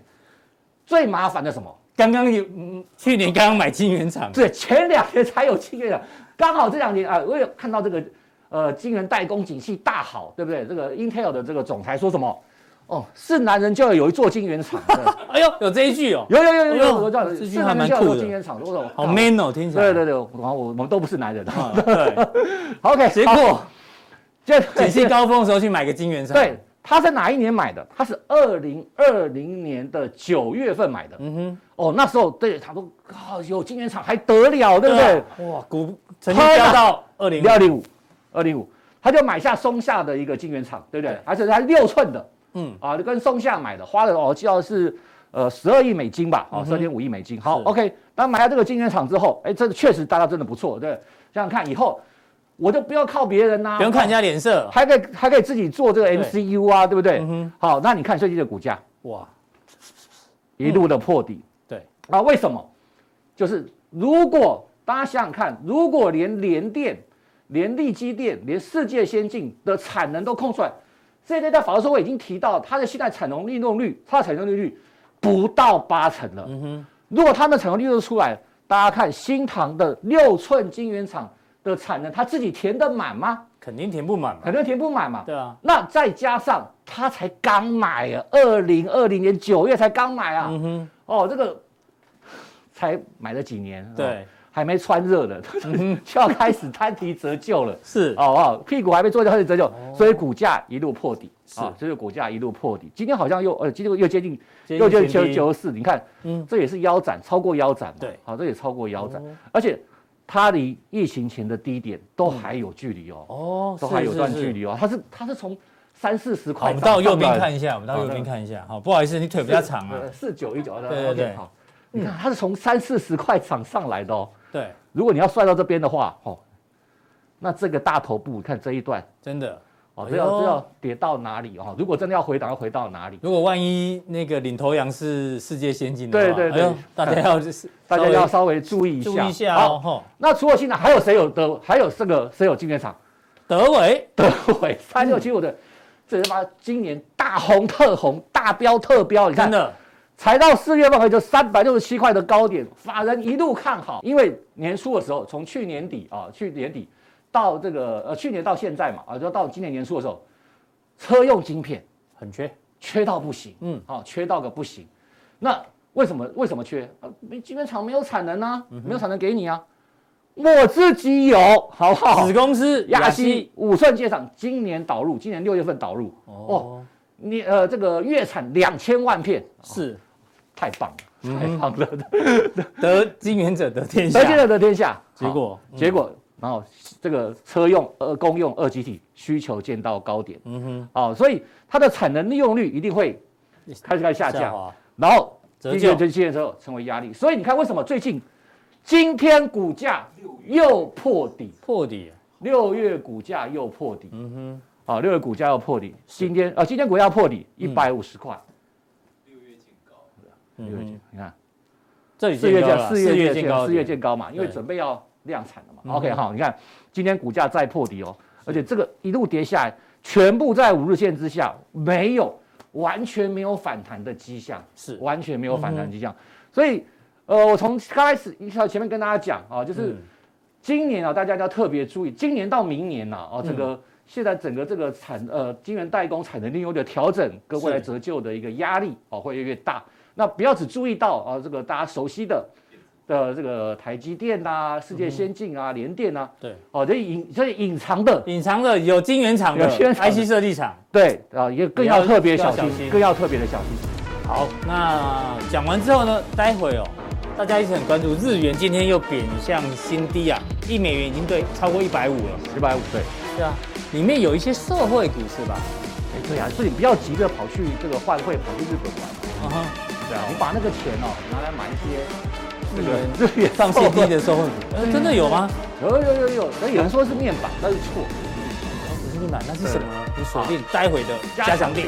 [SPEAKER 2] 最麻烦的什么？
[SPEAKER 1] 刚刚有嗯去年刚刚买晶圆厂，
[SPEAKER 2] 对，前两年才有晶圆厂，刚好这两年啊，我有看到这个呃晶圆代工景气大好，对不对？这个 Intel 的这个总裁说什么？哦，是男人就要有一座晶圆厂，对
[SPEAKER 1] 哎呦，有这一句哦，
[SPEAKER 2] 有有有有
[SPEAKER 1] 哎
[SPEAKER 2] 有，
[SPEAKER 1] 呦
[SPEAKER 2] 我知道，
[SPEAKER 1] 这句
[SPEAKER 2] 是
[SPEAKER 1] 还蛮
[SPEAKER 2] 男人就要
[SPEAKER 1] 酷
[SPEAKER 2] 有
[SPEAKER 1] 的
[SPEAKER 2] 晶圆厂，我懂，
[SPEAKER 1] 好 man 哦，听起来。
[SPEAKER 2] 啊对对对，我然后我我们都不是男人啊。
[SPEAKER 1] 对，
[SPEAKER 2] OK，
[SPEAKER 1] 结果
[SPEAKER 2] 这
[SPEAKER 1] 景气高峰的时候去买个晶圆厂，
[SPEAKER 2] 对，，他在哪一年买的？他是二零二零年的九月份买的。
[SPEAKER 1] 嗯哼，
[SPEAKER 2] 哦，那时候对，他说啊、有晶圆厂还得了，对不对？
[SPEAKER 1] 对？啊哇，股曾经飙到二零
[SPEAKER 2] 二零五，二零五，他就买下松下的一个晶圆厂，对不对？而且他六寸的，
[SPEAKER 1] 嗯
[SPEAKER 2] 嗯啊，就跟松下买的，花了哦，记得是呃十二亿美金吧，
[SPEAKER 1] 嗯
[SPEAKER 2] 哦，十
[SPEAKER 1] 哼
[SPEAKER 2] 二点五亿美金。好
[SPEAKER 1] 是
[SPEAKER 2] ，OK，那买下这个晶圆厂之后，哎，这个确实大家真的不错，对不对，想想看以后我就不要靠别人呐、啊
[SPEAKER 1] 不用看人家脸色，
[SPEAKER 2] 还可以还可以自己做这个
[SPEAKER 1] 对
[SPEAKER 2] MCU 啊，对不对？
[SPEAKER 1] 嗯哼
[SPEAKER 2] 好，那你看最近的股价
[SPEAKER 1] 哇，
[SPEAKER 2] 一路的破底，
[SPEAKER 1] 对，
[SPEAKER 2] 啊，为什么？就是如果大家想想看，如果连联电、连力基电、连世界先进的产能都空出来，这些在法说会已经提到，它的现在产能利用率，它的产能利用率不到八成了。
[SPEAKER 1] 嗯哼，
[SPEAKER 2] 如果他们产能利用率出来，大家看新唐的六寸晶圆厂的产能，它自己填得满吗？
[SPEAKER 1] 肯定填不满嘛，
[SPEAKER 2] 肯定填不满嘛。
[SPEAKER 1] 对啊，
[SPEAKER 2] 那再加上他才刚买啊，二零二零年九月才刚买啊，
[SPEAKER 1] 嗯哼，
[SPEAKER 2] 哦，这个才买了几年，哦
[SPEAKER 1] 对，嗯
[SPEAKER 2] 还没穿热呢， (laughs) 就要开始摊提折旧了，
[SPEAKER 1] 是
[SPEAKER 2] 哦哦，屁股还没做掉开始折旧，所以股价一路破底
[SPEAKER 1] 哦是
[SPEAKER 2] 啊，这个股价一路破底，今天好像又呃，今天又接近
[SPEAKER 1] 接近
[SPEAKER 2] 又接近
[SPEAKER 1] 前
[SPEAKER 2] 九
[SPEAKER 1] 低
[SPEAKER 2] 九四，你看，
[SPEAKER 1] 嗯
[SPEAKER 2] 嗯，这也是腰斩，超过腰斩嘛，
[SPEAKER 1] 对哦
[SPEAKER 2] 好，这也超过腰斩，而且它离疫情前的低点都还有距离哦，
[SPEAKER 1] 哦，
[SPEAKER 2] 都还有
[SPEAKER 1] 是
[SPEAKER 2] 段
[SPEAKER 1] 是
[SPEAKER 2] 距
[SPEAKER 1] 是
[SPEAKER 2] 离哦，它是它是从三四十
[SPEAKER 1] 好，
[SPEAKER 2] 块
[SPEAKER 1] 哦我们
[SPEAKER 2] 涨上来，
[SPEAKER 1] 到右边看一下，我们到
[SPEAKER 2] 好
[SPEAKER 1] 右边
[SPEAKER 2] 那
[SPEAKER 1] 看一下。好，不好意思，你腿比较长啊。
[SPEAKER 2] 四九一九的，
[SPEAKER 1] 对对对
[SPEAKER 2] OK，好，你看它是从三四十块涨上来的哦。
[SPEAKER 1] 对，
[SPEAKER 2] 如果你要算到这边的话，哦，那这个大头部，你看这一段
[SPEAKER 1] 真的。
[SPEAKER 2] 哦，
[SPEAKER 1] 哎呦
[SPEAKER 2] 这要这要跌到哪里哦？如果真的要回档，要回到哪里？
[SPEAKER 1] 如果万一那个领头羊是世界先进的话，
[SPEAKER 2] 对对对
[SPEAKER 1] 哎呦大家要就是
[SPEAKER 2] 大家要稍微注意一
[SPEAKER 1] 微
[SPEAKER 2] 下。
[SPEAKER 1] 注意一下哦。
[SPEAKER 2] 好，
[SPEAKER 1] 吼，
[SPEAKER 2] 那除了新南，还有谁有的？还有这个谁有晶圆厂？ (laughs)
[SPEAKER 1] 德伟
[SPEAKER 2] 德伟三六七五的，这他妈今年大红特红，大标特标，你看
[SPEAKER 1] 真的
[SPEAKER 2] 才到四月份，也就三百六十七块的高点，法人一路看好，因为年初的时候，从去年底啊，去年底到这个呃去年到现在嘛，啊，就到今年年初的时候，车用晶片
[SPEAKER 1] 很缺，
[SPEAKER 2] 缺到不行，
[SPEAKER 1] 嗯
[SPEAKER 2] 嗯，好、缺到个不行。那为什么为什么缺？啊，没晶片厂没有产能啊，没有产能给你啊，我自己有，好不好
[SPEAKER 1] 子？公司
[SPEAKER 2] 哦亚西，五寸接厂今年导入，今年六月份导入，哦，
[SPEAKER 1] 哦，
[SPEAKER 2] 你呃这个月产两千万片，
[SPEAKER 1] 是
[SPEAKER 2] 太棒了，太棒了。
[SPEAKER 1] (laughs) 得金元者得天下
[SPEAKER 2] 得。见嗯了得天下。
[SPEAKER 1] 结果嗯
[SPEAKER 2] 好嗯结果，然后这个车用呃公用二极体需求见到高点，
[SPEAKER 1] 嗯哼，
[SPEAKER 2] 哦，所以它的产能利用率一定会开始开始下降，
[SPEAKER 1] 滑
[SPEAKER 2] 然后
[SPEAKER 1] 折旧
[SPEAKER 2] 低就现的时候成为压力。所以你看为什么最近今天股价又破底，
[SPEAKER 1] 破底，
[SPEAKER 2] 六月股价又破底，
[SPEAKER 1] 嗯哼，
[SPEAKER 2] 啊，六月股价又破底，今天呃今天股价破底一百五十块，
[SPEAKER 6] 六月见高，
[SPEAKER 1] 嗯
[SPEAKER 2] 六月
[SPEAKER 1] 哼
[SPEAKER 2] 见你看
[SPEAKER 1] 这里
[SPEAKER 2] 四月
[SPEAKER 1] 见高
[SPEAKER 2] 见
[SPEAKER 1] 了
[SPEAKER 2] 四月
[SPEAKER 1] 见
[SPEAKER 2] 见
[SPEAKER 1] 高，
[SPEAKER 2] 四月见高嘛，因为
[SPEAKER 1] 对
[SPEAKER 2] 准备要量产了
[SPEAKER 1] 嗯
[SPEAKER 2] 嘛。OK，好，你看今天股价再破底哦，而且这个一路跌下来，全部在五日线之下，没有完全没有反弹的迹象，
[SPEAKER 1] 是
[SPEAKER 2] 完全没有反
[SPEAKER 1] 嗯
[SPEAKER 2] 弹
[SPEAKER 1] 哼
[SPEAKER 2] 迹象。所以，呃，我从开始一条前面跟大家讲啊，就是
[SPEAKER 1] 嗯
[SPEAKER 2] 今年啊，大家要特别注意，今年到明年呐、啊，
[SPEAKER 1] 嗯
[SPEAKER 2] 哦，这个。现在整个这个产呃晶圆代工产能利用率的调整跟未来
[SPEAKER 1] 是
[SPEAKER 2] 折旧的一个压力哦会越来越大。那不要只注意到啊这个大家熟悉的的这个台积电啊、世界先进
[SPEAKER 1] 嗯
[SPEAKER 2] 啊、联电啊，
[SPEAKER 1] 对
[SPEAKER 2] 哦，这隐所以隐藏的
[SPEAKER 1] 隐藏的有晶圆厂的
[SPEAKER 2] 有晶圆厂的
[SPEAKER 1] IC 设计厂。
[SPEAKER 2] 对啊，也更要特别小
[SPEAKER 1] 要小心
[SPEAKER 2] 心，更要特别的小心。
[SPEAKER 1] 好，那讲完之后呢，待会哦，大家一起很关注日元今天又贬向新低啊，一美元已经对超过一百五了。
[SPEAKER 2] 一百五对，
[SPEAKER 1] 对啊，里面有一些社会股是吧？
[SPEAKER 2] 哎对啊，所以你不要急着跑去这个换汇，跑去日本玩，
[SPEAKER 1] 嗯哼，
[SPEAKER 2] 对啊，你把那个钱哦拿来买一些
[SPEAKER 1] 日元
[SPEAKER 2] 这个日元
[SPEAKER 1] 上新嗯低的社会股，呃
[SPEAKER 2] 嗯
[SPEAKER 1] 真的有吗？
[SPEAKER 2] 有有有有，那有人说是面板，那是错。
[SPEAKER 1] 不是密码，那是什么？你锁定待会的加强定。